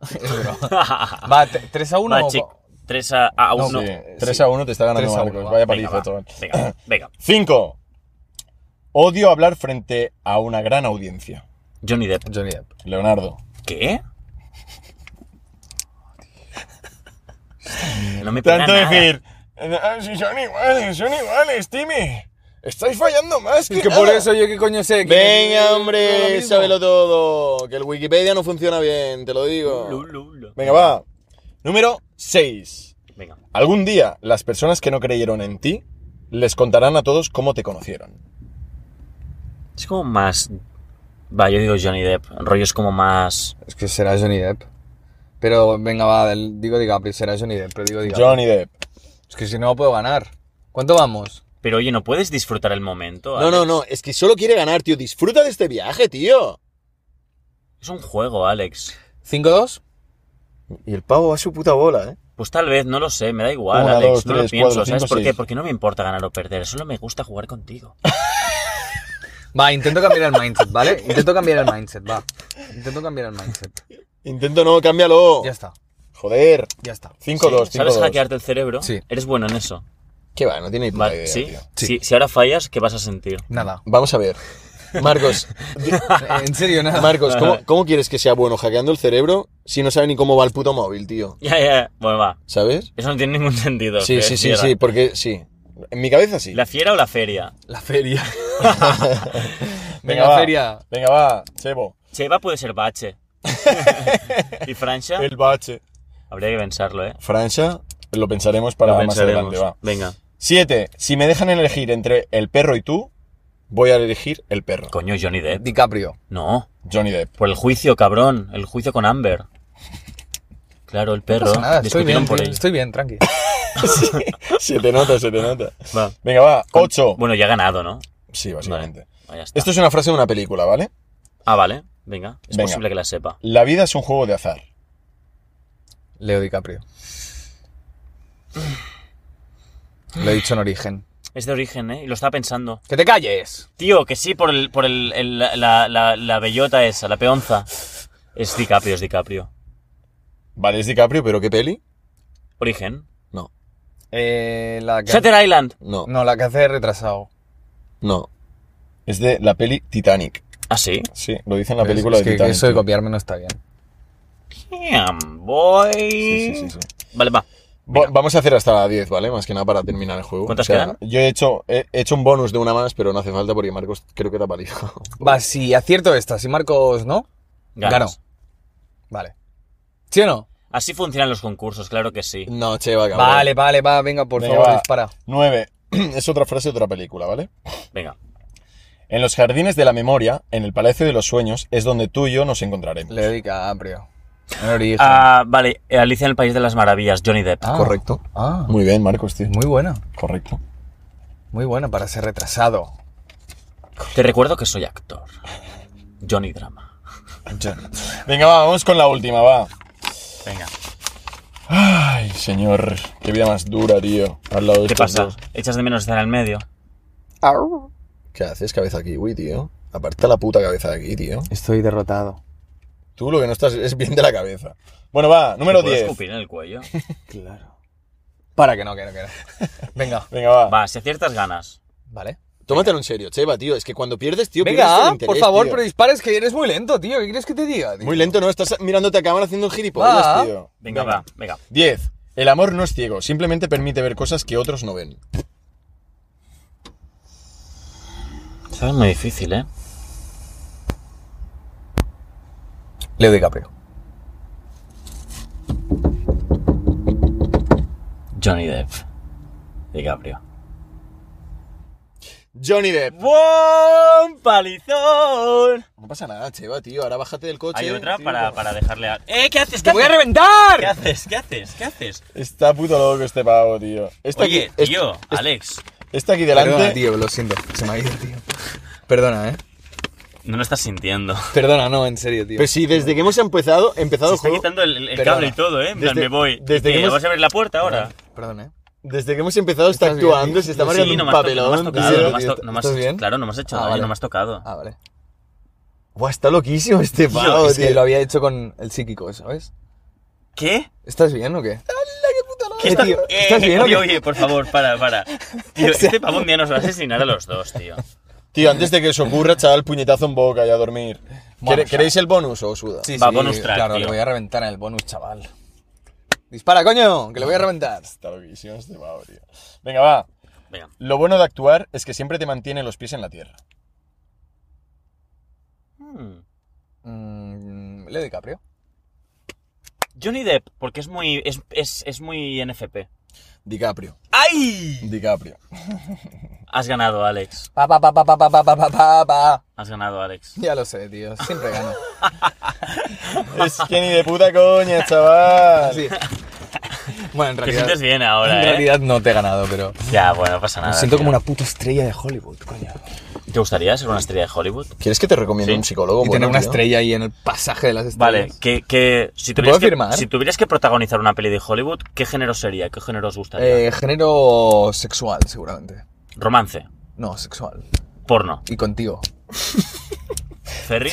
Speaker 3: Es broma. Va, te- 3 a 1.
Speaker 2: Va, chic. 3 a, a 1.
Speaker 3: sí.
Speaker 1: 3 a 1 te está ganando
Speaker 3: Tres a uno,
Speaker 1: Marcos.
Speaker 3: va.
Speaker 1: Vaya
Speaker 2: Venga,
Speaker 1: paliza,
Speaker 2: va.
Speaker 1: chaval.
Speaker 2: Venga, venga.
Speaker 1: 5. Odio hablar frente a una gran audiencia.
Speaker 2: Johnny Depp.
Speaker 3: Johnny Depp.
Speaker 1: Leonardo.
Speaker 2: ¿Qué? No me pega
Speaker 1: Tanto
Speaker 2: nada.
Speaker 1: decir. "Ah, Si son iguales, son iguales, Timmy. Estáis fallando más que,
Speaker 3: Es que
Speaker 1: nada".
Speaker 3: por eso yo qué coño sé.
Speaker 1: Venga, hombre, sábelo todo. Que el Wikipedia no funciona bien, te lo digo.
Speaker 2: Lu, lu, lu.
Speaker 1: Venga, va. Número 6.
Speaker 2: Venga.
Speaker 1: Algún día, las personas que no creyeron en ti les contarán a todos cómo te conocieron.
Speaker 2: Es como más. Va, yo digo Johnny Depp. Rollo es como más.
Speaker 3: Es que será Johnny Depp. Pero venga, va, del- digo DiCaprio, será Johnny Depp, pero digo DiCaprio.
Speaker 1: Johnny Depp.
Speaker 3: Es que si no puedo ganar. ¿Cuánto vamos?
Speaker 2: Pero oye, ¿no puedes disfrutar el momento?
Speaker 1: No, no, no, es que solo quiere ganar, tío. Disfruta de este viaje, tío.
Speaker 2: Es un juego, Alex.
Speaker 3: ¿5-2?
Speaker 1: Y el pavo va a su puta bola, ¿eh?
Speaker 2: Pues tal vez, no lo sé, me da igual,
Speaker 1: Una,
Speaker 2: Alex,
Speaker 1: dos,
Speaker 2: no
Speaker 1: tres,
Speaker 2: lo pienso.
Speaker 1: cuatro,
Speaker 2: ¿Sabes
Speaker 1: cinco,
Speaker 2: por qué?
Speaker 1: seis.
Speaker 2: Porque no me importa ganar o perder, solo me gusta jugar contigo.
Speaker 3: Va, intento cambiar el mindset, ¿vale? Intento cambiar el mindset, va. Intento cambiar el mindset.
Speaker 1: Intento no, cámbialo.
Speaker 3: Ya está,
Speaker 1: Joder.
Speaker 3: ya está.
Speaker 1: 5-2, 5-2.
Speaker 2: ¿Sabes hackearte el cerebro?
Speaker 3: Sí.
Speaker 2: Eres bueno en eso.
Speaker 1: Qué va, no tiene ni puta
Speaker 2: Vale,
Speaker 1: idea,
Speaker 2: ¿sí?
Speaker 1: tío.
Speaker 3: Sí.
Speaker 2: Si- Si ahora fallas, ¿qué vas a sentir?
Speaker 3: Nada.
Speaker 1: Vamos a ver. Marcos, di-
Speaker 3: Eh, En serio, nada.
Speaker 1: Marcos, ¿cómo, cómo quieres que sea bueno hackeando el cerebro si no sabe ni cómo va el puto móvil, tío?
Speaker 2: Ya, ya, ya. Bueno, va.
Speaker 1: ¿Sabes?
Speaker 2: Eso no tiene ningún sentido.
Speaker 1: Sí,
Speaker 2: que
Speaker 1: sí, sí,
Speaker 2: fiera.
Speaker 1: sí, porque sí. En mi cabeza sí.
Speaker 2: ¿La fiera o la feria?
Speaker 3: La feria.
Speaker 1: Venga,
Speaker 3: Venga,
Speaker 1: va.
Speaker 3: feria.
Speaker 1: Venga, va, Chebo.
Speaker 2: Cheva puede ser bache. ¿Y Francia?
Speaker 1: bache.
Speaker 2: Habría que pensarlo, ¿eh?
Speaker 1: Francia, lo pensaremos para
Speaker 2: Lo
Speaker 1: más
Speaker 2: pensaremos.
Speaker 1: adelante, va.
Speaker 2: Venga.
Speaker 1: 7. Si me dejan elegir entre el perro y tú, voy a elegir el perro.
Speaker 2: Coño, Johnny Depp.
Speaker 3: DiCaprio.
Speaker 2: No.
Speaker 1: Johnny Depp.
Speaker 2: Por el juicio, cabrón. El juicio con Amber. Claro, el perro.
Speaker 3: No pasa nada, estoy bien,
Speaker 2: Discutieron por
Speaker 3: tío,
Speaker 2: él.
Speaker 3: estoy bien, tranqui.
Speaker 1: Se te nota, se te nota.
Speaker 2: Va.
Speaker 1: Venga, va. 8.
Speaker 2: Bueno, ya ha ganado, ¿no?
Speaker 1: Sí, básicamente.
Speaker 2: Ah, ya está.
Speaker 1: Esto es una frase de una película, ¿vale?
Speaker 2: Ah, vale. Venga. Es
Speaker 1: Venga.
Speaker 2: posible que la sepa.
Speaker 1: La vida es un juego de azar.
Speaker 3: Leo DiCaprio. Lo he dicho en origen.
Speaker 2: Es de origen, ¿eh? Y lo estaba pensando.
Speaker 3: ¡Que te calles!
Speaker 2: Tío, que sí, por el, por el, el- la, la, la bellota esa, la peonza. Es DiCaprio, es DiCaprio.
Speaker 1: Vale, es DiCaprio, pero ¿qué peli?
Speaker 2: Origen.
Speaker 1: No,
Speaker 3: Eh, la que...
Speaker 2: Shutter Island.
Speaker 1: no,
Speaker 3: No, la que hace retrasado.
Speaker 1: no. Es de la peli Titanic.
Speaker 2: Ah, sí.
Speaker 1: Sí, lo dice en la
Speaker 3: Es-
Speaker 1: película de
Speaker 3: es que
Speaker 1: Titanic.
Speaker 3: eso de
Speaker 1: tío.
Speaker 3: copiarme no está bien.
Speaker 2: Damn, boy.
Speaker 1: Sí, sí, sí, sí.
Speaker 2: Vale, va.
Speaker 1: Va- Vamos a hacer hasta la 10, ¿vale? Más que nada para terminar el juego.
Speaker 2: ¿Cuántas quedan?
Speaker 1: Yo he hecho, he he hecho un bonus de una más, pero no hace falta porque Marcos creo que te ha palido.
Speaker 3: Va, si acierto esta, si Marcos no,
Speaker 2: Ganas.
Speaker 3: gano. Vale. ¿Sí o no?
Speaker 2: Así funcionan los concursos, claro que
Speaker 3: Mm.
Speaker 2: sí.
Speaker 1: No, che, va, cabrón.
Speaker 3: Vale, vale, va, venga, por
Speaker 1: Venga,
Speaker 3: favor,
Speaker 1: va.
Speaker 3: dispara.
Speaker 1: 9. Es otra frase de otra película, ¿vale?
Speaker 2: Venga.
Speaker 1: En los jardines de la memoria, en el Palacio de los Sueños, es donde tú y yo nos encontraremos.
Speaker 3: Leo DiCaprio. En origen.
Speaker 2: Ah, vale, Alicia en el País de las Maravillas, Johnny Depp.
Speaker 3: Ah.
Speaker 1: Correcto.
Speaker 3: Ah,
Speaker 1: Muy bien, Marcos, tío.
Speaker 3: muy buena.
Speaker 1: Correcto.
Speaker 3: Muy buena para ser retrasado.
Speaker 2: Te recuerdo que soy actor. Johnny Drama.
Speaker 1: Venga, va, vamos con la última, va.
Speaker 2: Venga.
Speaker 1: Ay, señor, qué vida más dura, tío. Al lado de
Speaker 2: ¿Qué
Speaker 1: estos
Speaker 2: pasa?
Speaker 1: dos.
Speaker 2: ¿Echas de menos estar en el medio?
Speaker 1: ¿Qué haces, cabeza kiwi, tío? Aparta la puta cabeza de aquí, tío.
Speaker 3: Estoy derrotado.
Speaker 1: Tú lo que no estás es bien de la cabeza. Bueno, va, número
Speaker 2: ¿Te puedo
Speaker 1: 10.
Speaker 2: escupir en el cuello?
Speaker 3: Claro. Para que no, que no, que no. Venga.
Speaker 1: Venga, va.
Speaker 2: Va, si aciertas ganas.
Speaker 3: Vale.
Speaker 1: Tómatelo en serio, Cheva, tío. Es que cuando pierdes, tío, pierdes
Speaker 3: Venga,
Speaker 1: el interés,
Speaker 3: por favor,
Speaker 1: tío.
Speaker 3: pero dispares que eres muy lento, tío. ¿Qué quieres que te diga? tío?
Speaker 1: Muy lento, ¿no? Estás mirándote a cámara haciendo el gilipollas,
Speaker 3: Va.
Speaker 1: tío.
Speaker 2: Venga, va, venga.
Speaker 1: 10. El amor no es ciego, simplemente permite ver cosas que otros no ven.
Speaker 2: Esto es muy difícil, ¿eh?
Speaker 3: Leo DiCaprio.
Speaker 2: Johnny Depp. DiCaprio.
Speaker 1: Johnny Depp.
Speaker 2: ¡Buen palizón!
Speaker 1: No pasa nada, Cheva, tío. Ahora bájate del coche.
Speaker 2: Hay otra
Speaker 1: tío.
Speaker 2: para, para dejarle a... ¡Eh, qué haces!
Speaker 3: ¡Te
Speaker 2: ¿Qué
Speaker 3: voy a
Speaker 2: haces? ¿Qué
Speaker 3: reventar!
Speaker 2: haces? ¿Qué haces? ¿Qué haces?
Speaker 1: Está puto loco este pavo, tío. Está
Speaker 2: Oye,
Speaker 1: aquí,
Speaker 2: tío,
Speaker 1: est-
Speaker 2: Alex,
Speaker 1: está aquí delante.
Speaker 3: Perdona, tío, lo siento. Se me ha ido, tío. Perdona, eh.
Speaker 2: no lo estás sintiendo.
Speaker 3: Perdona, no, en serio, tío.
Speaker 1: Pero si desde que hemos empezado, empezado
Speaker 2: Se
Speaker 1: el
Speaker 2: está
Speaker 1: juego,
Speaker 2: quitando el, el- el
Speaker 3: Pero
Speaker 2: cable y
Speaker 3: ahora,
Speaker 2: todo, ¿eh? En plan,
Speaker 1: desde-
Speaker 2: me voy.
Speaker 1: desde
Speaker 2: ¿Y
Speaker 1: que
Speaker 2: qué?
Speaker 1: hemos-
Speaker 2: ¿Vas a abrir la puerta ahora?
Speaker 3: Perdona, eh.
Speaker 1: desde que hemos empezado está
Speaker 3: ¿Estás bien,
Speaker 1: actuando,
Speaker 3: tío?
Speaker 1: se está
Speaker 3: Sí,
Speaker 1: mareando
Speaker 2: no
Speaker 1: un
Speaker 2: me has to- no me has
Speaker 1: papelón.
Speaker 2: tocado,
Speaker 1: tío.
Speaker 2: no me has to- no me has-
Speaker 3: ¿Estás bien?
Speaker 2: Claro, no me has hecho
Speaker 3: Ah,
Speaker 2: daño,
Speaker 3: vale.
Speaker 2: no me has tocado.
Speaker 3: Ah, vale.
Speaker 1: Buah, está loquísimo este pavo,
Speaker 3: es
Speaker 1: tío.
Speaker 3: que lo había hecho con el psíquico, ¿sabes?
Speaker 2: ¿Qué?
Speaker 3: ¿Estás bien o qué?
Speaker 2: ¿Qué
Speaker 3: Eh,
Speaker 2: está-
Speaker 3: tío,
Speaker 2: Eh,
Speaker 3: ¿estás bien o
Speaker 2: Oye,
Speaker 3: qué?
Speaker 2: oye, por favor, para, para. Tío, este pavo un día nos va a asesinar a los dos, tío.
Speaker 1: Tío, antes de que os ocurra, chaval, puñetazo en boca y a dormir.
Speaker 3: Vamos,
Speaker 1: ¿Quere- ¿Queréis el bonus o suda?
Speaker 2: Va, bonus track,
Speaker 3: Claro,
Speaker 2: tío.
Speaker 3: le voy a reventar en el bonus, chaval. Dispara, coño, que le voy a reventar.
Speaker 1: Está loquísimo este pavo, tío. Venga, va.
Speaker 2: Venga.
Speaker 1: Lo bueno de actuar es que siempre te mantiene los pies en la tierra.
Speaker 2: Hmm.
Speaker 3: Mm, Leo DiCaprio.
Speaker 2: Johnny Depp, porque es muy, es, es, es muy NFP.
Speaker 1: DiCaprio.
Speaker 2: ¡Ay!
Speaker 1: DiCaprio.
Speaker 2: Has ganado, Alex.
Speaker 3: Pa, pa, pa, pa, pa, pa, pa, pa, pa, pa, pa.
Speaker 2: Has ganado, Alex.
Speaker 3: Ya lo sé, tío. Siempre gano.
Speaker 1: Es que ni de puta coña, chaval.
Speaker 3: Sí. Bueno, en
Speaker 2: Te
Speaker 3: realidad.
Speaker 2: sientes bien ahora,
Speaker 3: en
Speaker 2: ¿eh?
Speaker 3: realidad no te he ganado, pero.
Speaker 2: Ya, bueno, no pasa nada.
Speaker 3: Me siento
Speaker 2: tío.
Speaker 3: como una puta estrella de Hollywood, coño.
Speaker 2: ¿Te gustaría ser una estrella de Hollywood?
Speaker 1: ¿Quieres que te recomiende
Speaker 2: Sí.
Speaker 1: un psicólogo?
Speaker 3: y tener
Speaker 1: bueno,
Speaker 3: una
Speaker 1: tío?
Speaker 3: estrella ahí en el pasaje de las estrellas.
Speaker 2: Vale, que, que si,
Speaker 3: ¿Te
Speaker 2: tuvieras
Speaker 3: puedo
Speaker 2: que,
Speaker 3: firmar?
Speaker 2: si tuvieras que protagonizar una peli de Hollywood, ¿qué género sería? ¿Qué género os gustaría?
Speaker 3: Eh, género sexual, seguramente.
Speaker 2: Romance,
Speaker 3: No, sexual.
Speaker 2: porno,
Speaker 3: Y contigo.
Speaker 2: ferry.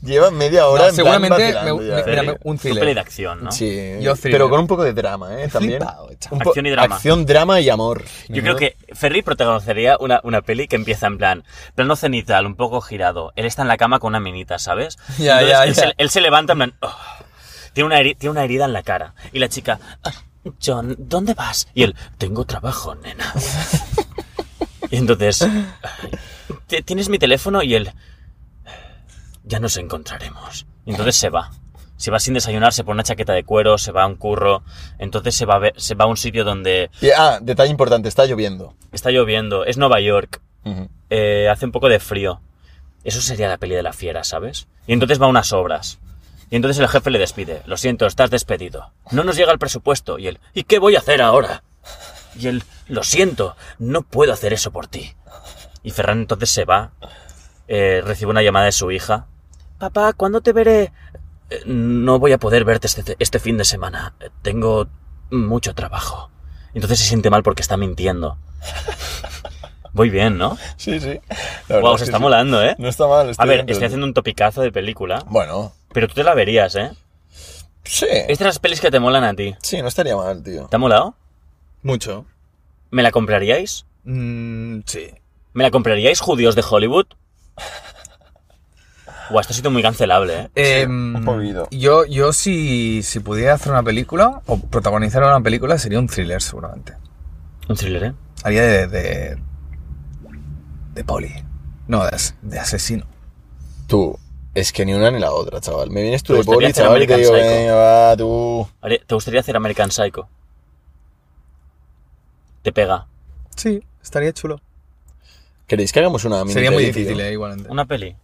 Speaker 1: Lleva media hora
Speaker 3: No,
Speaker 1: en plan
Speaker 3: seguramente
Speaker 1: vacilando
Speaker 3: me-
Speaker 1: ya,
Speaker 3: me-
Speaker 1: ¿eh?
Speaker 3: mira,
Speaker 2: Ferry.
Speaker 3: un thriller.
Speaker 2: Una peli de acción, ¿no?
Speaker 1: Sí,
Speaker 3: Yo thriller.
Speaker 1: pero con un poco de drama, ¿eh? También.
Speaker 3: Flipado, chaval.
Speaker 1: Un po-
Speaker 2: Acción y drama.
Speaker 1: Acción, drama y amor.
Speaker 2: Yo creo que Ferry protagonizaría una, una peli que empieza en plan plano cenital, un poco girado. Él está en la cama con una minita, ¿sabes?
Speaker 3: Ya,
Speaker 2: Entonces,
Speaker 3: ya,
Speaker 2: él,
Speaker 3: ya.
Speaker 2: Se, él se levanta en plan... "Oh". tiene, una heri- tiene una herida en la cara. Y la chica... "Ah, John, ¿dónde vas? Y él... Tengo trabajo, nena. y entonces... "T- ¿Tienes mi teléfono? Y él... Ya nos encontraremos. Y entonces se va. Se va sin desayunar, se pone una chaqueta de cuero, se va a un curro. Entonces se va a, ver- se va a un sitio donde
Speaker 1: Y- ah, detalle importante, está lloviendo.
Speaker 2: está lloviendo. Es Nueva York.
Speaker 1: Ujú.
Speaker 2: eh, hace un poco de frío. Eso sería la peli de la fiera, ¿sabes? Y entonces va a unas obras. Y entonces el jefe le despide. Lo siento, estás despedido. No nos llega el presupuesto. Y él, ¿y qué voy a hacer ahora? Y él, lo siento, no puedo hacer eso por ti. Y Ferran entonces se va. eh, recibe una llamada de su hija. Papá, ¿cuándo te veré? "Eh, No voy a poder verte este, este fin de semana. Eh, Tengo mucho trabajo. Entonces se siente mal porque está mintiendo. Voy bien, ¿no?
Speaker 1: Sí, sí.
Speaker 2: Wow, se está molando, ¿eh?
Speaker 1: No está mal.
Speaker 2: A
Speaker 1: estoy
Speaker 2: ver,
Speaker 1: dentro,
Speaker 2: estoy
Speaker 1: tío.
Speaker 2: haciendo un topicazo de película,
Speaker 1: Bueno,
Speaker 2: pero tú te la verías, ¿eh?
Speaker 1: sí.
Speaker 2: Estas son las pelis que te molan a ti.
Speaker 1: Sí, no estaría mal, tío.
Speaker 2: ¿Te ha molado?
Speaker 3: Mucho.
Speaker 2: ¿Me la compraríais?
Speaker 3: Mm, sí.
Speaker 2: ¿Me la compraríais, judíos de Hollywood? Guau, esto ha sido muy cancelable, ¿eh?
Speaker 3: Eh,
Speaker 1: un poquito.
Speaker 3: yo, yo si, si pudiera hacer una película o protagonizar una película sería un thriller seguramente.
Speaker 2: Un thriller, ¿eh?
Speaker 3: Haría de... de, de poli. No, de, as- de asesino.
Speaker 1: Tú, es que ni una ni la otra, chaval. Me vienes tú
Speaker 2: ¿Te
Speaker 1: de
Speaker 2: gustaría
Speaker 1: poli,
Speaker 2: hacer
Speaker 1: chaval, y te digo,
Speaker 2: American Psycho?
Speaker 1: venga, va, tú.
Speaker 2: Haré- ¿Te gustaría hacer American Psycho? Te pega.
Speaker 3: Sí, estaría chulo.
Speaker 1: ¿Queréis que hagamos una mini
Speaker 3: Sería muy
Speaker 1: peli, tío?
Speaker 3: difícil, eh, igualmente.
Speaker 2: Una peli.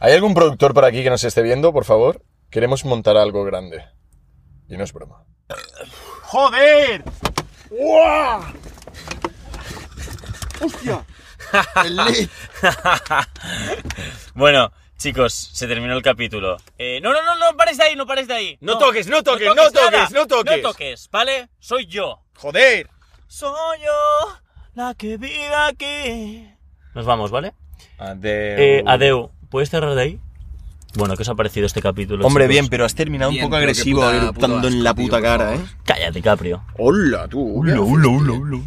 Speaker 1: ¿Hay algún productor por aquí que nos esté viendo, por favor? Queremos montar algo grande. Y no es broma.
Speaker 2: ¡Joder!
Speaker 4: ¡Hostia!
Speaker 2: Bueno, chicos, se terminó el capítulo. Eh, no, no, no, no pares de ahí, no pares de ahí.
Speaker 4: No toques, no toques, no toques, no toques.
Speaker 2: No toques, ¿vale? Soy yo.
Speaker 4: ¡Joder!
Speaker 2: Soy yo la que vive aquí. Nos vamos, ¿vale?
Speaker 4: Adeu.
Speaker 2: Eh, Adeu, ¿puedes cerrar de ahí? Bueno, ¿qué os ha parecido este capítulo?
Speaker 1: Hombre,
Speaker 2: chicos?
Speaker 1: bien, pero has terminado
Speaker 3: Bien,
Speaker 1: un poco
Speaker 3: pero qué
Speaker 1: agresivo,
Speaker 3: puta- puto
Speaker 1: eruptando en
Speaker 3: asco,
Speaker 1: la
Speaker 3: tío,
Speaker 1: puta
Speaker 3: por
Speaker 1: cara,
Speaker 3: favor.
Speaker 1: ¿eh?
Speaker 2: Cállate, Caprio.
Speaker 1: Hola, tú.
Speaker 2: Hola, hola, hola, hola.